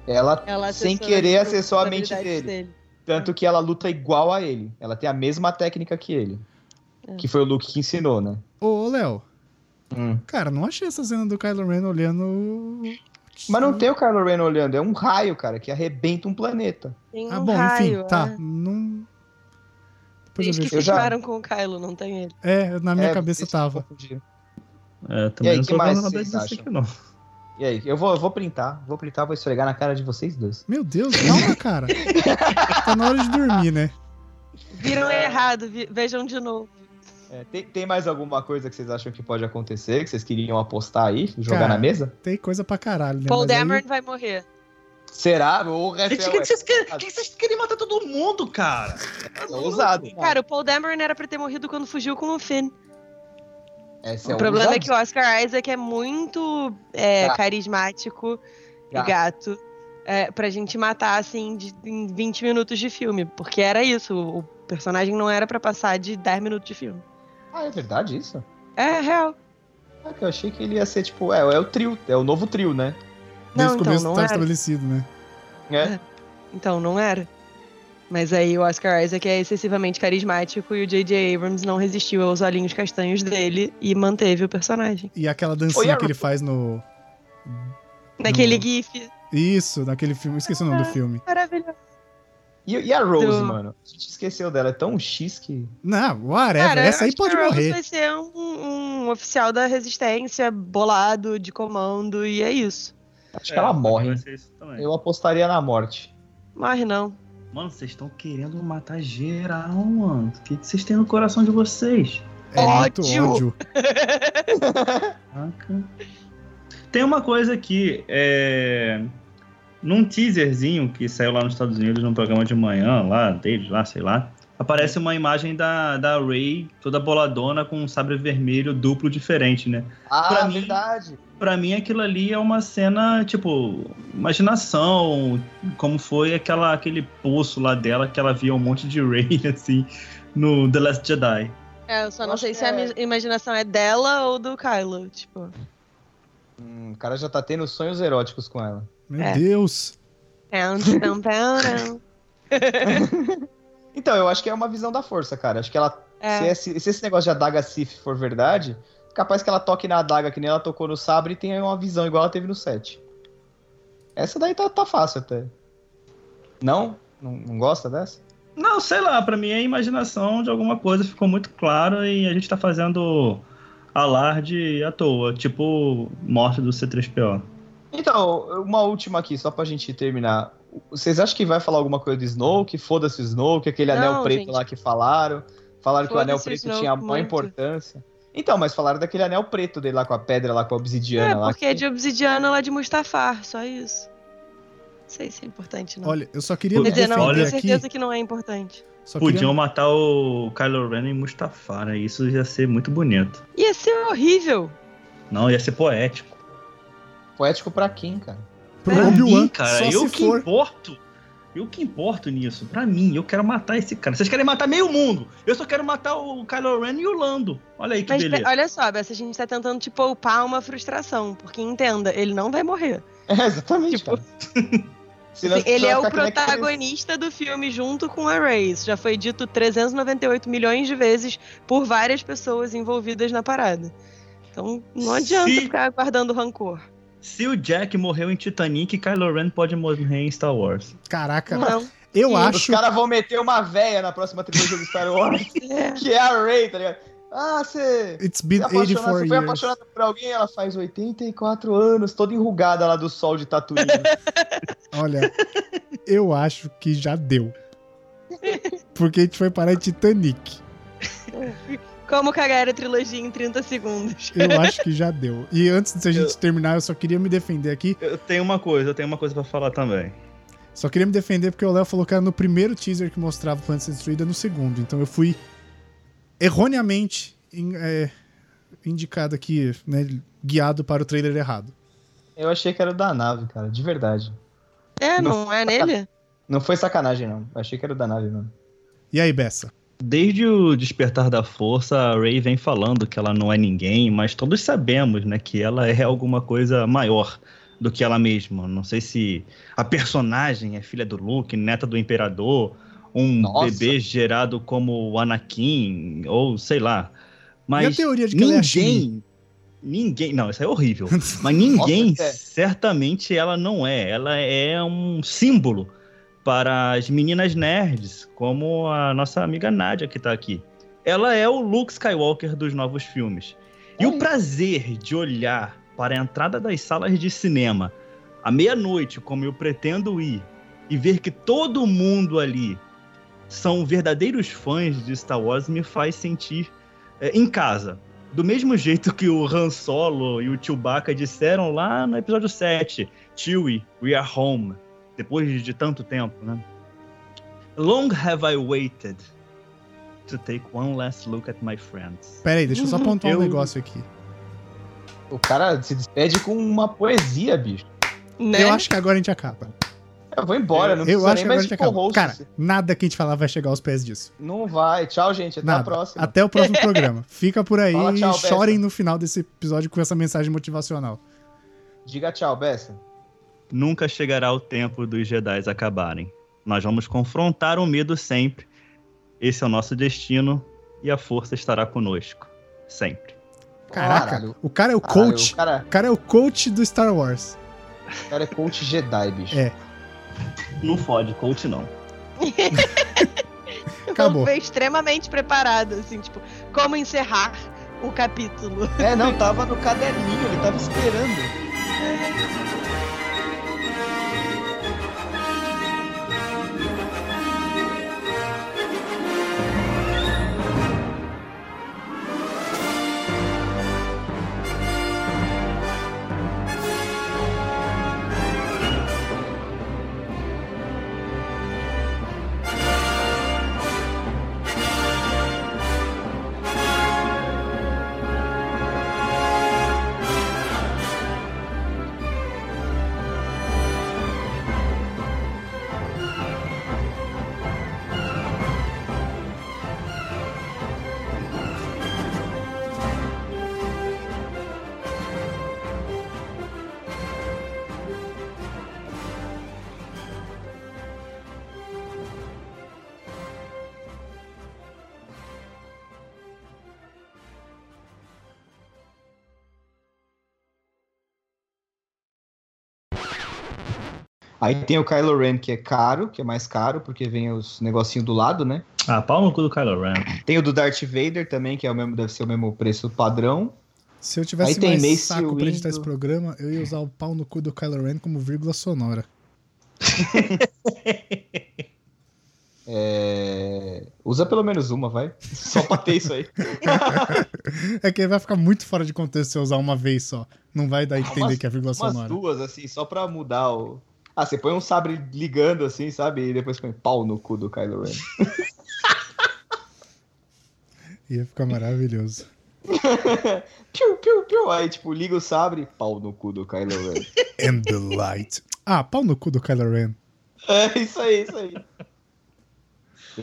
C: ela,
D: Ela
C: sem
D: acessou
C: querer
D: as
C: acessou a mente
D: probabilidades
C: dele. Tanto que ela luta igual a ele. Ela tem a mesma técnica que ele.
D: É.
C: Que foi o Luke que ensinou, né?
B: Ô, ô, Léo, cara, não achei essa cena do Kylo Ren olhando. o-
C: Mas não tem o Kylo Ren olhando, é um raio, cara, que arrebenta um planeta.
D: Tem um
B: Ah, bom,
D: raio,
B: enfim, tá.
D: é.
B: Não. Depois eu
D: Eles que
B: vejo.
C: Eu já-
D: ficaram com o Kylo, não tem ele.
B: É, na minha
C: É,
B: cabeça
C: vocês
B: tava.
C: confundiram.
H: É, também
C: E aí,
H: não
C: que
H: tô
C: mais
H: vendo nada
C: vocês
H: disso
C: acham?
H: aqui, não.
C: E aí, eu vou, eu vou printar, vou printar, vou esfregar na cara de vocês dois.
B: Meu Deus, calma, cara. tá na hora de dormir, né?
D: Viram errado, vi- vejam de novo.
C: É, tem, tem mais alguma coisa que vocês acham que pode acontecer, que vocês queriam apostar aí, jogar
B: Cara.
C: na mesa?
B: Tem coisa pra caralho, né?
D: Paul
B: Mas aí-
D: Dameron vai morrer.
C: Será? O resto
H: Gente,
C: é,
H: o que que vocês querem- o que que vocês querem matar todo mundo, cara?
C: é ousado. né?
D: Cara, o Paul Dameron era pra ter morrido quando fugiu com o Finn.
C: Esse
D: o problema é
C: ousado.
D: que o Oscar Isaac é muito é,
C: um Gato.
D: carismático
C: Gato.
D: e gato é, pra gente matar, assim, de- em 20 minutos de filme. Porque era isso, o o personagem não era pra passar de 10 minutos de filme.
C: Ah, é verdade isso?
D: É real.
C: Ah, que eu achei que ele ia ser, tipo, é, é o trio, é o novo trio, né?
B: Desde
D: Não,
B: o
D: então
B: começo
D: não
B: tava
D: era.
B: estabelecido, né?
C: É.
D: Então, não era. Mas aí o Oscar Isaac é excessivamente carismático e o J.J. Abrams não resistiu aos olhinhos castanhos dele e manteve o personagem.
B: E aquela dancinha
C: Yara.
B: que ele faz no.
D: Naquele
B: No-
D: GIF
B: Isso, naquele filme. Esqueci o nome do
D: Ah.
B: filme.
D: maravilhoso.
C: E, e a Rose,
D: Do-
C: mano? A gente esqueceu dela, é tão X que.
B: Não, whatever.
D: Cara,
B: Essa
D: eu
B: aí
D: acho
B: pode
D: que o Rose
B: morrer.
D: vai ser um, um oficial da resistência, bolado, de comando, e é isso.
C: Acho que
H: É,
C: ela morre.
H: Vai
C: hein?
H: ser isso também.
C: Eu apostaria na morte.
D: Morre não.
H: Mano, vocês estão querendo matar geral, mano. O que que vocês têm no coração de vocês?
B: É muito
D: Ódio.
B: ódio.
H: Caraca. Tem uma coisa aqui, é... num teaserzinho que saiu lá nos Estados Unidos, num programa de manhã, lá deles, lá, sei lá, aparece uma imagem da, da Ray toda boladona com um sabre vermelho duplo diferente, né?
C: Ah,
H: Pra mim-
C: verdade.
H: Pra mim aquilo ali é uma cena, tipo, imaginação, como foi aquela, aquele poço lá dela que ela via um monte de Ray, assim, no The Last Jedi.
D: É, eu só
C: Eu
D: não
C: acho
D: sei
C: que
D: se a
C: é-
D: mi- imaginação é dela ou do Kylo, tipo.
C: Hum, o cara já tá tendo sonhos eróticos com ela.
B: Meu
D: É.
B: Deus.
D: Pound, pound, pound.
C: Então, eu acho que é uma visão da força, cara. Acho que ela. Se,
D: É,
C: esse, se esse negócio de adaga Sif for verdade, capaz que ela toque na adaga que nem ela tocou no sabre e tenha uma visão igual ela teve no set. Essa daí tá, tá fácil até. Não? não? Não gosta dessa?
H: Não, sei lá, pra mim é imaginação de alguma coisa, ficou muito claro e a gente tá fazendo alarde à toa, tipo morte do C3PO.
C: Então, uma última aqui, só pra gente terminar. Vocês acham que vai falar alguma coisa do Snoke? Foda-se o Snoke, aquele
D: Não,
C: anel preto
D: gente.
C: lá que falaram. Falaram que o anel
D: Foda-se o
C: preto
D: Snoke
C: tinha a maior
D: muito.
C: importância. Então, mas falaram daquele anel preto dele lá com a pedra, lá com a obsidiana.
D: É,
C: lá,
D: porque é de obsidiana lá de Mustafar, só isso. Não sei se é importante, não.
B: Olha, eu só queria
D: Quer dizer,
B: defender
D: não, eu tenho
B: aqui.
D: certeza que não é importante.
B: só queria-
H: Podiam matar o Kylo Ren e Mustafar, né? Isso ia ser muito bonito.
D: Ia ser horrível.
H: Não, ia ser poético.
C: Poético pra quem, cara?
B: Pro Obi-Wan,
H: Ih, cara,
B: só
H: eu
B: se
H: que
B: for.
H: importo. Eu que importo nisso. Pra mim, eu quero matar esse cara. Vocês querem matar meio mundo. Eu só quero matar o Kylo Ren e o Lando. Olha aí que
D: Mas pe-
H: beleza.
D: olha só, Bessa, a gente tá tentando te poupar uma frustração, porque entenda, ele não vai morrer.
C: É, exatamente,
D: Tipo,
C: cara. Senão as
D: ele
C: pessoas
D: é o
C: ficam que nem criança.
D: protagonista do filme junto com a Rey. Isso já foi dito 398 milhões de vezes por várias pessoas envolvidas na parada. Então não adianta
H: Se-
D: ficar guardando rancor.
H: Se o Jack morreu em Titanic, Kylo Ren pode morrer em Star Wars.
B: Caraca,
D: Não.
B: eu
D: Os
C: Os
B: acho.
C: caras vão meter uma véia na próxima trilogia do Star Wars,
D: É.
C: que é a Rey, tá ligado? Ah, você.
B: It's
C: Você
B: been
C: é apaixonado-
B: 84
C: você foi
B: years.
C: apaixonada por alguém, ela faz 84 anos, toda enrugada lá do sol de Tatooine.
B: Olha, eu acho que já deu. Porque a gente foi parar em Titanic.
D: Como cagar a trilogia em 30 segundos.
B: Eu acho que já deu. E antes de a gente terminar, eu só queria me defender aqui.
H: Eu tenho uma coisa, eu tenho uma coisa pra falar também.
B: Só queria me defender porque o Léo falou que era no primeiro teaser que mostrava o Planeta Destruída, no segundo. Então eu fui erroneamente in- é, indicado aqui, né, guiado para o trailer errado.
C: Eu achei que era o da nave, cara, de verdade.
D: É, não é nele?
C: Não foi sacanagem, não. Eu achei que era o da nave, mano.
B: E aí, Bessa?
H: Desde o Despertar da Força, a Rey vem falando que ela não é ninguém, mas todos sabemos, né, que ela é alguma coisa maior do que ela mesma. Não sei se a personagem é filha do Luke, neta do Imperador, um
C: Nossa.
H: bebê gerado como o Anakin, ou sei
B: e
H: lá.
B: a
H: Mas
B: teoria de que ela é a Shmi?
H: ninguém, ninguém, não, isso é horrível. Mas ninguém,
C: Nossa, é.
H: certamente ela não é. Ela é um símbolo para as meninas nerds, como a nossa amiga Nádia que tá aqui. Ela é o Luke Skywalker dos novos filmes. E o prazer de olhar para a entrada das salas de cinema à meia-noite, como eu pretendo ir, e ver que todo mundo ali são verdadeiros fãs de Star Wars me faz sentir eh, em casa. Do mesmo jeito que o Han Solo e o Chewbacca disseram lá no episódio 7, Chewie, we are home, depois de tanto tempo, né? Long have I waited to take one last look at my friends.
B: Pera aí, deixa eu só apontar um
H: Eu-
B: negócio aqui.
C: O cara se despede com uma poesia, bicho.
D: Né?
B: Eu acho que agora a gente acaba.
C: Eu vou embora, não
B: eu
C: precisa
B: acho
C: nem
B: que agora a
C: mais
B: gente
C: de
B: acaba.
C: co-host.
B: Cara, nada que a gente falar vai chegar aos pés disso.
C: assim. Não vai. Tchau, gente. Até
B: Nada.
C: a próxima.
B: Até o próximo programa. Fica por aí
C: tá Fala tchau,
B: e chorem
C: Bessa.
B: no final desse episódio com essa mensagem motivacional.
C: Diga tchau, Bessa.
H: Nunca chegará o tempo dos Jedi acabarem. Nós vamos confrontar o medo sempre. Esse é o nosso destino e a força estará conosco. Sempre.
B: Caraca,
C: Caralho.
B: o cara é o
C: Caralho,
B: coach.
C: O cara,
B: O cara é o coach do Star Wars.
C: o cara é coach Jedi, bicho.
B: É.
H: Não fode, coach não.
B: Acabou.
D: Eu fui extremamente preparado, assim, tipo, como encerrar o capítulo.
C: É, não, tava no caderninho, ele tava esperando. Aí tem o Kylo Ren, que é caro, que é mais caro, porque vem os negocinhos do lado, né?
H: Ah, pau no cu do Kylo Ren.
C: Tem o do Darth Vader também, que é o mesmo, deve ser o mesmo preço padrão.
B: Se eu tivesse
C: Aí tem
B: mais
C: Mace
B: saco pra
C: Windu.
B: editar esse programa, eu ia usar o pau no cu do Kylo Ren como vírgula sonora.
C: É, Usa pelo menos uma, vai. Só pra ter isso aí.
B: É que vai ficar muito fora de contexto se eu usar uma vez só. Não vai dar a entender
C: umas-
B: que é vírgula
C: Umas
B: sonora.
C: duas, assim, só pra mudar o. Ah, você põe um sabre ligando assim, sabe? E depois põe pau no cu do Kylo Ren.
B: Ia ficar maravilhoso.
C: Piu, piu, piu. Aí, tipo, liga o sabre, pau no cu do Kylo Ren.
B: And the light. Ah, pau no cu do Kylo Ren.
C: É isso aí, isso aí.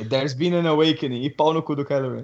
C: There's been an awakening e pau no cu do Kylo Ren.